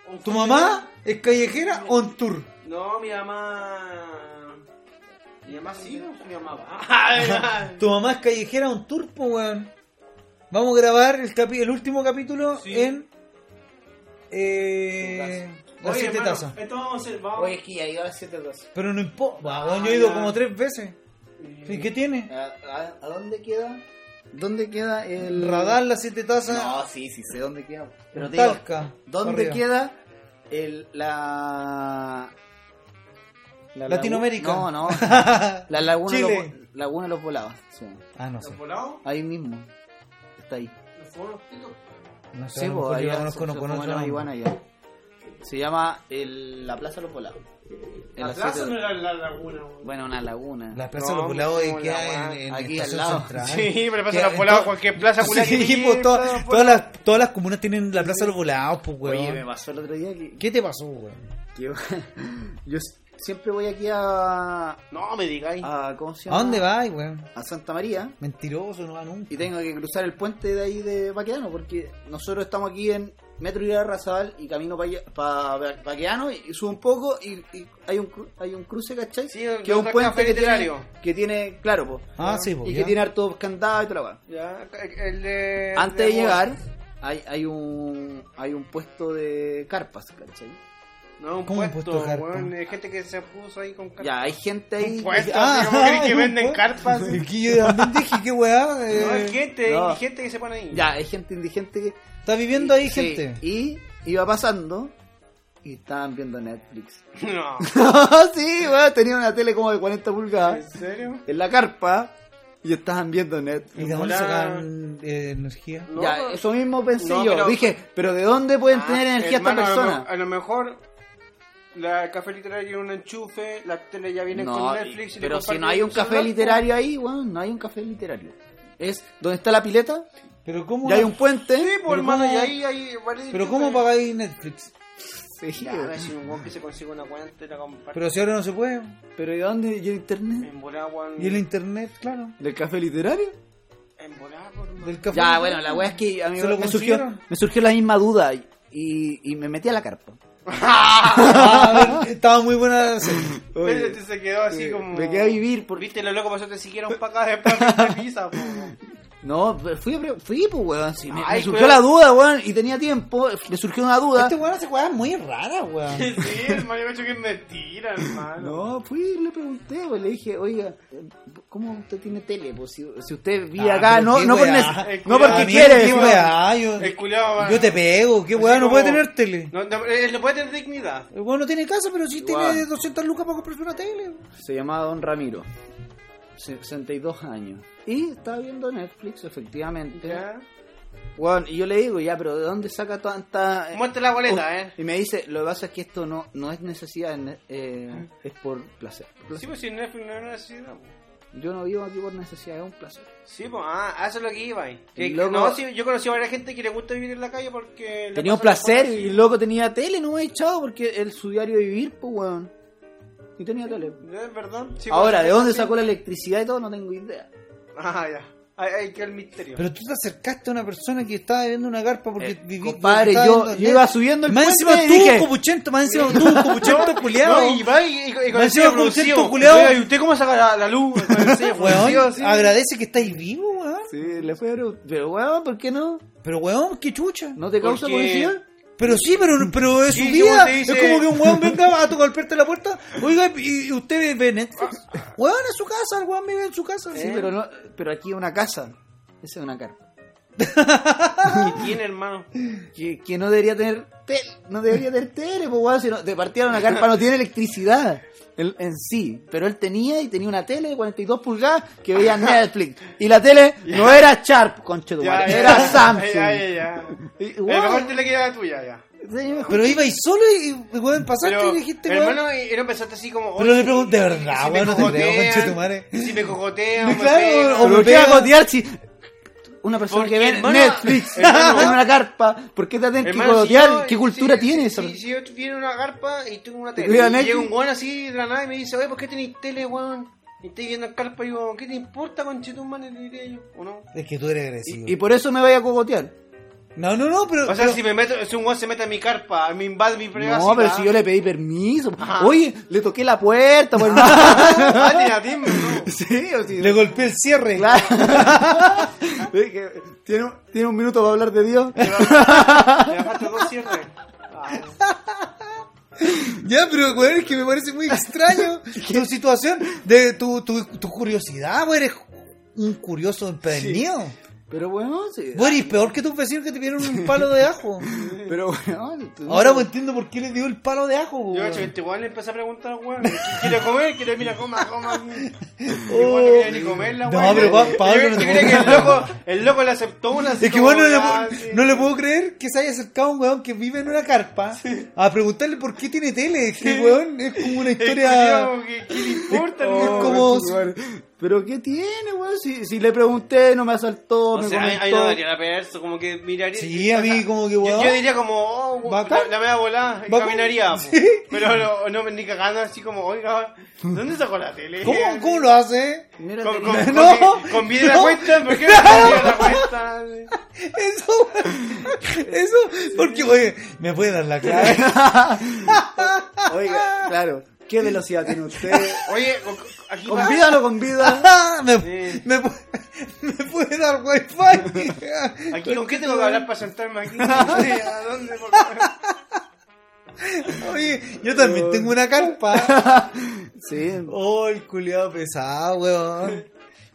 F: Un
A: ¿Tu
F: fin de
A: mamá es callejera? On tour.
F: No, mi mamá. Mi mamá sí, pues, mi mamá va.
A: Ah, Tu mamá es callejera on tour, po, weón. Vamos a grabar el, capi- el último capítulo
F: Sí.
A: en. Eh, las
F: Oye,
A: siete
F: hermano, eh.
A: tazas.
F: Esto vamos a hacer. Vamos.
C: Oye, es que ya iba a 7 cosas.
A: Pero no importa.
F: Ah,
A: yo he ido
F: ya. Eh.
A: como tres veces. ¿Y qué tiene?
C: ¿A, a- a dónde queda? ¿Dónde queda el.
A: El radar, las siete tazas.
C: No, sí, sí, sé dónde queda. Pero te digo,
A: Talca.
C: ¿dónde
A: arriba.
C: queda el, la. la
A: Latinoamérica.
C: lagu- No, no. La laguna, de
A: Chile.
C: los, laguna de los volados. sí.
A: Ah, no sé.
F: ¿Los volados?
C: Ahí mismo. Está ahí.
F: ¿Los fueron los pitos?
A: No sé,
C: Sí,
A: a lo
C: pues
A: mejor yo
C: allá
A: la conozco
C: se-
A: no
C: se
A: con
C: fuma
A: otro
C: marihuana
A: nombre.
C: allá. Se llama el- la Plaza de los Volados. En
F: La
C: las
F: plaza
C: siete-
F: no era la laguna, weón.
C: Bueno, una laguna.
A: La plaza de
F: No,
A: los volados eh,
F: como la
A: queda
F: weá,
A: en, en
C: aquí
A: Estación
C: al lado.
A: Central.
F: Sí, pero
A: Que
F: pasa los
A: en
F: volados,
A: to-
F: cualquier plaza, culia que
A: Sí,
F: pille,
A: pues, todas-
F: todas-
A: todas, las, todas las comunas tienen la plaza de los volados, pues, weón.
C: Oye, me pasó el otro día que,
A: ¿Qué te pasó, weón?
C: que yo, yo s- siempre voy aquí a,
F: No me digáis.
C: a ¿cómo se
A: ¿A
C: llama?
A: dónde vas, weón?
C: A Santa María
A: Mentiroso, no va nunca.
C: y tengo que cruzar el puente de ahí de Baqueano porque nosotros estamos aquí en Metro Irá Razabal y camino para Baqueano y subo un poco y, y hay un cru- hay un cruce, ¿cachai?
F: Sí,
C: que
F: el-
C: es un
F: el
C: puente que tiene,
F: cafeterario.
C: que tiene, claro, pues.
A: Ah, sí, pues.
C: y
A: ya.
C: que tiene hartos candados y toda la weá.
F: Ya, el de-
C: Antes de
F: amor.
C: llegar, hay, hay un hay un puesto de carpas, ¿cachai?
F: No, un
A: ¿Cómo un
F: puesto,
A: puesto de carpa?
F: weón, hay gente que se puso ahí con carpa.
C: Ya, hay gente ahí.
F: Un puesto,
A: Ah,
F: así como creen
A: hay
F: que
A: un
F: venden
A: puesto.
F: carpas.
A: Y que yo también dije, qué weá. eh,
F: No, hay gente,
C: No.
F: hay gente que se pone ahí.
C: Ya, hay gente indigente que.
A: Está viviendo ahí,
C: Sí,
A: gente.
C: Y iba pasando y estaban viendo Netflix.
F: No.
C: sí, weón, tenía una tele como de 40
F: ¿En
C: pulgadas
F: serio?
C: en la carpa y estaban viendo
A: ¿Y
C: Netflix.
A: de dónde
F: Hola.
A: sacan eh, energía?
F: No,
C: ya,
F: pero-
C: eso mismo pensé
F: No,
C: yo.
F: pero-
C: Dije, pero ¿de dónde pueden
F: Ah,
C: tener energía
F: hermano,
C: esta
F: a lo
C: persona?
F: me- A lo mejor la, el café literario tiene un enchufe, la tele ya viene
C: No,
F: con
C: y-
F: Netflix. y te
C: pero si
F: comparten
C: no hay
F: el
C: un café
F: celular,
C: literario ahí, weón, no hay un café literario. Es donde está la pileta,
A: Pero ¿cómo,
C: ya hay un puente.
F: pues. Sí, pues,
A: Pero
F: hermano,
A: cómo-
F: y ahí hay varios
A: pero
F: enchufes.
A: ¿cómo pagáis Netflix?
C: Sí,
F: Ya, a
C: weón.
F: ver si un weón que se consigue una cuenta y la comparte.
A: Pero si ahora no se puede.
C: Pero ¿y dónde? ¿Y el internet?
F: En volá, weón.
A: Y el internet, claro.
C: ¿Del café literario?
F: En volá, pues, hermano.
A: Del café.
C: Ya, bueno, la weá es que a mí
A: ¿Se lo
C: me, surgió,
A: consiguieron?
C: me surgió la misma duda y, y me metí a la carpa.
A: Ah, a ver, estaba muy buena. la serie.
F: Pero te se quedó así como.
C: Me quedé a vivir porque...
F: Viste, los locos pasaste siguieron para acá después de la pizza, pues, weón.
C: No, fui, pre- fui pues, weón. sí, me, me
F: Ay,
C: surgió
F: weón.
C: la duda, weón, y tenía tiempo, me surgió una duda.
A: Este weón hace weas muy raras, weón.
F: Sí, hermano, yo cacho que es mentira, hermano.
C: No, fui y le pregunté, pues, le dije, oiga, ¿cómo usted tiene tele? Pues si, si usted vive
A: Ah,
C: acá,
A: pero
C: no,
A: qué
C: no, por
A: weá.
C: nes-
F: Eh,
C: no
F: cuidado,
C: porque
F: Daniel,
C: quiere.
A: qué
C: sino-
A: weá, yo,
F: El culiao, va-
A: yo te pego, qué
F: así
A: weón, no puede
F: como-
A: tener tele.
F: No, no, él no puede tener dignidad.
A: El weón no tiene casa, pero sí
C: Weón.
A: tiene 200 lucas para comprarse una tele.
C: Se llamaba Don Ramiro, se- 62 años. Y estaba viendo Netflix, efectivamente.
F: ¿Ya?
C: Weón, y yo le digo, ya, pero ¿de dónde saca tanta...?
F: Muestra la boleta, eh.
C: Y me dice, lo que pasa es que esto no, no es necesidad, eh, es por placer.
F: Sí, pues si Netflix no es una necesidad. pues.
C: Yo no vivo aquí por necesidad, es un placer.
F: Sí, pues, ah, ah, eso es lo que iba. ahí. Que-
C: Y luego-
F: no, sí, yo conocí a varias gente que le gusta vivir en la calle porque. le
C: Tenía un
F: pasan las
C: placer
F: cosas así.
C: y el loco tenía tele, no me he echado porque el su diario de vivir, pues weón. Y tenía tele.
F: ¿Ya, ¿Es verdad? Sí, pues,
C: Ahora,
F: sí,
C: ¿de dónde
F: sí.
C: sacó la electricidad y todo? No tengo idea.
F: Ah, ya. Ahí, ahí queda el misterio.
A: Pero tú te acercaste a una persona que estaba viviendo una carpa porque
F: Eh,
A: viví.
C: Compadre,
A: estaba
C: yo,
A: viendo
C: yo
A: Netflix.
C: iba subiendo el
A: Más encima
C: puente y
A: tú,
C: dije,
A: copuchento, más encima tú, copuchento culiado.
F: No, y va y, y, y con
A: Me
F: el
A: encima
F: sello
A: con un cierto
F: producido.
A: culeado.
F: Oiga, ¿Y usted cómo saca la, la luz? Con el sello producido,
A: Weón,
F: sí.
A: agradece que estáis vivo, weón.
C: Sí, le fue a preguntar, pero weón, ¿por qué no?
A: Pero weón, qué chucha.
C: ¿No te causa
F: Porque-
C: curiosidad?
A: Pero sí, pero, pero es su
F: Sí,
A: vida.
F: como te dice-
A: Es como que un weón venga a tu- golpearte la puerta. Oiga, ¿y y usted ve Netflix? Weón, es su casa, el weón vive en su casa.
F: ¿Eh?
C: Sí, pero no, pero aquí es una casa. Esa es una carpa.
F: ¿Y quién, hermano?
C: Que, que no debería tener tele, no debería tener tele, pues weón, si no, de partida una carpa no tiene electricidad él- en sí, pero él tenía y tenía una tele de 42 pulgadas que veía Netflix y la tele no era Sharp, conchetumare, era Samsung.
F: Ya, ya, ya.
C: Y,
F: El
C: weón,
F: mejor tele que era la tuya, ya.
C: tenía mejor-
A: Pero iba y solo y, y, weón, pasaste y dijiste,
F: pero,
A: weón.
F: hermano, y y no empezaste así como.
A: Pero
F: oye,
A: le pregunto, de
F: y- y
A: verdad,
F: si me
A: weón, no te creo,
F: cogotean,
A: conchetumare.
F: y Si me cogotean,
A: Claro,
F: claro,
A: o-
C: Pero
A: me
C: qué
A: pega.
C: hago odiar si una persona
F: Porque,
C: que ve
F: hermano,
C: Netflix
F: hermano-
C: en una carpa, ¿por qué te hacen que cogotear? ¿Qué cultura tiene eso?
F: Si, si yo tuviera una garpa y tengo una tele,
C: Mira,
F: y
C: Netflix.
F: llega un weón así de la nada y me dice, oye, ¿por qué tenéis tele, weón? Y estoy viendo en carpa y digo, ¿qué te importa, conchetumare? Le diría yo, ¿o no?
A: Es que tú eres agresivo.
C: Y por eso me vaya a cogotear.
A: No, no, no, pero.
F: O sea,
A: pero-
F: si me meto, si un weón se mete a mi carpa, me invade mi privacidad.
C: No, pero si yo le pedí permiso.
F: Ajá.
C: Oye, le toqué la puerta, pues,
F: Ah, tiene a ti, no.
C: Sí, o sí.
A: Le golpeé el cierre.
C: Claro. Es que ¿Tiene, un- tiene un minuto para hablar de Dios.
F: Me falta dos cierres. Ah,
A: Ya, pero weón, es que me parece muy extraño tu situación, de tu, tu, tu curiosidad, weón, eres un curioso empedernido.
C: Pero bueno, sí.
A: Weón, y peor que tus vecinos que te pidieron un palo de ajo.
C: Pero bueno, tú-
A: Ahora pues, entiendo por qué le dio el palo de ajo,
F: Yo,
A: weón.
F: hecho, este weón le empecé a preguntar, weón, ¿qué ¿quiere comer? ¿Quiere mira, coma, coma?
A: Oh.
F: Igual no quería ni comer la
A: No,
F: weón.
A: pero pa-
F: Yo-
A: Pablo
F: yo
A: no te
F: creo que el loco, el loco le aceptó una así
A: Es que
F: como,
A: bueno, no le,
F: ya,
A: puedo-
F: sí.
A: no le puedo creer que se haya acercado un weón que vive en una carpa a preguntarle por qué tiene tele. Que weón es como una
F: El
A: historia.
F: culiao, ¿qué- ¿Qué le importa?
A: es
F: hermano?
A: como-
C: Pero ¿qué tiene, weón? Si, si le pregunté, no me asaltó,
F: O
C: me
F: sea, ahí- ahí
C: comentó.
F: no daría la pena eso, como que miraría.
A: Sí, a mí como que
F: Yo,
A: weón.
F: yo diría como, oh, la,
A: Bacán.
F: la media volada, y
A: Bacán.
F: caminaría. po.
A: Sí.
F: Pero no, no me- ni cagando, así como, oiga, ¿dónde sacó la tele?
A: ¿Cómo, ¿Cómo lo hace?
C: Mira,
F: Con,
C: tenía-
F: con,
A: No,
F: con, con bien la
A: no.
F: cuenta, ¿por qué no con la cuenta?
A: Eso, eso, porque, oye, me puede dar la clave.
C: Oiga, claro. ¿Qué velocidad tiene usted?
F: Oye, con- con- aquí
C: ¿Con
F: va-
C: vida o no con vida?
A: me,
F: Sí.
A: me pu- me puede dar wifi.
F: Aquí, ¿con qué tengo que hablar para sentarme aquí? ¿A dónde? Por favor?
A: Oye, yo también tengo una carpa.
C: Sí.
A: Oh, el culiado pesado, weón.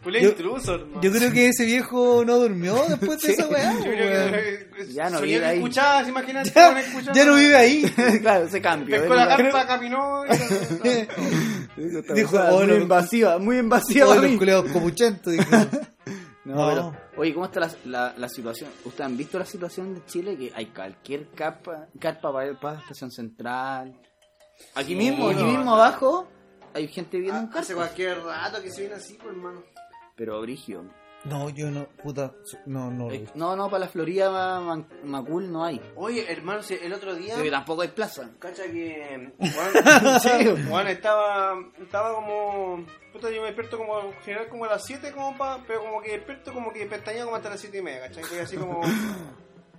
F: Culé
A: Yo-
F: intruso, hermano.
A: Yo creo que ese viejo no durmió después de esa weá.
F: Yo
A: weón.
F: creo que.
C: Ya no
F: Soñé
C: vive
F: que
C: ahí.
F: escuchabas, imagínate, con
A: Ya,
F: escuchar,
A: ya no vive ahí.
C: claro, se cambió.
F: Pescó la
C: ¿eh?
F: carpa, caminó. y-
C: Dijo,
A: Dijo, "Oh,
C: muy
A: no".
C: invasiva, muy
F: Oh,
C: invasiva.
A: Todos
C: para
A: Oh, los
C: mí.
A: culiados copuchentos, dijo.
C: No,
A: No.
C: pero, oye, ¿cómo está la, la, la situación? ¿Ustedes han visto la situación de Chile? Que hay cualquier carpa, carpa para, para Estación Central, Aquí mismo, aquí
G: no,
C: mismo
G: no.
C: abajo hay gente viendo un
G: Ah, Hace
C: carro.
G: cualquier rato que se viene así, pues, hermano.
C: Pero Brigio.
A: No, yo no, puta, no, no.
C: Eh, No, no, para la Florida Man- Macul no hay.
G: Oye, hermano, si el otro día.
C: Pero tampoco hay plaza.
G: Cacha que. Juan, Juan estaba. Estaba como. Puta, yo me despierto como. En general, como a las 7, como pa, pero como que despierto como que pestañeo como hasta las 7 y media, ¿cachai? Que así como.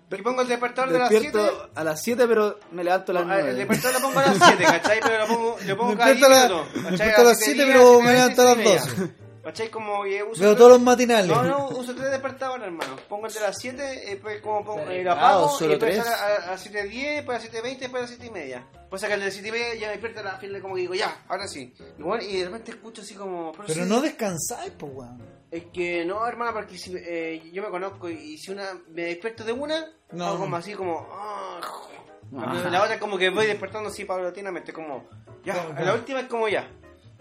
G: Que pongo el despertador de las 7.
C: Despierto a las 7, pero me levanto a las
G: Ah, El
C: 9.
G: despertador lo pongo a las 7, ¿cachai? Pero lo pongo, lo pongo
A: Me
G: cada
A: despierto a la-
G: 10
A: me
G: minutos, ¿cachai?
A: despierto a las
G: siete y
A: 7,
G: media,
A: pero me
G: siete y media,
A: levanto a las
G: siete y media. ¿Cachai? Como que uso
A: Veo
G: tres-
A: todos los matinales.
G: No, no, uso tres despertadores, hermano. Pongo el de las 7, después como pongo, eh, lo
C: Ah,
G: apago,
C: solo
G: y después
C: tres.
G: a a las 7.10, después a las 7.20, después a las 7.30. Pues que el de las 7.30 ya me despierta la fila como que digo, ya, ahora sí. Y, bueno, y de repente escucho así como...
A: Pero
G: sí,
A: no descansáis, pues, weón.
G: Es que no, hermana, porque si, eh, yo me conozco y si una me despierto de una,
A: No.
G: hago como así como... ah,
C: Ajá.
G: La otra como que voy despertando así paulatinamente, como... Ya, la última es como ya.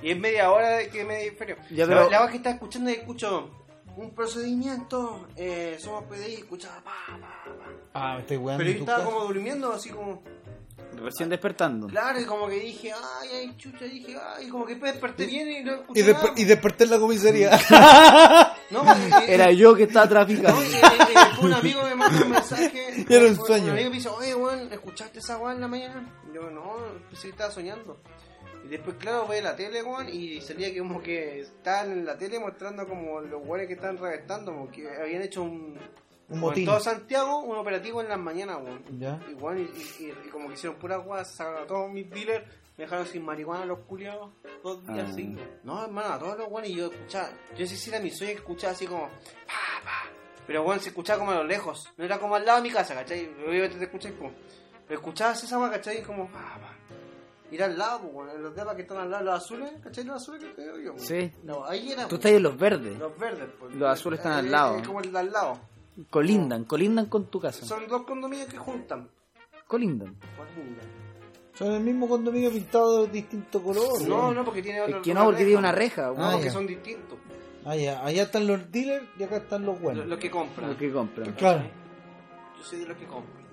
G: Y es media hora de que me diferió.
C: Ya,
G: La,
C: pero-
G: la voz que está escuchando y escucho un procedimiento, eh, somos PDI, escuchaba pa, pa, pa.
A: Ah, me estoy weando.
G: Pero
A: tú,
G: yo estaba
A: weón.
G: como durmiendo, así como...
C: Recién despertando.
G: Claro, y como que dije, ay, ay, chucha, dije, ay, y como que después desperté bien y no escuché
A: Y, desper-
G: nada.
A: y desperté en la comisaría.
G: No, porque-
C: Era yo que estaba
G: No,
C: traficando.
G: y- y- y un amigo me mandó un mensaje.
A: Era un
G: un,
A: sueño.
G: amigo me dice, oye, weón, ¿escuchaste esa weón en la mañana? Y yo, no, pues sí, estaba soñando. Y después, claro, ve la tele, weón, y salía que como que estaban en la tele mostrando como los weones que estaban reventando, como que habían hecho un...
A: Un
G: como en
A: motín.
G: todo Santiago, un operativo en las mañanas, weón.
A: Ya.
G: Y, weón, y, y- y como que hicieron pura weón, sacaron a todos mis dealers, me dejaron sin marihuana los culiados, dos días
C: Ah.
G: sin... No, hermano, a todos los weones, y yo escuchaba, yo sí sí era mi sueño que escuchaba así como... pa, pa. Pero bueno, se escuchaba como a lo lejos. No era como al lado de mi casa, ¿cachai? Obviamente te escuchas como. Pero escuchabas esa agua, ¿cachai? Y como. Ah, pa. Ir al lado, pues, bueno, los de acá que están al lado, los azules, ¿cachai? Los azules que te digo yo. pues.
C: Sí.
G: No, ahí era.
C: Tú
G: pues,
C: estás en los verdes.
G: Los verdes, pues.
C: Los azules están
G: Eh,
C: al lado.
G: eh, como el de al lado.
C: Colindan, colindan con tu casa.
G: Son dos condominios que juntan.
C: Colindan.
G: Pues, linda.
A: Son el mismo condominio pintado de distinto color.
G: No,
A: weón.
G: no, porque tiene otro.
C: Es que no, porque tiene una reja.
G: No,
A: Ah,
C: weón.
G: porque
A: ya.
G: son distintos.
A: Allá, allá están los dealers y acá están los
G: Los,
A: buenos.
G: los que compran.
C: Lo que compran.
A: Claro.
G: Yo soy de los que compran.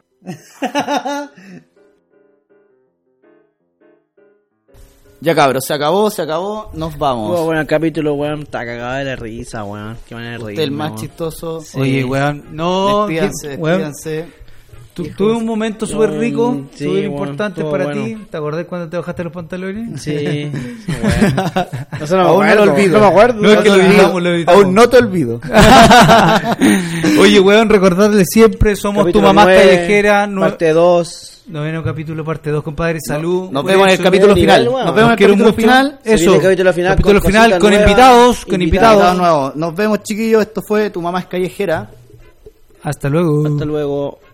C: Ya cabros, se acabó, se acabó, nos vamos.
B: Bueno, bueno, el capítulo, weón, está cagado de la risa, weón. Qué manera de reír.
C: el más chistoso.
B: Sí.
H: Oye, weón, no.
C: Despídanse,
H: que- weón,
C: despídanse.
H: tu- tuve un momento súper rico,
B: Sí,
H: súper
B: weón,
H: importante
B: estuvo
H: para
B: bueno.
H: ti. ¿Te acordás cuando te bajaste los pantalones?
B: Sí, weón. No se lo
C: Aún no
B: acuerdo.
C: lo olvido.
B: No me acuerdo.
H: No, es que
C: te
H: lo
C: olvido.
H: editamos, lo editamos.
C: Aún no te olvido.
H: Oye, weón, recordarle siempre, somos
B: Capítulo
H: tu mamá
B: nueve,
H: callejera. nue-
B: Parte 2.
H: Noveno capítulo, parte 2, compadre. Salud.
C: Nos
H: Cuídense,
C: vemos en el capítulo
B: nivel,
C: final.
B: weón.
C: Nos vemos en el
H: Los quiero
C: capítulo
H: mucho.
C: final.
B: Se viene
H: Eso.
B: el capítulo final
H: Capítulo
B: con
H: final,
B: cositas
H: con
B: nuevas,
H: invitados, con
B: invitados.
H: invitados.
C: Invitado nuevo. Nos vemos, chiquillos. Esto fue Tu Mamá es Callejera.
H: Hasta luego.
B: Hasta luego.